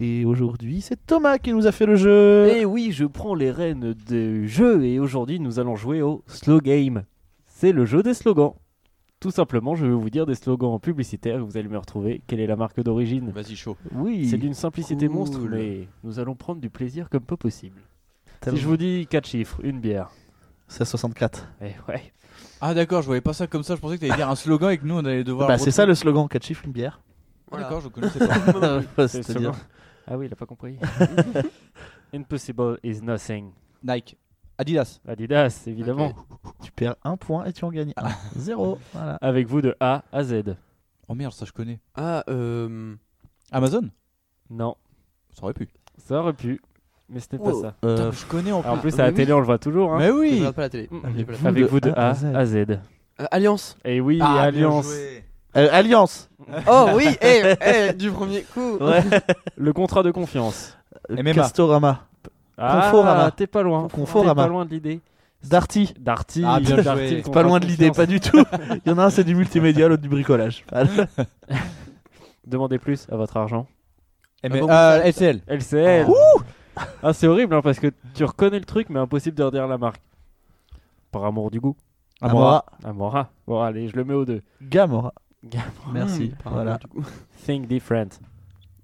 S: Et aujourd'hui, c'est Thomas qui nous a fait le jeu.
K: Et Eh oui, je prends les rênes du jeu et aujourd'hui nous allons jouer au Slow Game. C'est le jeu des slogans. Tout simplement, je vais vous dire des slogans publicitaires et vous allez me retrouver. Quelle est la marque d'origine
E: Vas-y, chaud.
K: Oui. C'est d'une simplicité
E: Cool.
K: monstre, mais nous allons prendre du plaisir comme peu possible. Si
E: Tellement.
K: je vous dis quatre chiffres, une bière.
H: C'est 64.
K: Eh ouais.
E: Ah d'accord, je voyais pas ça comme ça, je pensais que t'allais dire un slogan et que nous on allait devoir...
H: Bah,
E: le
H: c'est ça
E: retrouver.
H: le slogan 4 chiffres, une bière.
E: Ah, D'accord, je connaissais pas.
H: Faut se
K: C'est
H: dire.
K: seulement- Ah oui, il a pas compris. Impossible is nothing.
E: Nike. Adidas.
K: Adidas, évidemment.
H: Tu perds un point et tu en gagnes un. Zéro. Voilà.
K: Avec vous de A à Z.
E: Oh merde, ça je connais.
I: Ah, euh...
E: Amazon
K: Non.
E: Ça aurait pu.
K: Ça aurait pu. Mais ce n'est
E: Wow.
K: pas ça.
E: Putain,
H: Euh,
E: mais je connais en plus.
K: Alors, En plus,
E: Ah,
K: à la
E: mais
K: télé,
E: oui.
K: on le voit toujours. Hein. Mm.
E: Mais oui.
I: Je regarde pas la télé. J'ai pas la-
K: Avec vous de A à Z.
I: Alliance.
K: Et oui,
H: Ah,
K: Alliance.
H: Euh, Alliance.
I: Oh oui, eh, eh, du premier coup.
K: Ouais. Le contrat de confiance.
H: MMA. Castorama.
K: Ah,
H: Conforama.
K: t'es pas loin.
H: Conforama.
K: T'es pas loin de l'idée.
H: Darty.
K: Darty.
H: Ah, bien
K: Darty,
H: joué.
K: le
H: C'est pas loin de l'idée,
K: contrat
H: pas
K: de
H: du tout.
K: confiance.
H: Il y en a un, c'est du multimédia, l'autre du bricolage.
K: Demandez plus à votre argent.
E: Eh, mais, euh, LCL.
K: LCL.
E: Ah.
K: Ah, c'est horrible hein, parce que tu reconnais le truc, mais impossible de redire la marque. Par amour du goût.
H: Amora.
K: Amora. Ah, Bon, allez, je le mets aux deux.
H: Gamora. Mmh.
K: Gamora.
H: Merci.
K: Par
H: Mm. Voilà.
K: amour du goût. Think different.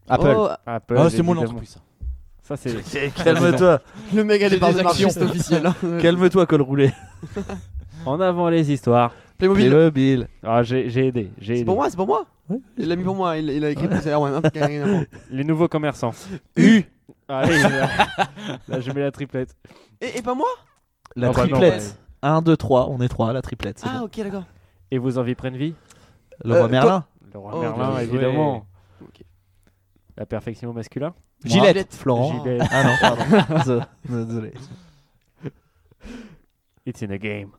H: Apple.
K: Oh, Apple.
H: Ah, c'est mon
K: évidemment.
H: entreprise, ça.
K: Ça, c'est.
H: Calme-toi.
I: Le mec a des
H: C'est
I: parts de
H: des
I: marché,
H: actions.
I: c'est officiel.
H: Calme-toi, col roulé.
K: En avant les histoires.
I: Playmobil.
K: Ah, j'ai j'ai aidé. j'ai
I: C'est
K: aidé.
I: pour moi, c'est pour moi. Il l'a mis pour moi, il, il a écrit pour Sailor Moon. Hop, carrément.
K: Les nouveaux commerçants. U. Allez, là, là, je mets la triplette.
I: Et, et pas moi
H: La
K: Ah bah non,
H: triplette. 1, 2, 3. On est 3, la triplette. c'est
I: Ah,
H: bon.
I: ok, d'accord.
K: Et vos envies prennent vie
H: Le roi Merlin.
K: Le roi
I: Oh,
K: Merlin,
I: bien joué.
K: évidemment. La perfection au masculin
H: Moi. Gillette,
I: Oh.
H: Florent.
K: Gillette.
H: Ah non, pardon. Désolé.
K: It's in a game.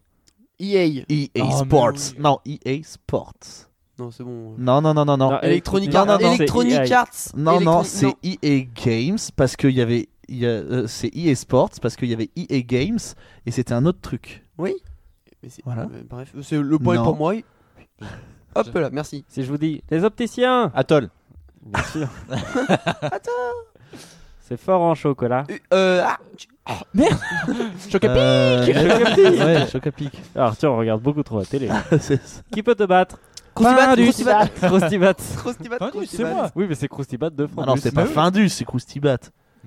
I: EA.
H: EA
K: Oh,
H: E Sports. Non, EA Sports.
I: Non, c'est bon.
H: Non, non, non, non, non.
I: Non, Electronic Arts.
H: Euh, Non, non, non.
I: Electronic
H: C'est E
I: Arts.
H: Non, non,
I: Electronic-
H: c'est EA Games parce qu'il y avait. il y a- euh, c'est EA Sports parce qu'il y avait EA Games et c'était un autre truc.
I: Oui. Mais c'est-
H: Voilà.
I: euh, bref, c'est le point est
H: Non.
I: pour moi. Hop là, merci.
K: Si je vous dis, les opticiens
E: Atoll.
K: Bien sûr. C'est fort en chocolat.
I: Euh. Ah, tu- oh, merde
H: Euh.
K: Chocapic
H: Chocapic. Ouais, Chocapic.
K: Alors, tiens, Ah, on regarde beaucoup trop la télé.
H: C'est ça.
K: Qui peut te battre
H: Croustibat,
K: Findus.
H: Croustibat.
K: Croustibat.
I: Croustibat,
K: Findus,
I: Croustibat.
K: Oui, mais c'est Croustibat de France.
H: Ah non, c'est pas Findus, c'est Croustibat.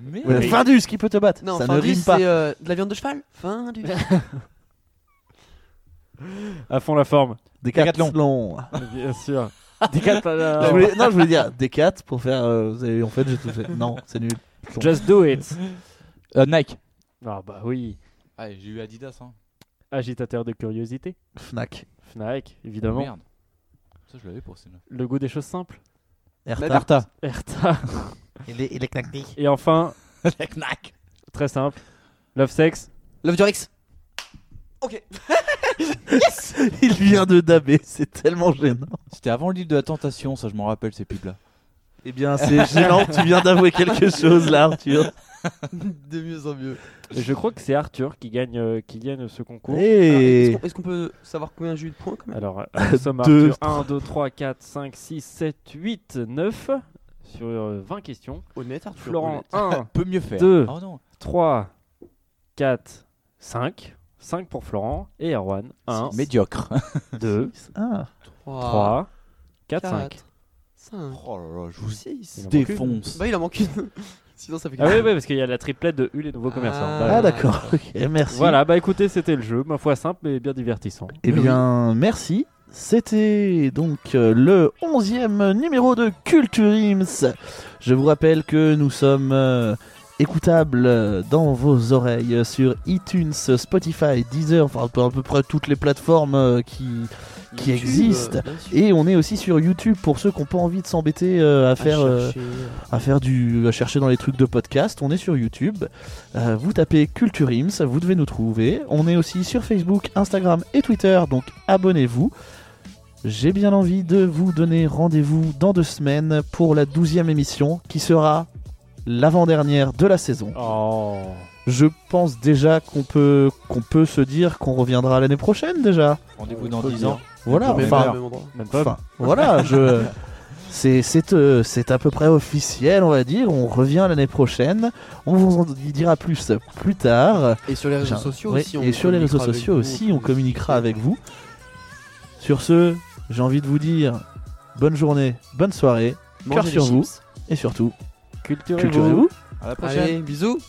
K: Merde.
H: Ouais, Findus qui peut te battre.
I: Non,
H: ça
I: fin
H: ne
I: du,
H: rime pas.
I: C'est euh, de la viande de cheval. Fin du.
K: À fond la forme.
H: euh, Décathlon.
K: Bien sûr. Décathlon.
H: Je voulais- non, je voulais dire des 4 pour faire. euh, vous avez- en fait, j'ai tout fait. Non, c'est nul.
K: Just do it.
E: Euh,
H: Nike.
K: Ah bah oui.
E: Ah, j'ai eu Adidas. Hein.
K: Agitateur de curiosité.
H: Fnac.
K: Fnac,
H: Oh,
K: évidemment.
E: Merde. Ça, je l'avais pour celle-là.
K: Le goût des choses simples.
H: Erta.
E: Bah,
H: Erta.
K: Erta.
H: Et les- et les knack-knick.
K: Et enfin.
H: les knack.
K: Très simple. Love sex.
I: Love Durex.
H: Il vient de daber, c'est tellement gênant.
E: C'était avant l'île de la tentation, ça je m'en rappelle ces pubs là.
H: Eh bien, c'est gênant, tu viens d'avouer quelque chose là, Arthur.
I: De mieux en mieux.
K: Et je crois que c'est Arthur qui gagne, euh, qui gagne ce concours.
H: Et...
I: Ah, Est-ce qu'on- est-ce qu'on peut savoir combien j'ai eu de points quand même
K: Alors, euh, nous sommes
H: Deux.
K: Arthur 1, 2, 3, 4, 5, 6, 7, 8, 9 sur euh, 20 questions.
I: Honnête, Arthur,
K: Florent,
I: honnête.
K: 1,
I: Peut mieux faire.
K: 2,
E: Ah
I: Oh non.
K: 3, 4, 5. 5 pour Florent et Erwan. 1.
E: Six. Médiocre.
K: 2,
H: Ah.
K: 3, 4, 5.
I: 5.
E: Oh là là, je vous
K: Il en manque
E: défonce.
I: Bah, il en manque une. Sinon, ça fait
K: Ah oui, oui, parce qu'il y a la triplette de U les nouveaux commerçants.
I: Ah.
K: Bah,
H: Ah, d'accord. Ok, merci.
K: Voilà, bah écoutez, c'était le jeu, ma foi simple mais bien divertissant.
H: Eh bien, merci. C'était donc euh, le 11e numéro de Culture Ims. Je vous rappelle que nous sommes euh, écoutables euh, dans vos oreilles sur iTunes, Spotify, Deezer, enfin à peu- à peu près toutes les plateformes euh, qui, qui
I: YouTube,
H: existe.
I: bien sûr.
H: et on est aussi sur YouTube pour ceux qui n'ont pas envie de s'embêter euh, à faire euh,
I: Ah, chercher.
H: à faire du à chercher dans les trucs de podcast. On est sur YouTube. Euh, vous tapez Culture Ims, vous devez nous trouver. On est aussi sur Facebook, Instagram et Twitter. Donc abonnez-vous. J'ai bien envie de vous donner rendez-vous dans deux semaines pour la douzième émission qui sera l'avant-dernière de la saison. Je pense déjà qu'on peut, qu'on peut se dire qu'on reviendra l'année prochaine déjà.
E: Rendez-vous dans
H: Faut
E: 10
H: dire.
E: ans.
H: Voilà,
E: Même
H: enfin,
E: heure, même endroit. Même pas.
H: enfin, voilà, je... C'est, c'est, euh, c'est à peu près officiel, on va dire. On revient l'année prochaine. On vous en dira plus plus tard.
I: Et sur les réseaux
H: J'ai-
I: sociaux
H: ouais,
I: aussi, on
H: et sur les réseaux
I: communiquera avec
H: sociaux
I: vous,
H: aussi, on communiquera avec vous. Sur ce, j'ai envie de vous dire bonne journée, bonne soirée,
I: Mangez
H: cœur sur
I: des
H: vous
I: chips.
H: et surtout
I: Culturez-vous.
H: culturez-vous.
I: À la prochaine. Allez, bisous.